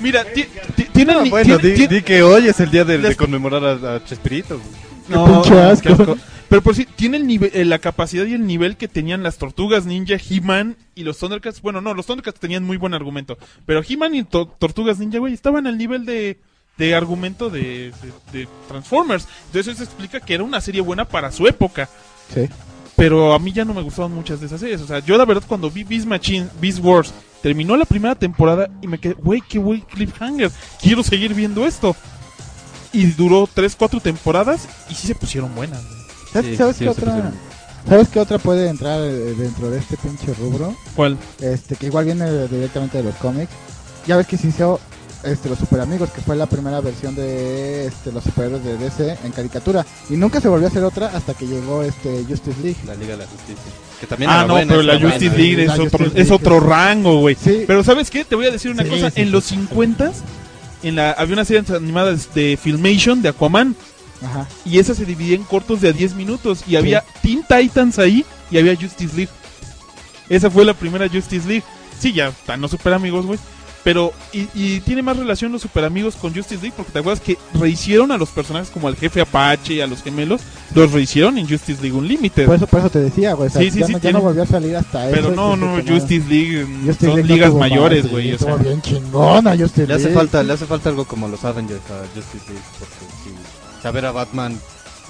Speaker 3: Mira, ti- ti- tienen...
Speaker 10: Ah,
Speaker 3: ni-
Speaker 10: bueno,
Speaker 3: tienen-
Speaker 10: di,
Speaker 3: tienen-
Speaker 10: di que hoy es el día de, de
Speaker 3: Las-
Speaker 10: conmemorar a, a Chespirito.
Speaker 3: No,
Speaker 5: pinche asco.
Speaker 3: qué asco. Pero por si tiene el nive- eh, la capacidad y el nivel que tenían las tortugas ninja, He-Man y los Thundercats. Bueno, no, los Thundercats tenían muy buen argumento. Pero He-Man y to- tortugas ninja, güey, estaban al nivel de, de argumento de, de- de Transformers. Entonces eso explica que era una serie buena para su época.
Speaker 5: Sí.
Speaker 3: Pero a mí ya no me gustaban muchas de esas series. O sea, yo la verdad cuando vi Beast Machine, Beast Wars, terminó la primera temporada y me quedé, güey, qué güey cliffhanger. Quiero seguir viendo esto. Y duró 3, 4 temporadas y sí se pusieron buenas. güey.
Speaker 5: ¿Sabes,
Speaker 10: Ah, Sí,
Speaker 5: sabes
Speaker 10: sí,
Speaker 5: qué
Speaker 10: sí,
Speaker 5: otra,
Speaker 10: sí.
Speaker 5: ¿Sabes qué otra puede entrar eh, dentro de este pinche rubro?
Speaker 3: ¿Cuál?
Speaker 5: este que igual viene directamente de los cómics. Ya ves que se hizo este, los Super Amigos, que fue la primera versión de este, los superhéroes de DC en caricatura. Y nunca se volvió a hacer otra hasta que llegó este Justice League.
Speaker 10: La Liga de la Justicia. Que también
Speaker 3: Ah,
Speaker 10: era
Speaker 3: no,
Speaker 10: buena,
Speaker 3: pero
Speaker 10: está
Speaker 3: la
Speaker 10: buena.
Speaker 3: Justice
Speaker 5: buena.
Speaker 3: League es,
Speaker 5: La
Speaker 3: otro,
Speaker 5: Justice
Speaker 3: es
Speaker 5: League.
Speaker 3: otro rango, güey.
Speaker 5: Sí,
Speaker 3: Pero ¿sabes qué? Te voy a decir una
Speaker 5: Sí,
Speaker 3: cosa.
Speaker 5: sí,
Speaker 3: en
Speaker 5: sí.
Speaker 3: los 50 en la, había una serie animada de Filmation de Aquaman
Speaker 5: ajá.
Speaker 3: y esa se dividía en cortos de a 10 minutos y había Teen Titans ahí y había Justice League. Esa fue la primera Justice League. Sí, ya están los super amigos, güey. Pero, y, y tiene más relación los super amigos con Justice League, porque te acuerdas que rehicieron a los personajes como al jefe Apache y a los gemelos, los rehicieron en Justice League Unlimited.
Speaker 5: Por eso, por eso te decía, güey. o sea,
Speaker 3: Sí, sí,
Speaker 5: ya,
Speaker 3: sí,
Speaker 5: no, ya
Speaker 3: tiene-
Speaker 5: no volvió a salir hasta eso.
Speaker 3: Pero
Speaker 5: y
Speaker 3: no,
Speaker 5: que
Speaker 3: no,
Speaker 5: se tomara-
Speaker 3: Justice League mm,
Speaker 5: Justice
Speaker 3: son
Speaker 5: League no
Speaker 3: ligas
Speaker 5: tuvo más,
Speaker 3: mayores,
Speaker 5: sí,
Speaker 3: güey. o
Speaker 5: estuvo
Speaker 3: sea.
Speaker 5: bien chingona Justice
Speaker 10: Le hace
Speaker 5: League.
Speaker 10: falta, le hace falta algo como los Avengers a Justice League, porque si saber a Batman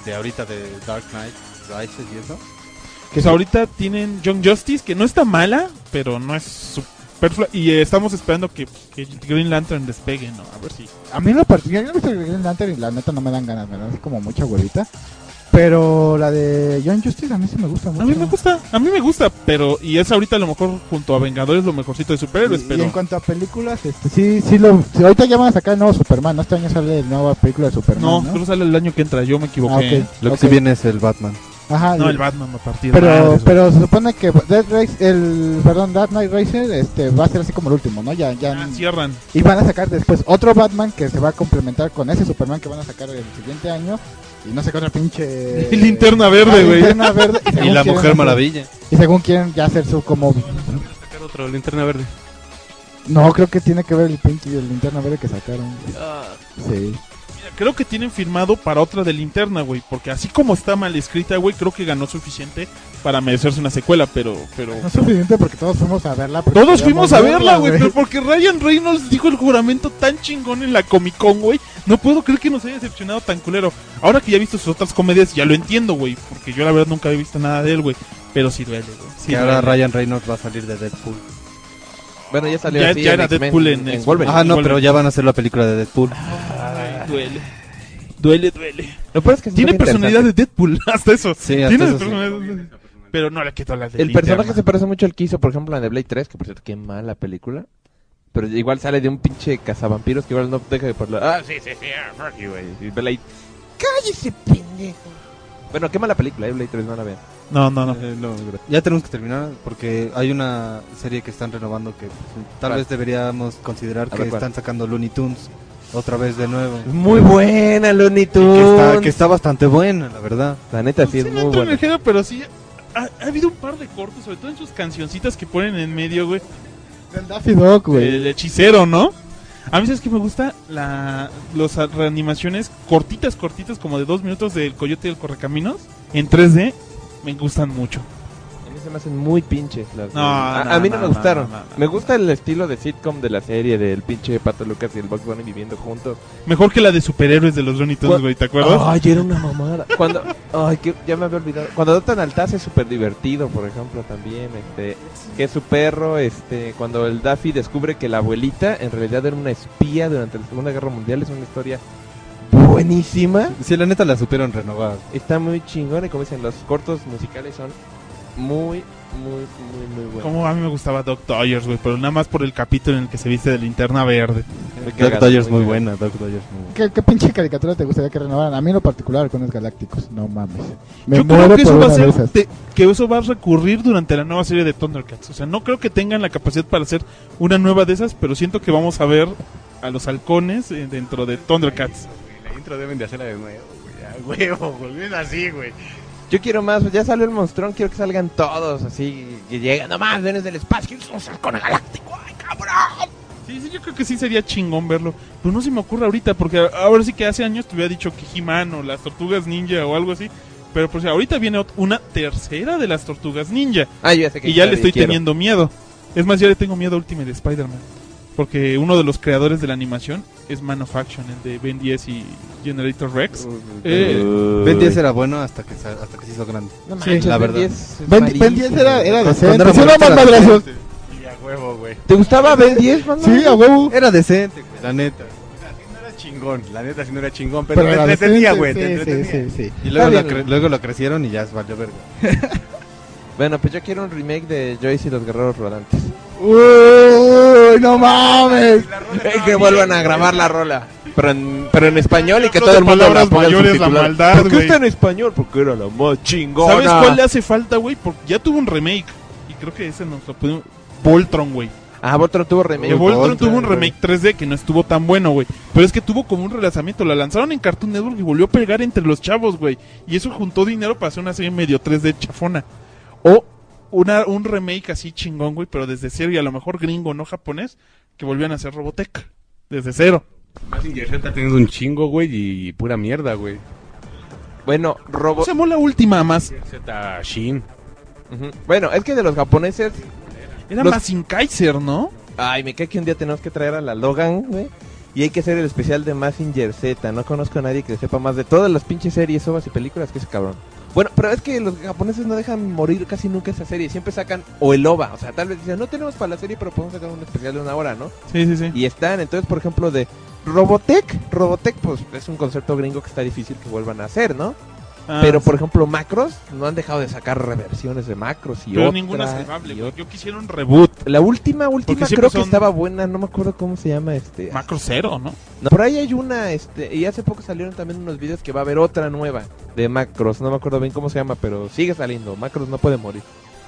Speaker 10: de ahorita de Dark Knight Rises y eso.
Speaker 3: Pues ahorita tienen Young Justice, que no está mala, pero no es superflua. Y eh, estamos esperando que, que Green Lantern despegue, ¿no? A ver si.
Speaker 5: A mí en lo particular, yo no he visto Green Lantern y la neta no me dan ganas, me dan así como mucha huevita. Pero la de John Justice a mí sí me gusta mucho.
Speaker 3: A mí me gusta, a mí me gusta, pero. Y es ahorita a lo mejor junto a Vengadores lo mejorcito de superhéroes,
Speaker 5: Y- Y,
Speaker 3: pero.
Speaker 5: en cuanto a películas, este, sí, sí lo, sí, ahorita ya van a sacar el nuevo Superman, ¿no? Este año sale la nueva película de Superman,
Speaker 3: No,
Speaker 5: ¿no?
Speaker 3: solo sale el año que entra, yo me equivoqué.
Speaker 5: Ah, ok,
Speaker 10: Lo que
Speaker 5: ok.
Speaker 10: sí viene es el Batman.
Speaker 5: Ajá,
Speaker 3: No,
Speaker 5: y-
Speaker 3: el Batman a partir
Speaker 5: pero, pero se supone que Dead Race, el, perdón, Dark Knight Racer este, va a ser así como el último, ¿no? Ya,
Speaker 3: Ah,
Speaker 5: ya,
Speaker 3: cierran.
Speaker 5: Y van a sacar después otro Batman que se va a complementar con ese Superman que van a sacar el siguiente año. Y no sé qué otra pinche.
Speaker 3: Y linterna verde,
Speaker 5: Ah,
Speaker 3: güey.
Speaker 5: linterna verde. según
Speaker 10: Y la
Speaker 5: quieren
Speaker 10: Mujer
Speaker 5: hacer-
Speaker 10: Maravilla.
Speaker 5: Y según quieren ya hacer su como.
Speaker 12: Sacar otro, linterna verde.
Speaker 5: No, creo que tiene que ver el pinche y el linterna verde que sacaron. güey.
Speaker 3: Ah.
Speaker 5: Sí.
Speaker 3: Mira, creo que tienen firmado para otra de linterna, güey. Porque así como está mal escrita, güey, creo que ganó suficiente para merecerse una secuela, pero. pero...
Speaker 5: No es suficiente porque todos fuimos a verla. porque
Speaker 3: Todos
Speaker 5: queríamos
Speaker 3: fuimos a verla, güey, pero porque Ryan Reynolds dijo el juramento tan chingón en la Comic Con, güey. No puedo creer que nos haya decepcionado tan culero. Ahora que ya he visto sus otras comedias, ya lo entiendo, güey. Porque yo la verdad nunca he visto nada de él, güey. Pero sí duele, güey. Sí
Speaker 10: que ahora
Speaker 3: duele.
Speaker 10: Ryan Reynolds va a salir de Deadpool.
Speaker 4: Bueno, ya salió
Speaker 3: Ya-
Speaker 4: así
Speaker 3: ya
Speaker 4: en
Speaker 3: era
Speaker 4: X-Men,
Speaker 3: Deadpool en-
Speaker 4: en Wolverine.
Speaker 10: Ah, no,
Speaker 3: Wolverine.
Speaker 10: pero ya van a hacer la película de Deadpool.
Speaker 3: Ay, duele. Duele, duele.
Speaker 4: Lo peor es que sí
Speaker 3: Tiene
Speaker 4: está bien
Speaker 3: personalidad de Deadpool, hasta eso.
Speaker 10: Sí, hasta
Speaker 3: Tiene
Speaker 10: eso sí.
Speaker 3: personalidad. Pero no le quito la de
Speaker 4: El personaje se
Speaker 3: Linterna.
Speaker 4: parece mucho al que hizo, por ejemplo, en The Blade 3, que por cierto, qué mala película. Pero igual sale de un pinche cazavampiros que igual no deja de hablar. Ah, sí, sí, sí, ah, fuck you, güey. Y Blade. ¡Cállese, pendejo! Bueno, qué mala película, eh, Blade 3, no la vean.
Speaker 3: No, no, no.
Speaker 10: Eh, no, ya tenemos que terminar porque hay una serie que están renovando que pues, tal
Speaker 4: ¿Cuál?
Speaker 10: vez deberíamos considerar
Speaker 4: A
Speaker 10: que
Speaker 4: ver, ¿cuál?
Speaker 10: están sacando Looney Tunes otra vez de nuevo.
Speaker 4: Muy buena, Looney
Speaker 10: Que está, que está bastante buena, la verdad.
Speaker 4: La neta, sí,
Speaker 3: Pues, Sí,
Speaker 4: es
Speaker 3: no
Speaker 4: muy
Speaker 3: entro en
Speaker 4: buena.
Speaker 3: el género, pero sí. Ha, ha habido un par de cortos, sobre todo en sus cancioncitas que ponen en medio, güey.
Speaker 5: Del Daffy Dog, güey.
Speaker 3: El hechicero, ¿no? A mí sabes que me gusta la los a- reanimaciones cortitas, cortitas, como de dos minutos del Coyote y el Correcaminos en 3D. Me gustan mucho.
Speaker 4: A mí se me hacen muy pinches las.
Speaker 3: No,
Speaker 4: a,
Speaker 3: no,
Speaker 4: a mí no,
Speaker 3: no,
Speaker 4: me
Speaker 3: no,
Speaker 4: gustaron.
Speaker 3: no, no, no.
Speaker 4: me gusta el estilo de sitcom de la serie del pinche Pato Lucas y el Bugs Bunny viviendo juntos.
Speaker 3: Mejor que la de superhéroes de los Looney Tunes,
Speaker 4: ¿Cuál?
Speaker 3: güey, ¿te acuerdas?
Speaker 4: Ay, era una mamada. Cuando, ay, que ya me había olvidado. Cuando adoptan al Taz es súper divertido, por ejemplo, también. Este, que su perro, este, cuando el Daffy descubre que la abuelita en realidad era una espía durante la Segunda Guerra Mundial, es una historia buenísima.
Speaker 10: Sí, la neta la supieron renovar.
Speaker 4: Está muy chingón y como dicen, los cortos musicales son muy, muy, muy, muy buenos.
Speaker 3: Como a mí me gustaba Doc Dodgers, güey, pero nada más por el capítulo en el que se viste de linterna verde.
Speaker 4: Muy
Speaker 10: Doc
Speaker 4: cagado,
Speaker 10: Dodgers muy
Speaker 4: cagado.
Speaker 10: buena, Doc Dodgers muy buena.
Speaker 5: ¿Qué, qué pinche caricatura te gustaría que renovaran? A mí en lo particular, con los Galácticos. No mames. Me
Speaker 3: Yo
Speaker 5: muero
Speaker 3: creo que
Speaker 5: por
Speaker 3: eso va a
Speaker 5: una de
Speaker 3: ser
Speaker 5: esas.
Speaker 3: te- que eso va a recurrir durante la nueva serie de Thundercats. O sea, no creo que tengan la capacidad para hacer una nueva de esas, pero siento que vamos a ver a los halcones eh, dentro de Thundercats.
Speaker 12: La intro deben de hacerla de nuevo, güey. A huevo, güey. Es así, güey.
Speaker 4: Yo quiero más, ya salió el monstruón, quiero que salgan todos así, que lleguen, nomás, vienes del espacio, es un halcón galáctico, ay cabrón.
Speaker 3: Sí, sí, yo creo que sí sería chingón verlo. Pero no se me ocurre ahorita, porque a- ahora sí que hace años te hubiera dicho que He-Man o las tortugas ninja o algo así. Pero pues ahorita viene ot- una tercera de las tortugas ninja.
Speaker 4: Ah, yo ya sé que
Speaker 3: Y ya le
Speaker 4: quiero,
Speaker 3: estoy
Speaker 4: quiero.
Speaker 3: teniendo miedo. Es más, ya le tengo miedo a Ultimate Spider-Man. Porque uno de los creadores de la animación es Man of Action, el de Ben 10 y Generator Rex.
Speaker 4: Mm.
Speaker 3: Eh,
Speaker 10: Ben 10 era bueno hasta que, sa- hasta que se hizo grande.
Speaker 4: No
Speaker 3: Sí,
Speaker 4: manches,
Speaker 10: la
Speaker 4: Ben
Speaker 10: verdad.
Speaker 4: 10 es
Speaker 5: Ben, Ben 10 era,
Speaker 4: malísimo.
Speaker 5: era
Speaker 10: Cuando
Speaker 5: decente.
Speaker 10: era
Speaker 5: Sí, no
Speaker 10: morrito
Speaker 5: más
Speaker 10: era
Speaker 5: madrazos.
Speaker 12: Y a huevo, güey.
Speaker 4: ¿Te gustaba Ben 10, mano?
Speaker 5: Sí, a huevo.
Speaker 10: Era decente, güey, la neta.
Speaker 12: Así no era chingón. La neta, sí no era chingón. Pero,
Speaker 5: Pero
Speaker 12: te
Speaker 5: era decente,
Speaker 12: entretenía, güey. te
Speaker 5: sí, sí,
Speaker 12: entretenía.
Speaker 5: sí, sí.
Speaker 10: Y luego,
Speaker 4: Está
Speaker 10: la
Speaker 4: bien.
Speaker 10: cre- luego lo crecieron y ya valió verga.
Speaker 4: Bueno, pues yo quiero un remake de Joyce y los guerreros rodantes.
Speaker 5: Uy, no mames.
Speaker 4: Y que vuelvan a grabar la rola. Pero en, pero en español y que
Speaker 3: Hablando
Speaker 4: todo
Speaker 3: de
Speaker 4: el mundo
Speaker 3: palabras
Speaker 4: la ponga
Speaker 3: mayores, la
Speaker 4: subtitulada.
Speaker 3: maldad,
Speaker 4: ¿Por qué
Speaker 3: güey?
Speaker 4: está en español? Porque era la más chingona.
Speaker 3: ¿Sabes cuál le hace falta, güey? Porque ya tuvo un remake. Y creo que ese nos lo pudimos. Voltron, güey.
Speaker 4: Ah, Voltron tuvo remake.
Speaker 3: Que Voltron tuvo un
Speaker 4: güey.
Speaker 3: remake 3D que no estuvo tan bueno, güey. Pero es que tuvo como un relanzamiento. La lanzaron en Cartoon Network y volvió a pegar entre los chavos, güey. Y eso juntó dinero para hacer una serie medio 3D chafona. O una, un remake así chingón, güey, pero desde cero y a lo mejor gringo, no japonés, que volvían a hacer Robotech. Desde cero.
Speaker 12: Mazinger Z está teniendo un chingo, güey. Y pura mierda, güey.
Speaker 4: Bueno, Robo...
Speaker 3: ¿Cómo se llamó la última más?
Speaker 12: Z Shin.
Speaker 4: Ujú. Bueno, es que de los japoneses...
Speaker 3: Era
Speaker 4: Los-
Speaker 3: más sin Kaiser, ¿no?
Speaker 4: Ay, me cae que un día tenemos que traer a la Logan, güey. Y hay que hacer el especial de Massinger Z. No conozco a nadie que sepa más de todas las pinches series, obras y películas que ese cabrón. Bueno, pero es que los japoneses no dejan morir casi nunca esa serie. Siempre sacan o el OVA. O sea, tal vez dicen, no tenemos para la serie, pero podemos sacar un especial de una hora, ¿no?
Speaker 3: Sí, sí, sí.
Speaker 4: Y están, entonces, por ejemplo, de Robotech. Robotech, pues es un concepto gringo que está difícil que vuelvan a hacer, ¿no?
Speaker 3: Ah,
Speaker 4: pero,
Speaker 3: sí.
Speaker 4: por ejemplo, Macros, no han dejado de sacar reversiones de Macros y
Speaker 3: Pero
Speaker 4: otras,
Speaker 3: ninguna salvable,
Speaker 4: y
Speaker 3: güey.
Speaker 4: otras.
Speaker 3: Yo quisiera un reboot.
Speaker 4: La última, última
Speaker 3: siempre
Speaker 4: creo que
Speaker 3: son-
Speaker 4: estaba buena, no me acuerdo cómo se llama este.
Speaker 3: Macro cero, ¿no?
Speaker 4: No, por ahí hay una, este, y hace poco salieron también unos videos que va a haber otra nueva de Macros, no me acuerdo bien cómo se llama, pero sigue saliendo, Macros no puede morir.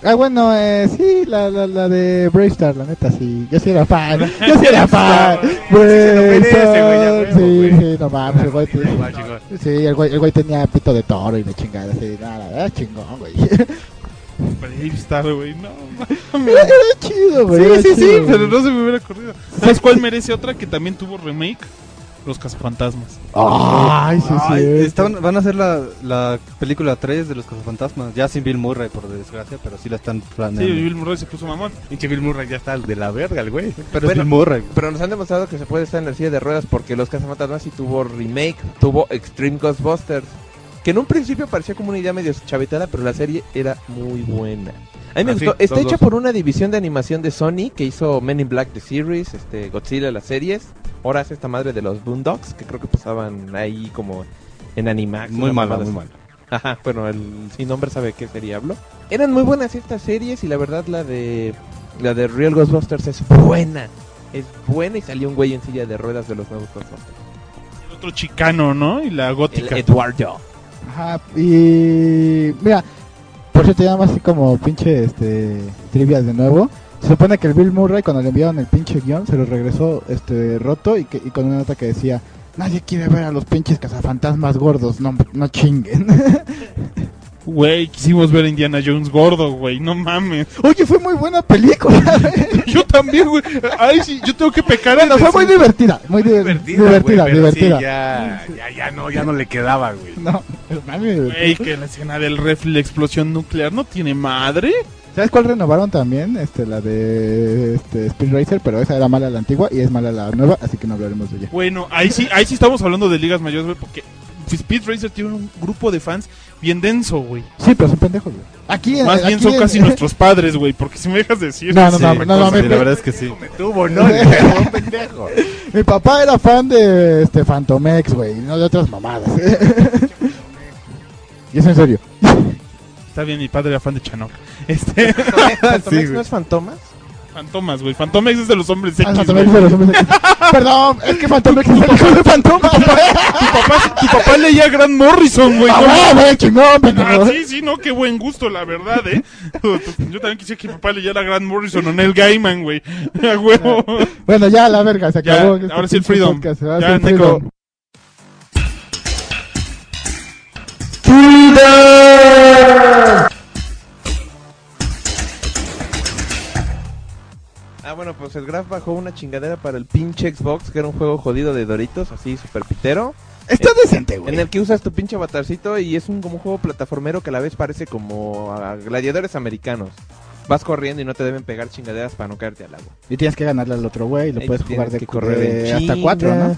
Speaker 5: Ah, bueno, eh, sí, la, la, la de Brave Star, la neta, sí. Yo sí era fan. ¿eh? Yo sí era fan. Brave
Speaker 12: Sí se lo merece, güey, a
Speaker 5: Star, sí,
Speaker 12: huevo, güey.
Speaker 5: sí, no mames, el güey. tiene-
Speaker 12: Va, chingón.
Speaker 5: Sí, el güey, el güey tenía pito de toro y la chingada, sí, nada, era chingón, güey. Era
Speaker 3: Brave Star, güey. No,
Speaker 5: chido, güey.
Speaker 3: Sí,
Speaker 5: era
Speaker 3: sí, sí,
Speaker 5: chido,
Speaker 3: pero
Speaker 5: güey.
Speaker 3: no se me hubiera ocurrido. ¿Sabes cuál merece otra que también tuvo remake? Los cazafantasmas.
Speaker 5: Ay, sí, sí.
Speaker 10: Ay,
Speaker 5: es-
Speaker 10: están- van a hacer la, la película 3 de los Cazafantasmas. Ya sin Bill Murray, por desgracia, pero sí la están
Speaker 3: Sí,
Speaker 10: planeando.
Speaker 3: Bill Murray se puso mamón.
Speaker 12: Pinche Bill Murray ya está de la verga, el güey.
Speaker 10: pero
Speaker 4: Bueno,
Speaker 10: es Bill Murray.
Speaker 4: Pero nos han demostrado que se puede estar en la silla de ruedas porque Los Cazafantasmas sí tuvo remake, tuvo Extreme Ghostbusters, que en un principio pareció como una idea medio chavetada, pero la serie era muy buena. A mí me
Speaker 12: Ah, sí,
Speaker 4: gustó. Está
Speaker 12: los
Speaker 4: hecha
Speaker 12: dos.
Speaker 4: por una división de animación de Sony que hizo Men in Black The Series, este, Godzilla las series. Ahora hace esta madre de los Boondocks, que creo que pasaban ahí como en Animax.
Speaker 10: Muy
Speaker 4: una
Speaker 10: mala,
Speaker 4: mamada
Speaker 10: muy
Speaker 4: así.
Speaker 10: mala.
Speaker 4: Ajá, bueno, el sin nombre sabe qué sería hablo. Eran muy buenas estas series y la verdad la de la de Real Ghostbusters es buena. Es buena y salió un güey en silla de ruedas de los nuevos Ghostbusters.
Speaker 3: El otro chicano, ¿no? Y la
Speaker 4: El
Speaker 3: gótica.
Speaker 4: Eduardo.
Speaker 5: Ajá, y mira, por cierto, ya más así como pinche este trivial de nuevo. Se supone que el Bill Murray cuando le enviaron el pinche guión se lo regresó este roto y, que, y con una nota que decía Nadie quiere ver a los pinches cazafantasmas gordos, no, no chinguen.
Speaker 3: Güey, quisimos ver a Indiana Jones gordo, güey. No mames.
Speaker 5: Oye, fue muy buena película.
Speaker 3: Yo también, güey. Ay, sí, yo tengo que pecar a
Speaker 5: no,
Speaker 3: los
Speaker 5: fue muy divertida, muy diver- divertida, divertida.
Speaker 12: güey, pero Sí, ya, ya, ya no, ya no le quedaba, güey.
Speaker 5: No, pero mames,
Speaker 3: Güey, que la escena del refri, la explosión nuclear, no tiene madre.
Speaker 5: ¿Sabes cuál renovaron también? Este, la de este, Speed Racer, pero esa era mala la antigua y es mala la nueva, así que no hablaremos de ella.
Speaker 3: Bueno, ahí sí, ahí sí estamos hablando de ligas mayores, güey, porque Speed Racer tiene un grupo de fans bien denso, güey.
Speaker 5: Sí, pero son pendejos, güey. Aquí en-
Speaker 3: Más bien
Speaker 5: aquí
Speaker 3: son
Speaker 5: en-
Speaker 3: casi nuestros padres, güey, porque si me dejas decir.
Speaker 5: No, no,
Speaker 10: Sí, pues,
Speaker 5: no, no, no,
Speaker 10: sí,
Speaker 5: mi,
Speaker 10: la verdad es que sí.
Speaker 12: Me tuvo, ¿no? Le pegó un pendejo.
Speaker 5: mi papá era fan de este Phantomex, güey, no de otras mamadas. y es en serio.
Speaker 3: Está bien, mi padre era fan de Chanok. Este,
Speaker 4: ¿Fantomex no es Fantomas?
Speaker 3: Fantomas, güey. Fantomex es de los hombres X.
Speaker 5: Ah,
Speaker 3: güey.
Speaker 5: Phantomex de los hombres. Perdón, es que Phantomex es el hijo de Fantomas, güey.
Speaker 3: Tu papá, tu papá leía a Grant Morrison, güey. ¿cómo?
Speaker 5: Ah, güey, chingón, pendejo.
Speaker 3: Ah, sí, sí, no, qué buen gusto, la verdad, eh. Yo también quisiera que mi papá leyera a Grant Morrison o Neil Gaiman, güey. A huevo.
Speaker 5: Bueno, ya la verga, se
Speaker 3: Ya,
Speaker 5: acabó. este
Speaker 3: ahora sí el
Speaker 5: pinche
Speaker 3: Freedom.
Speaker 5: podcast, ahora sí
Speaker 3: Ya,
Speaker 5: el
Speaker 3: Neko.
Speaker 5: Freedom.
Speaker 4: Ah, bueno, pues el Graf bajó una chingadera para el pinche Xbox, que era un juego jodido de Doritos, así super pitero,
Speaker 5: Está decente, güey.
Speaker 4: en el que usas tu pinche avatarcito y es un como un juego plataformero que a la vez parece como a gladiadores americanos. Vas corriendo y no te deben pegar chingaderas para no caerte al agua.
Speaker 5: Y tienes que ganarle al otro güey, lo
Speaker 4: Ahí
Speaker 5: puedes
Speaker 4: tienes
Speaker 5: jugar de,
Speaker 4: que correr en
Speaker 5: de hasta
Speaker 4: chinga.
Speaker 5: cuatro, ¿no?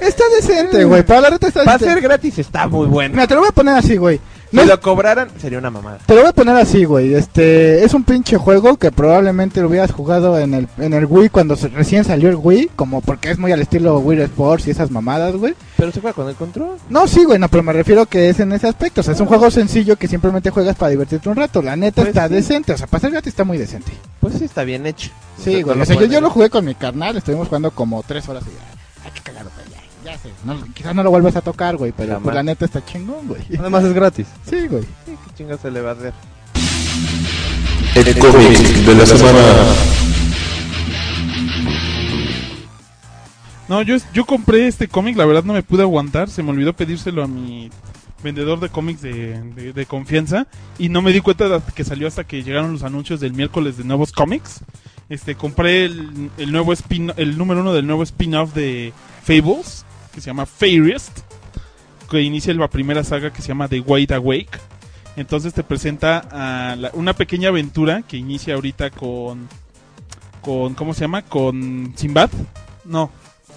Speaker 5: Está decente, güey. Para la reta está
Speaker 4: Va a
Speaker 5: decente.
Speaker 4: Mm. ser gratis, está muy bueno.
Speaker 5: Mira, te lo voy a poner así, güey.
Speaker 4: Si
Speaker 5: No es-
Speaker 4: lo cobraran, sería una mamada.
Speaker 5: Te lo voy a poner así, güey. Este es un pinche juego que probablemente lo hubieras jugado en el, en el Wii cuando se- recién salió el Wii, como porque es muy al estilo Wii Sports y esas mamadas, güey.
Speaker 4: Pero se juega con el control.
Speaker 5: No, sí, güey, no, pero me refiero que es en ese aspecto. O sea, es un juego sencillo que simplemente juegas para divertirte un rato. La neta
Speaker 4: Pues
Speaker 5: está
Speaker 4: sí.
Speaker 5: decente, o sea, para ser gratis está muy decente.
Speaker 4: Pues sí, está bien hecho.
Speaker 5: Sí,
Speaker 4: No
Speaker 5: güey.
Speaker 4: lo
Speaker 5: o sea, yo,
Speaker 4: pueden
Speaker 5: yo lo
Speaker 4: negar.
Speaker 5: jugué con mi carnal, estuvimos jugando como tres horas y ya. Ay, qué cagado, güey. Ya, ya sé. No, quizás no lo vuelvas a tocar, güey, pero
Speaker 4: Jamás.
Speaker 5: pues, la neta está chingón, güey.
Speaker 10: Además es gratis.
Speaker 5: Sí, güey.
Speaker 4: Sí, qué chingas se le va a hacer.
Speaker 1: El cómic de la semana.
Speaker 3: No, yo, yo compré este cómic, la verdad no me pude aguantar, se me olvidó pedírselo a mi vendedor de cómics de, de- de confianza y no me di cuenta de que salió hasta que llegaron los anuncios del miércoles de nuevos cómics. Este, compré el, el nuevo spin, el número uno del nuevo spin-off de Fables, que se llama Fairiest, que inicia la primera saga que se llama The Wide Awake. Entonces te presenta a la- una pequeña aventura que inicia ahorita con, con, ¿cómo se llama? Con Sinbad. No,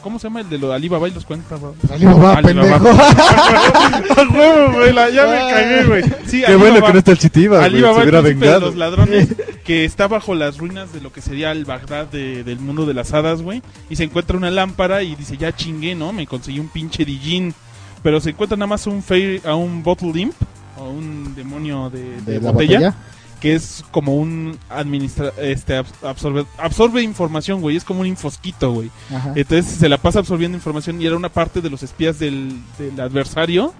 Speaker 3: ¿Cómo se llama el de lo de Alibaba y los 40?
Speaker 5: Alibaba,
Speaker 3: Alibaba.
Speaker 5: Ah, pendejo.
Speaker 3: ¡A huevo, güey! la- Ya me cagué, güey. Ah. Sí,
Speaker 13: Qué bueno que no
Speaker 3: Alibaba.
Speaker 13: está el Chitiba, güey. Se
Speaker 3: Alibaba, el
Speaker 13: hubiera
Speaker 3: príncipe de
Speaker 13: vengado.
Speaker 3: los ladrones, que está bajo las ruinas de lo que sería el Bagdad de- del mundo de las hadas, güey. Y se encuentra una lámpara y dice, ya chingué, ¿no? Me conseguí un pinche Dijin. Pero se encuentra nada más un fair, a un Bottle Imp, o un demonio de, de
Speaker 5: De la
Speaker 3: botella,
Speaker 5: botella.
Speaker 3: que es como un administra este abs- absorbe, absorbe información, güey. Es como un infosquito, güey.
Speaker 5: Ajá.
Speaker 3: Entonces se la pasa absorbiendo información y era una parte de los espías del, del adversario,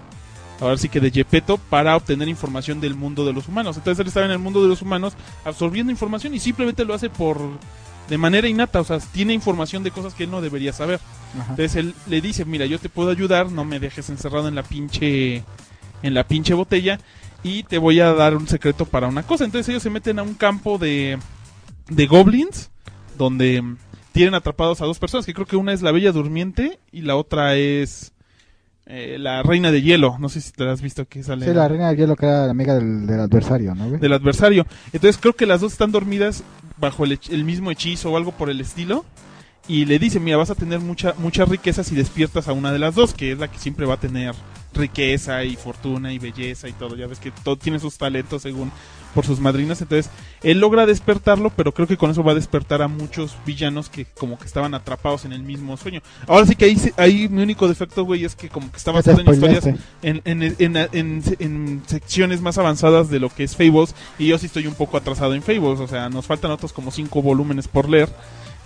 Speaker 3: ahora sí que de Gepetto, para obtener información del mundo de los humanos. Entonces él estaba en el mundo de los humanos absorbiendo información y simplemente lo hace por de manera innata, o sea, tiene información de cosas que él no debería saber.
Speaker 5: Ajá.
Speaker 3: Entonces él le dice, mira, yo te puedo ayudar, no me dejes encerrado en la pinche, en la pinche botella y te voy a dar un secreto para una cosa. Entonces ellos se meten a un campo de, de goblins donde mm, tienen atrapados a dos personas, que creo que una es la Bella Durmiente y la otra es eh, la Reina de Hielo. No sé si te la has visto que sale
Speaker 5: Sí, la reina del hielo que era la amiga del, del adversario, ¿no, güey?
Speaker 3: del adversario. Entonces creo que las dos están dormidas bajo el, hech- el mismo hechizo o algo por el estilo. Y le dice, mira, vas a tener mucha, muchas riquezas si despiertas a una de las dos, que es la que siempre va a tener riqueza y fortuna y belleza y todo. Ya ves que todo tiene sus talentos según por sus madrinas. Entonces, él logra despertarlo, pero creo que con eso va a despertar a muchos villanos que como que estaban atrapados en el mismo sueño. Ahora sí que ahí, se- ahí mi único defecto, güey, es que como que está
Speaker 5: Ya te
Speaker 3: basado en historias
Speaker 5: spoileaste.
Speaker 3: en, en, en, en- en secciones más avanzadas de lo que es Fables y yo sí estoy un poco atrasado en Fables, o sea, nos faltan otros como cinco volúmenes por leer.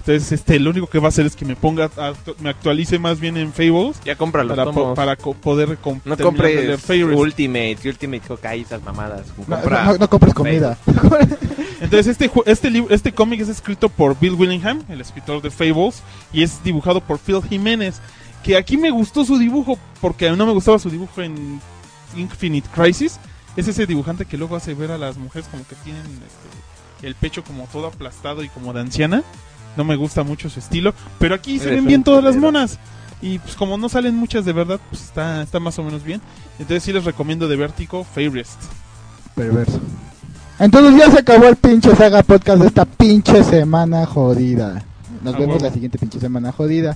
Speaker 3: Entonces, este, lo único que va a hacer es que me ponga, actu- me actualice más bien en Fables
Speaker 4: Ya compra los
Speaker 3: para, po-
Speaker 4: tomos.
Speaker 3: para co- poder com-
Speaker 4: No
Speaker 3: terminar de leer
Speaker 4: compres
Speaker 3: Fables.
Speaker 4: Ultimate, que Ultimate Hawkeye, esas mamadas.
Speaker 5: No,
Speaker 4: Compra.
Speaker 5: no- no compres comida.
Speaker 3: Entonces, este, ju- este, libro- este cómic es escrito por Bill Willingham, el escritor de Fables, y es dibujado por Phil Jiménez. Que aquí me gustó su dibujo, porque a mí no me gustaba su dibujo en Infinite Crisis. Es ese dibujante que luego hace ver a las mujeres como que tienen este, el pecho como todo aplastado y como de anciana. No me gusta mucho su estilo, pero aquí se
Speaker 4: Eres
Speaker 3: ven
Speaker 4: un
Speaker 3: bien todas las
Speaker 4: culero.
Speaker 3: monas. Y pues como no salen muchas de verdad, pues está, está más o menos bien. Entonces sí les recomiendo de Vértigo Favorist.
Speaker 5: Perverso. Entonces ya se acabó el pinche saga podcast de esta pinche semana jodida. Nos
Speaker 3: A
Speaker 5: vemos
Speaker 3: huevo.
Speaker 5: la siguiente pinche semana jodida.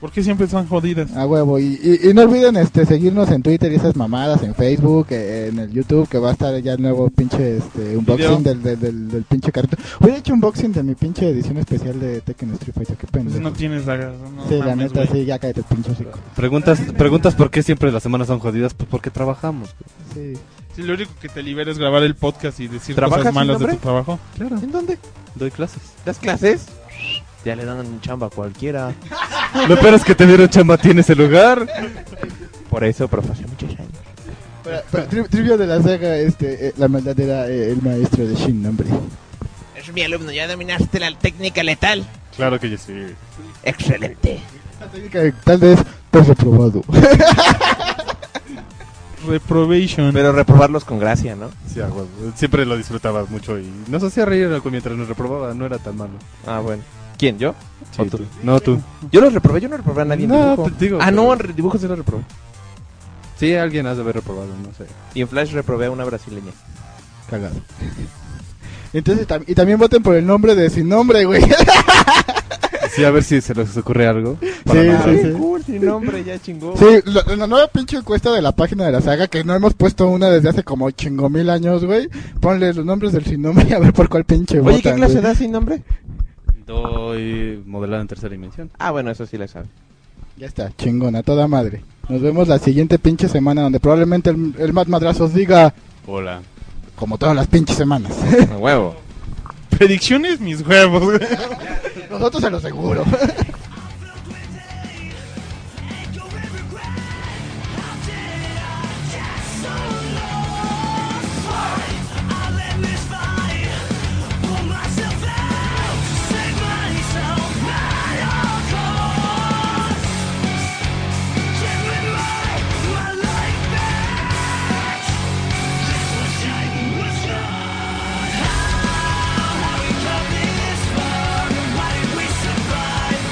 Speaker 3: ¿Por qué siempre están jodidas?
Speaker 5: A huevo. Y, y- y no olviden este seguirnos en Twitter y esas mamadas, en Facebook, eh, en el YouTube, que va a estar ya el nuevo pinche este, unboxing del, del, del, del pinche carrito. Hoy he hecho unboxing de mi pinche edición especial de Tekken Street Fighter, qué
Speaker 3: Pues
Speaker 5: pendejo.
Speaker 3: no tienes la... no
Speaker 5: sí, la
Speaker 3: mames,
Speaker 5: neta,
Speaker 3: güey.
Speaker 5: sí, ya cállate el pinche hocico.
Speaker 10: Preguntas, preguntas por qué siempre las semanas son jodidas, pues porque trabajamos.
Speaker 5: Sí.
Speaker 3: Sí, lo único que te libera es grabar el podcast y decir
Speaker 4: ¿Trabajas
Speaker 3: cosas
Speaker 4: sin
Speaker 3: malas de
Speaker 4: nombre?
Speaker 3: tu trabajo.
Speaker 10: Claro,
Speaker 4: ¿En dónde?
Speaker 10: doy clases.
Speaker 4: ¿Las clases? Ya le dan chamba a cualquiera.
Speaker 10: Lo peor es que te dieron chamba, tienes el lugar.
Speaker 4: Por eso, profesor, muchos años.
Speaker 5: Pero, pero tri- trivia de la saga, este, eh, la maldad era eh, el maestro de Shin, hombre.
Speaker 9: Es mi alumno, ya dominaste la técnica letal.
Speaker 13: Claro que yo sí.
Speaker 9: Excelente.
Speaker 5: La técnica de- Tal vez te has reprobado. Mm.
Speaker 3: Reprobation.
Speaker 4: Pero reprobarlos con gracia, ¿no?
Speaker 13: Sí, a huevo. Siempre lo disfrutabas mucho y nos hacía reír mientras nos reprobaba, no era tan malo.
Speaker 4: Ah, bueno. ¿Quién? ¿Yo?
Speaker 13: Sí,
Speaker 4: ¿O tú?
Speaker 13: tú.
Speaker 10: No, tú.
Speaker 4: Yo los reprobé, yo no reprobé a nadie en
Speaker 10: No,
Speaker 5: pues
Speaker 4: dibujo.
Speaker 10: te digo,
Speaker 4: ah,
Speaker 10: pero-
Speaker 4: no, en re- dibujo sí lo reprobé.
Speaker 10: Sí, alguien has de haber reprobado, no sé.
Speaker 4: Y en Flash reprobé a una brasileña.
Speaker 5: Cagado. Entonces, tam- y también voten por el nombre de sin nombre, güey.
Speaker 10: Sí, a ver si se les ocurre algo.
Speaker 5: Sí,
Speaker 4: Ah,
Speaker 5: sí, sí.
Speaker 4: cool, sin nombre, ya chingó.
Speaker 5: Sí, la, la nueva pinche encuesta de la página de la saga, que no hemos puesto una desde hace como chingo mil años, güey. Ponle los nombres del sin nombre y a ver por cuál pinche
Speaker 4: Oye, ¿qué
Speaker 5: votan,
Speaker 4: clase
Speaker 5: güey.
Speaker 4: da sin nombre?
Speaker 10: Doy modelado en tercera dimensión.
Speaker 4: Ah, bueno, eso sí la sabe.
Speaker 5: Ya está, chingona, toda madre. Nos vemos la siguiente pinche semana, donde probablemente el, el Mad Madrazos diga,
Speaker 12: Hola.
Speaker 5: como todas las pinches semanas.
Speaker 4: A huevo.
Speaker 3: Predicciones, mis huevos. güey.
Speaker 5: Nosotros se lo aseguro.
Speaker 14: Why did we survive?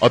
Speaker 1: a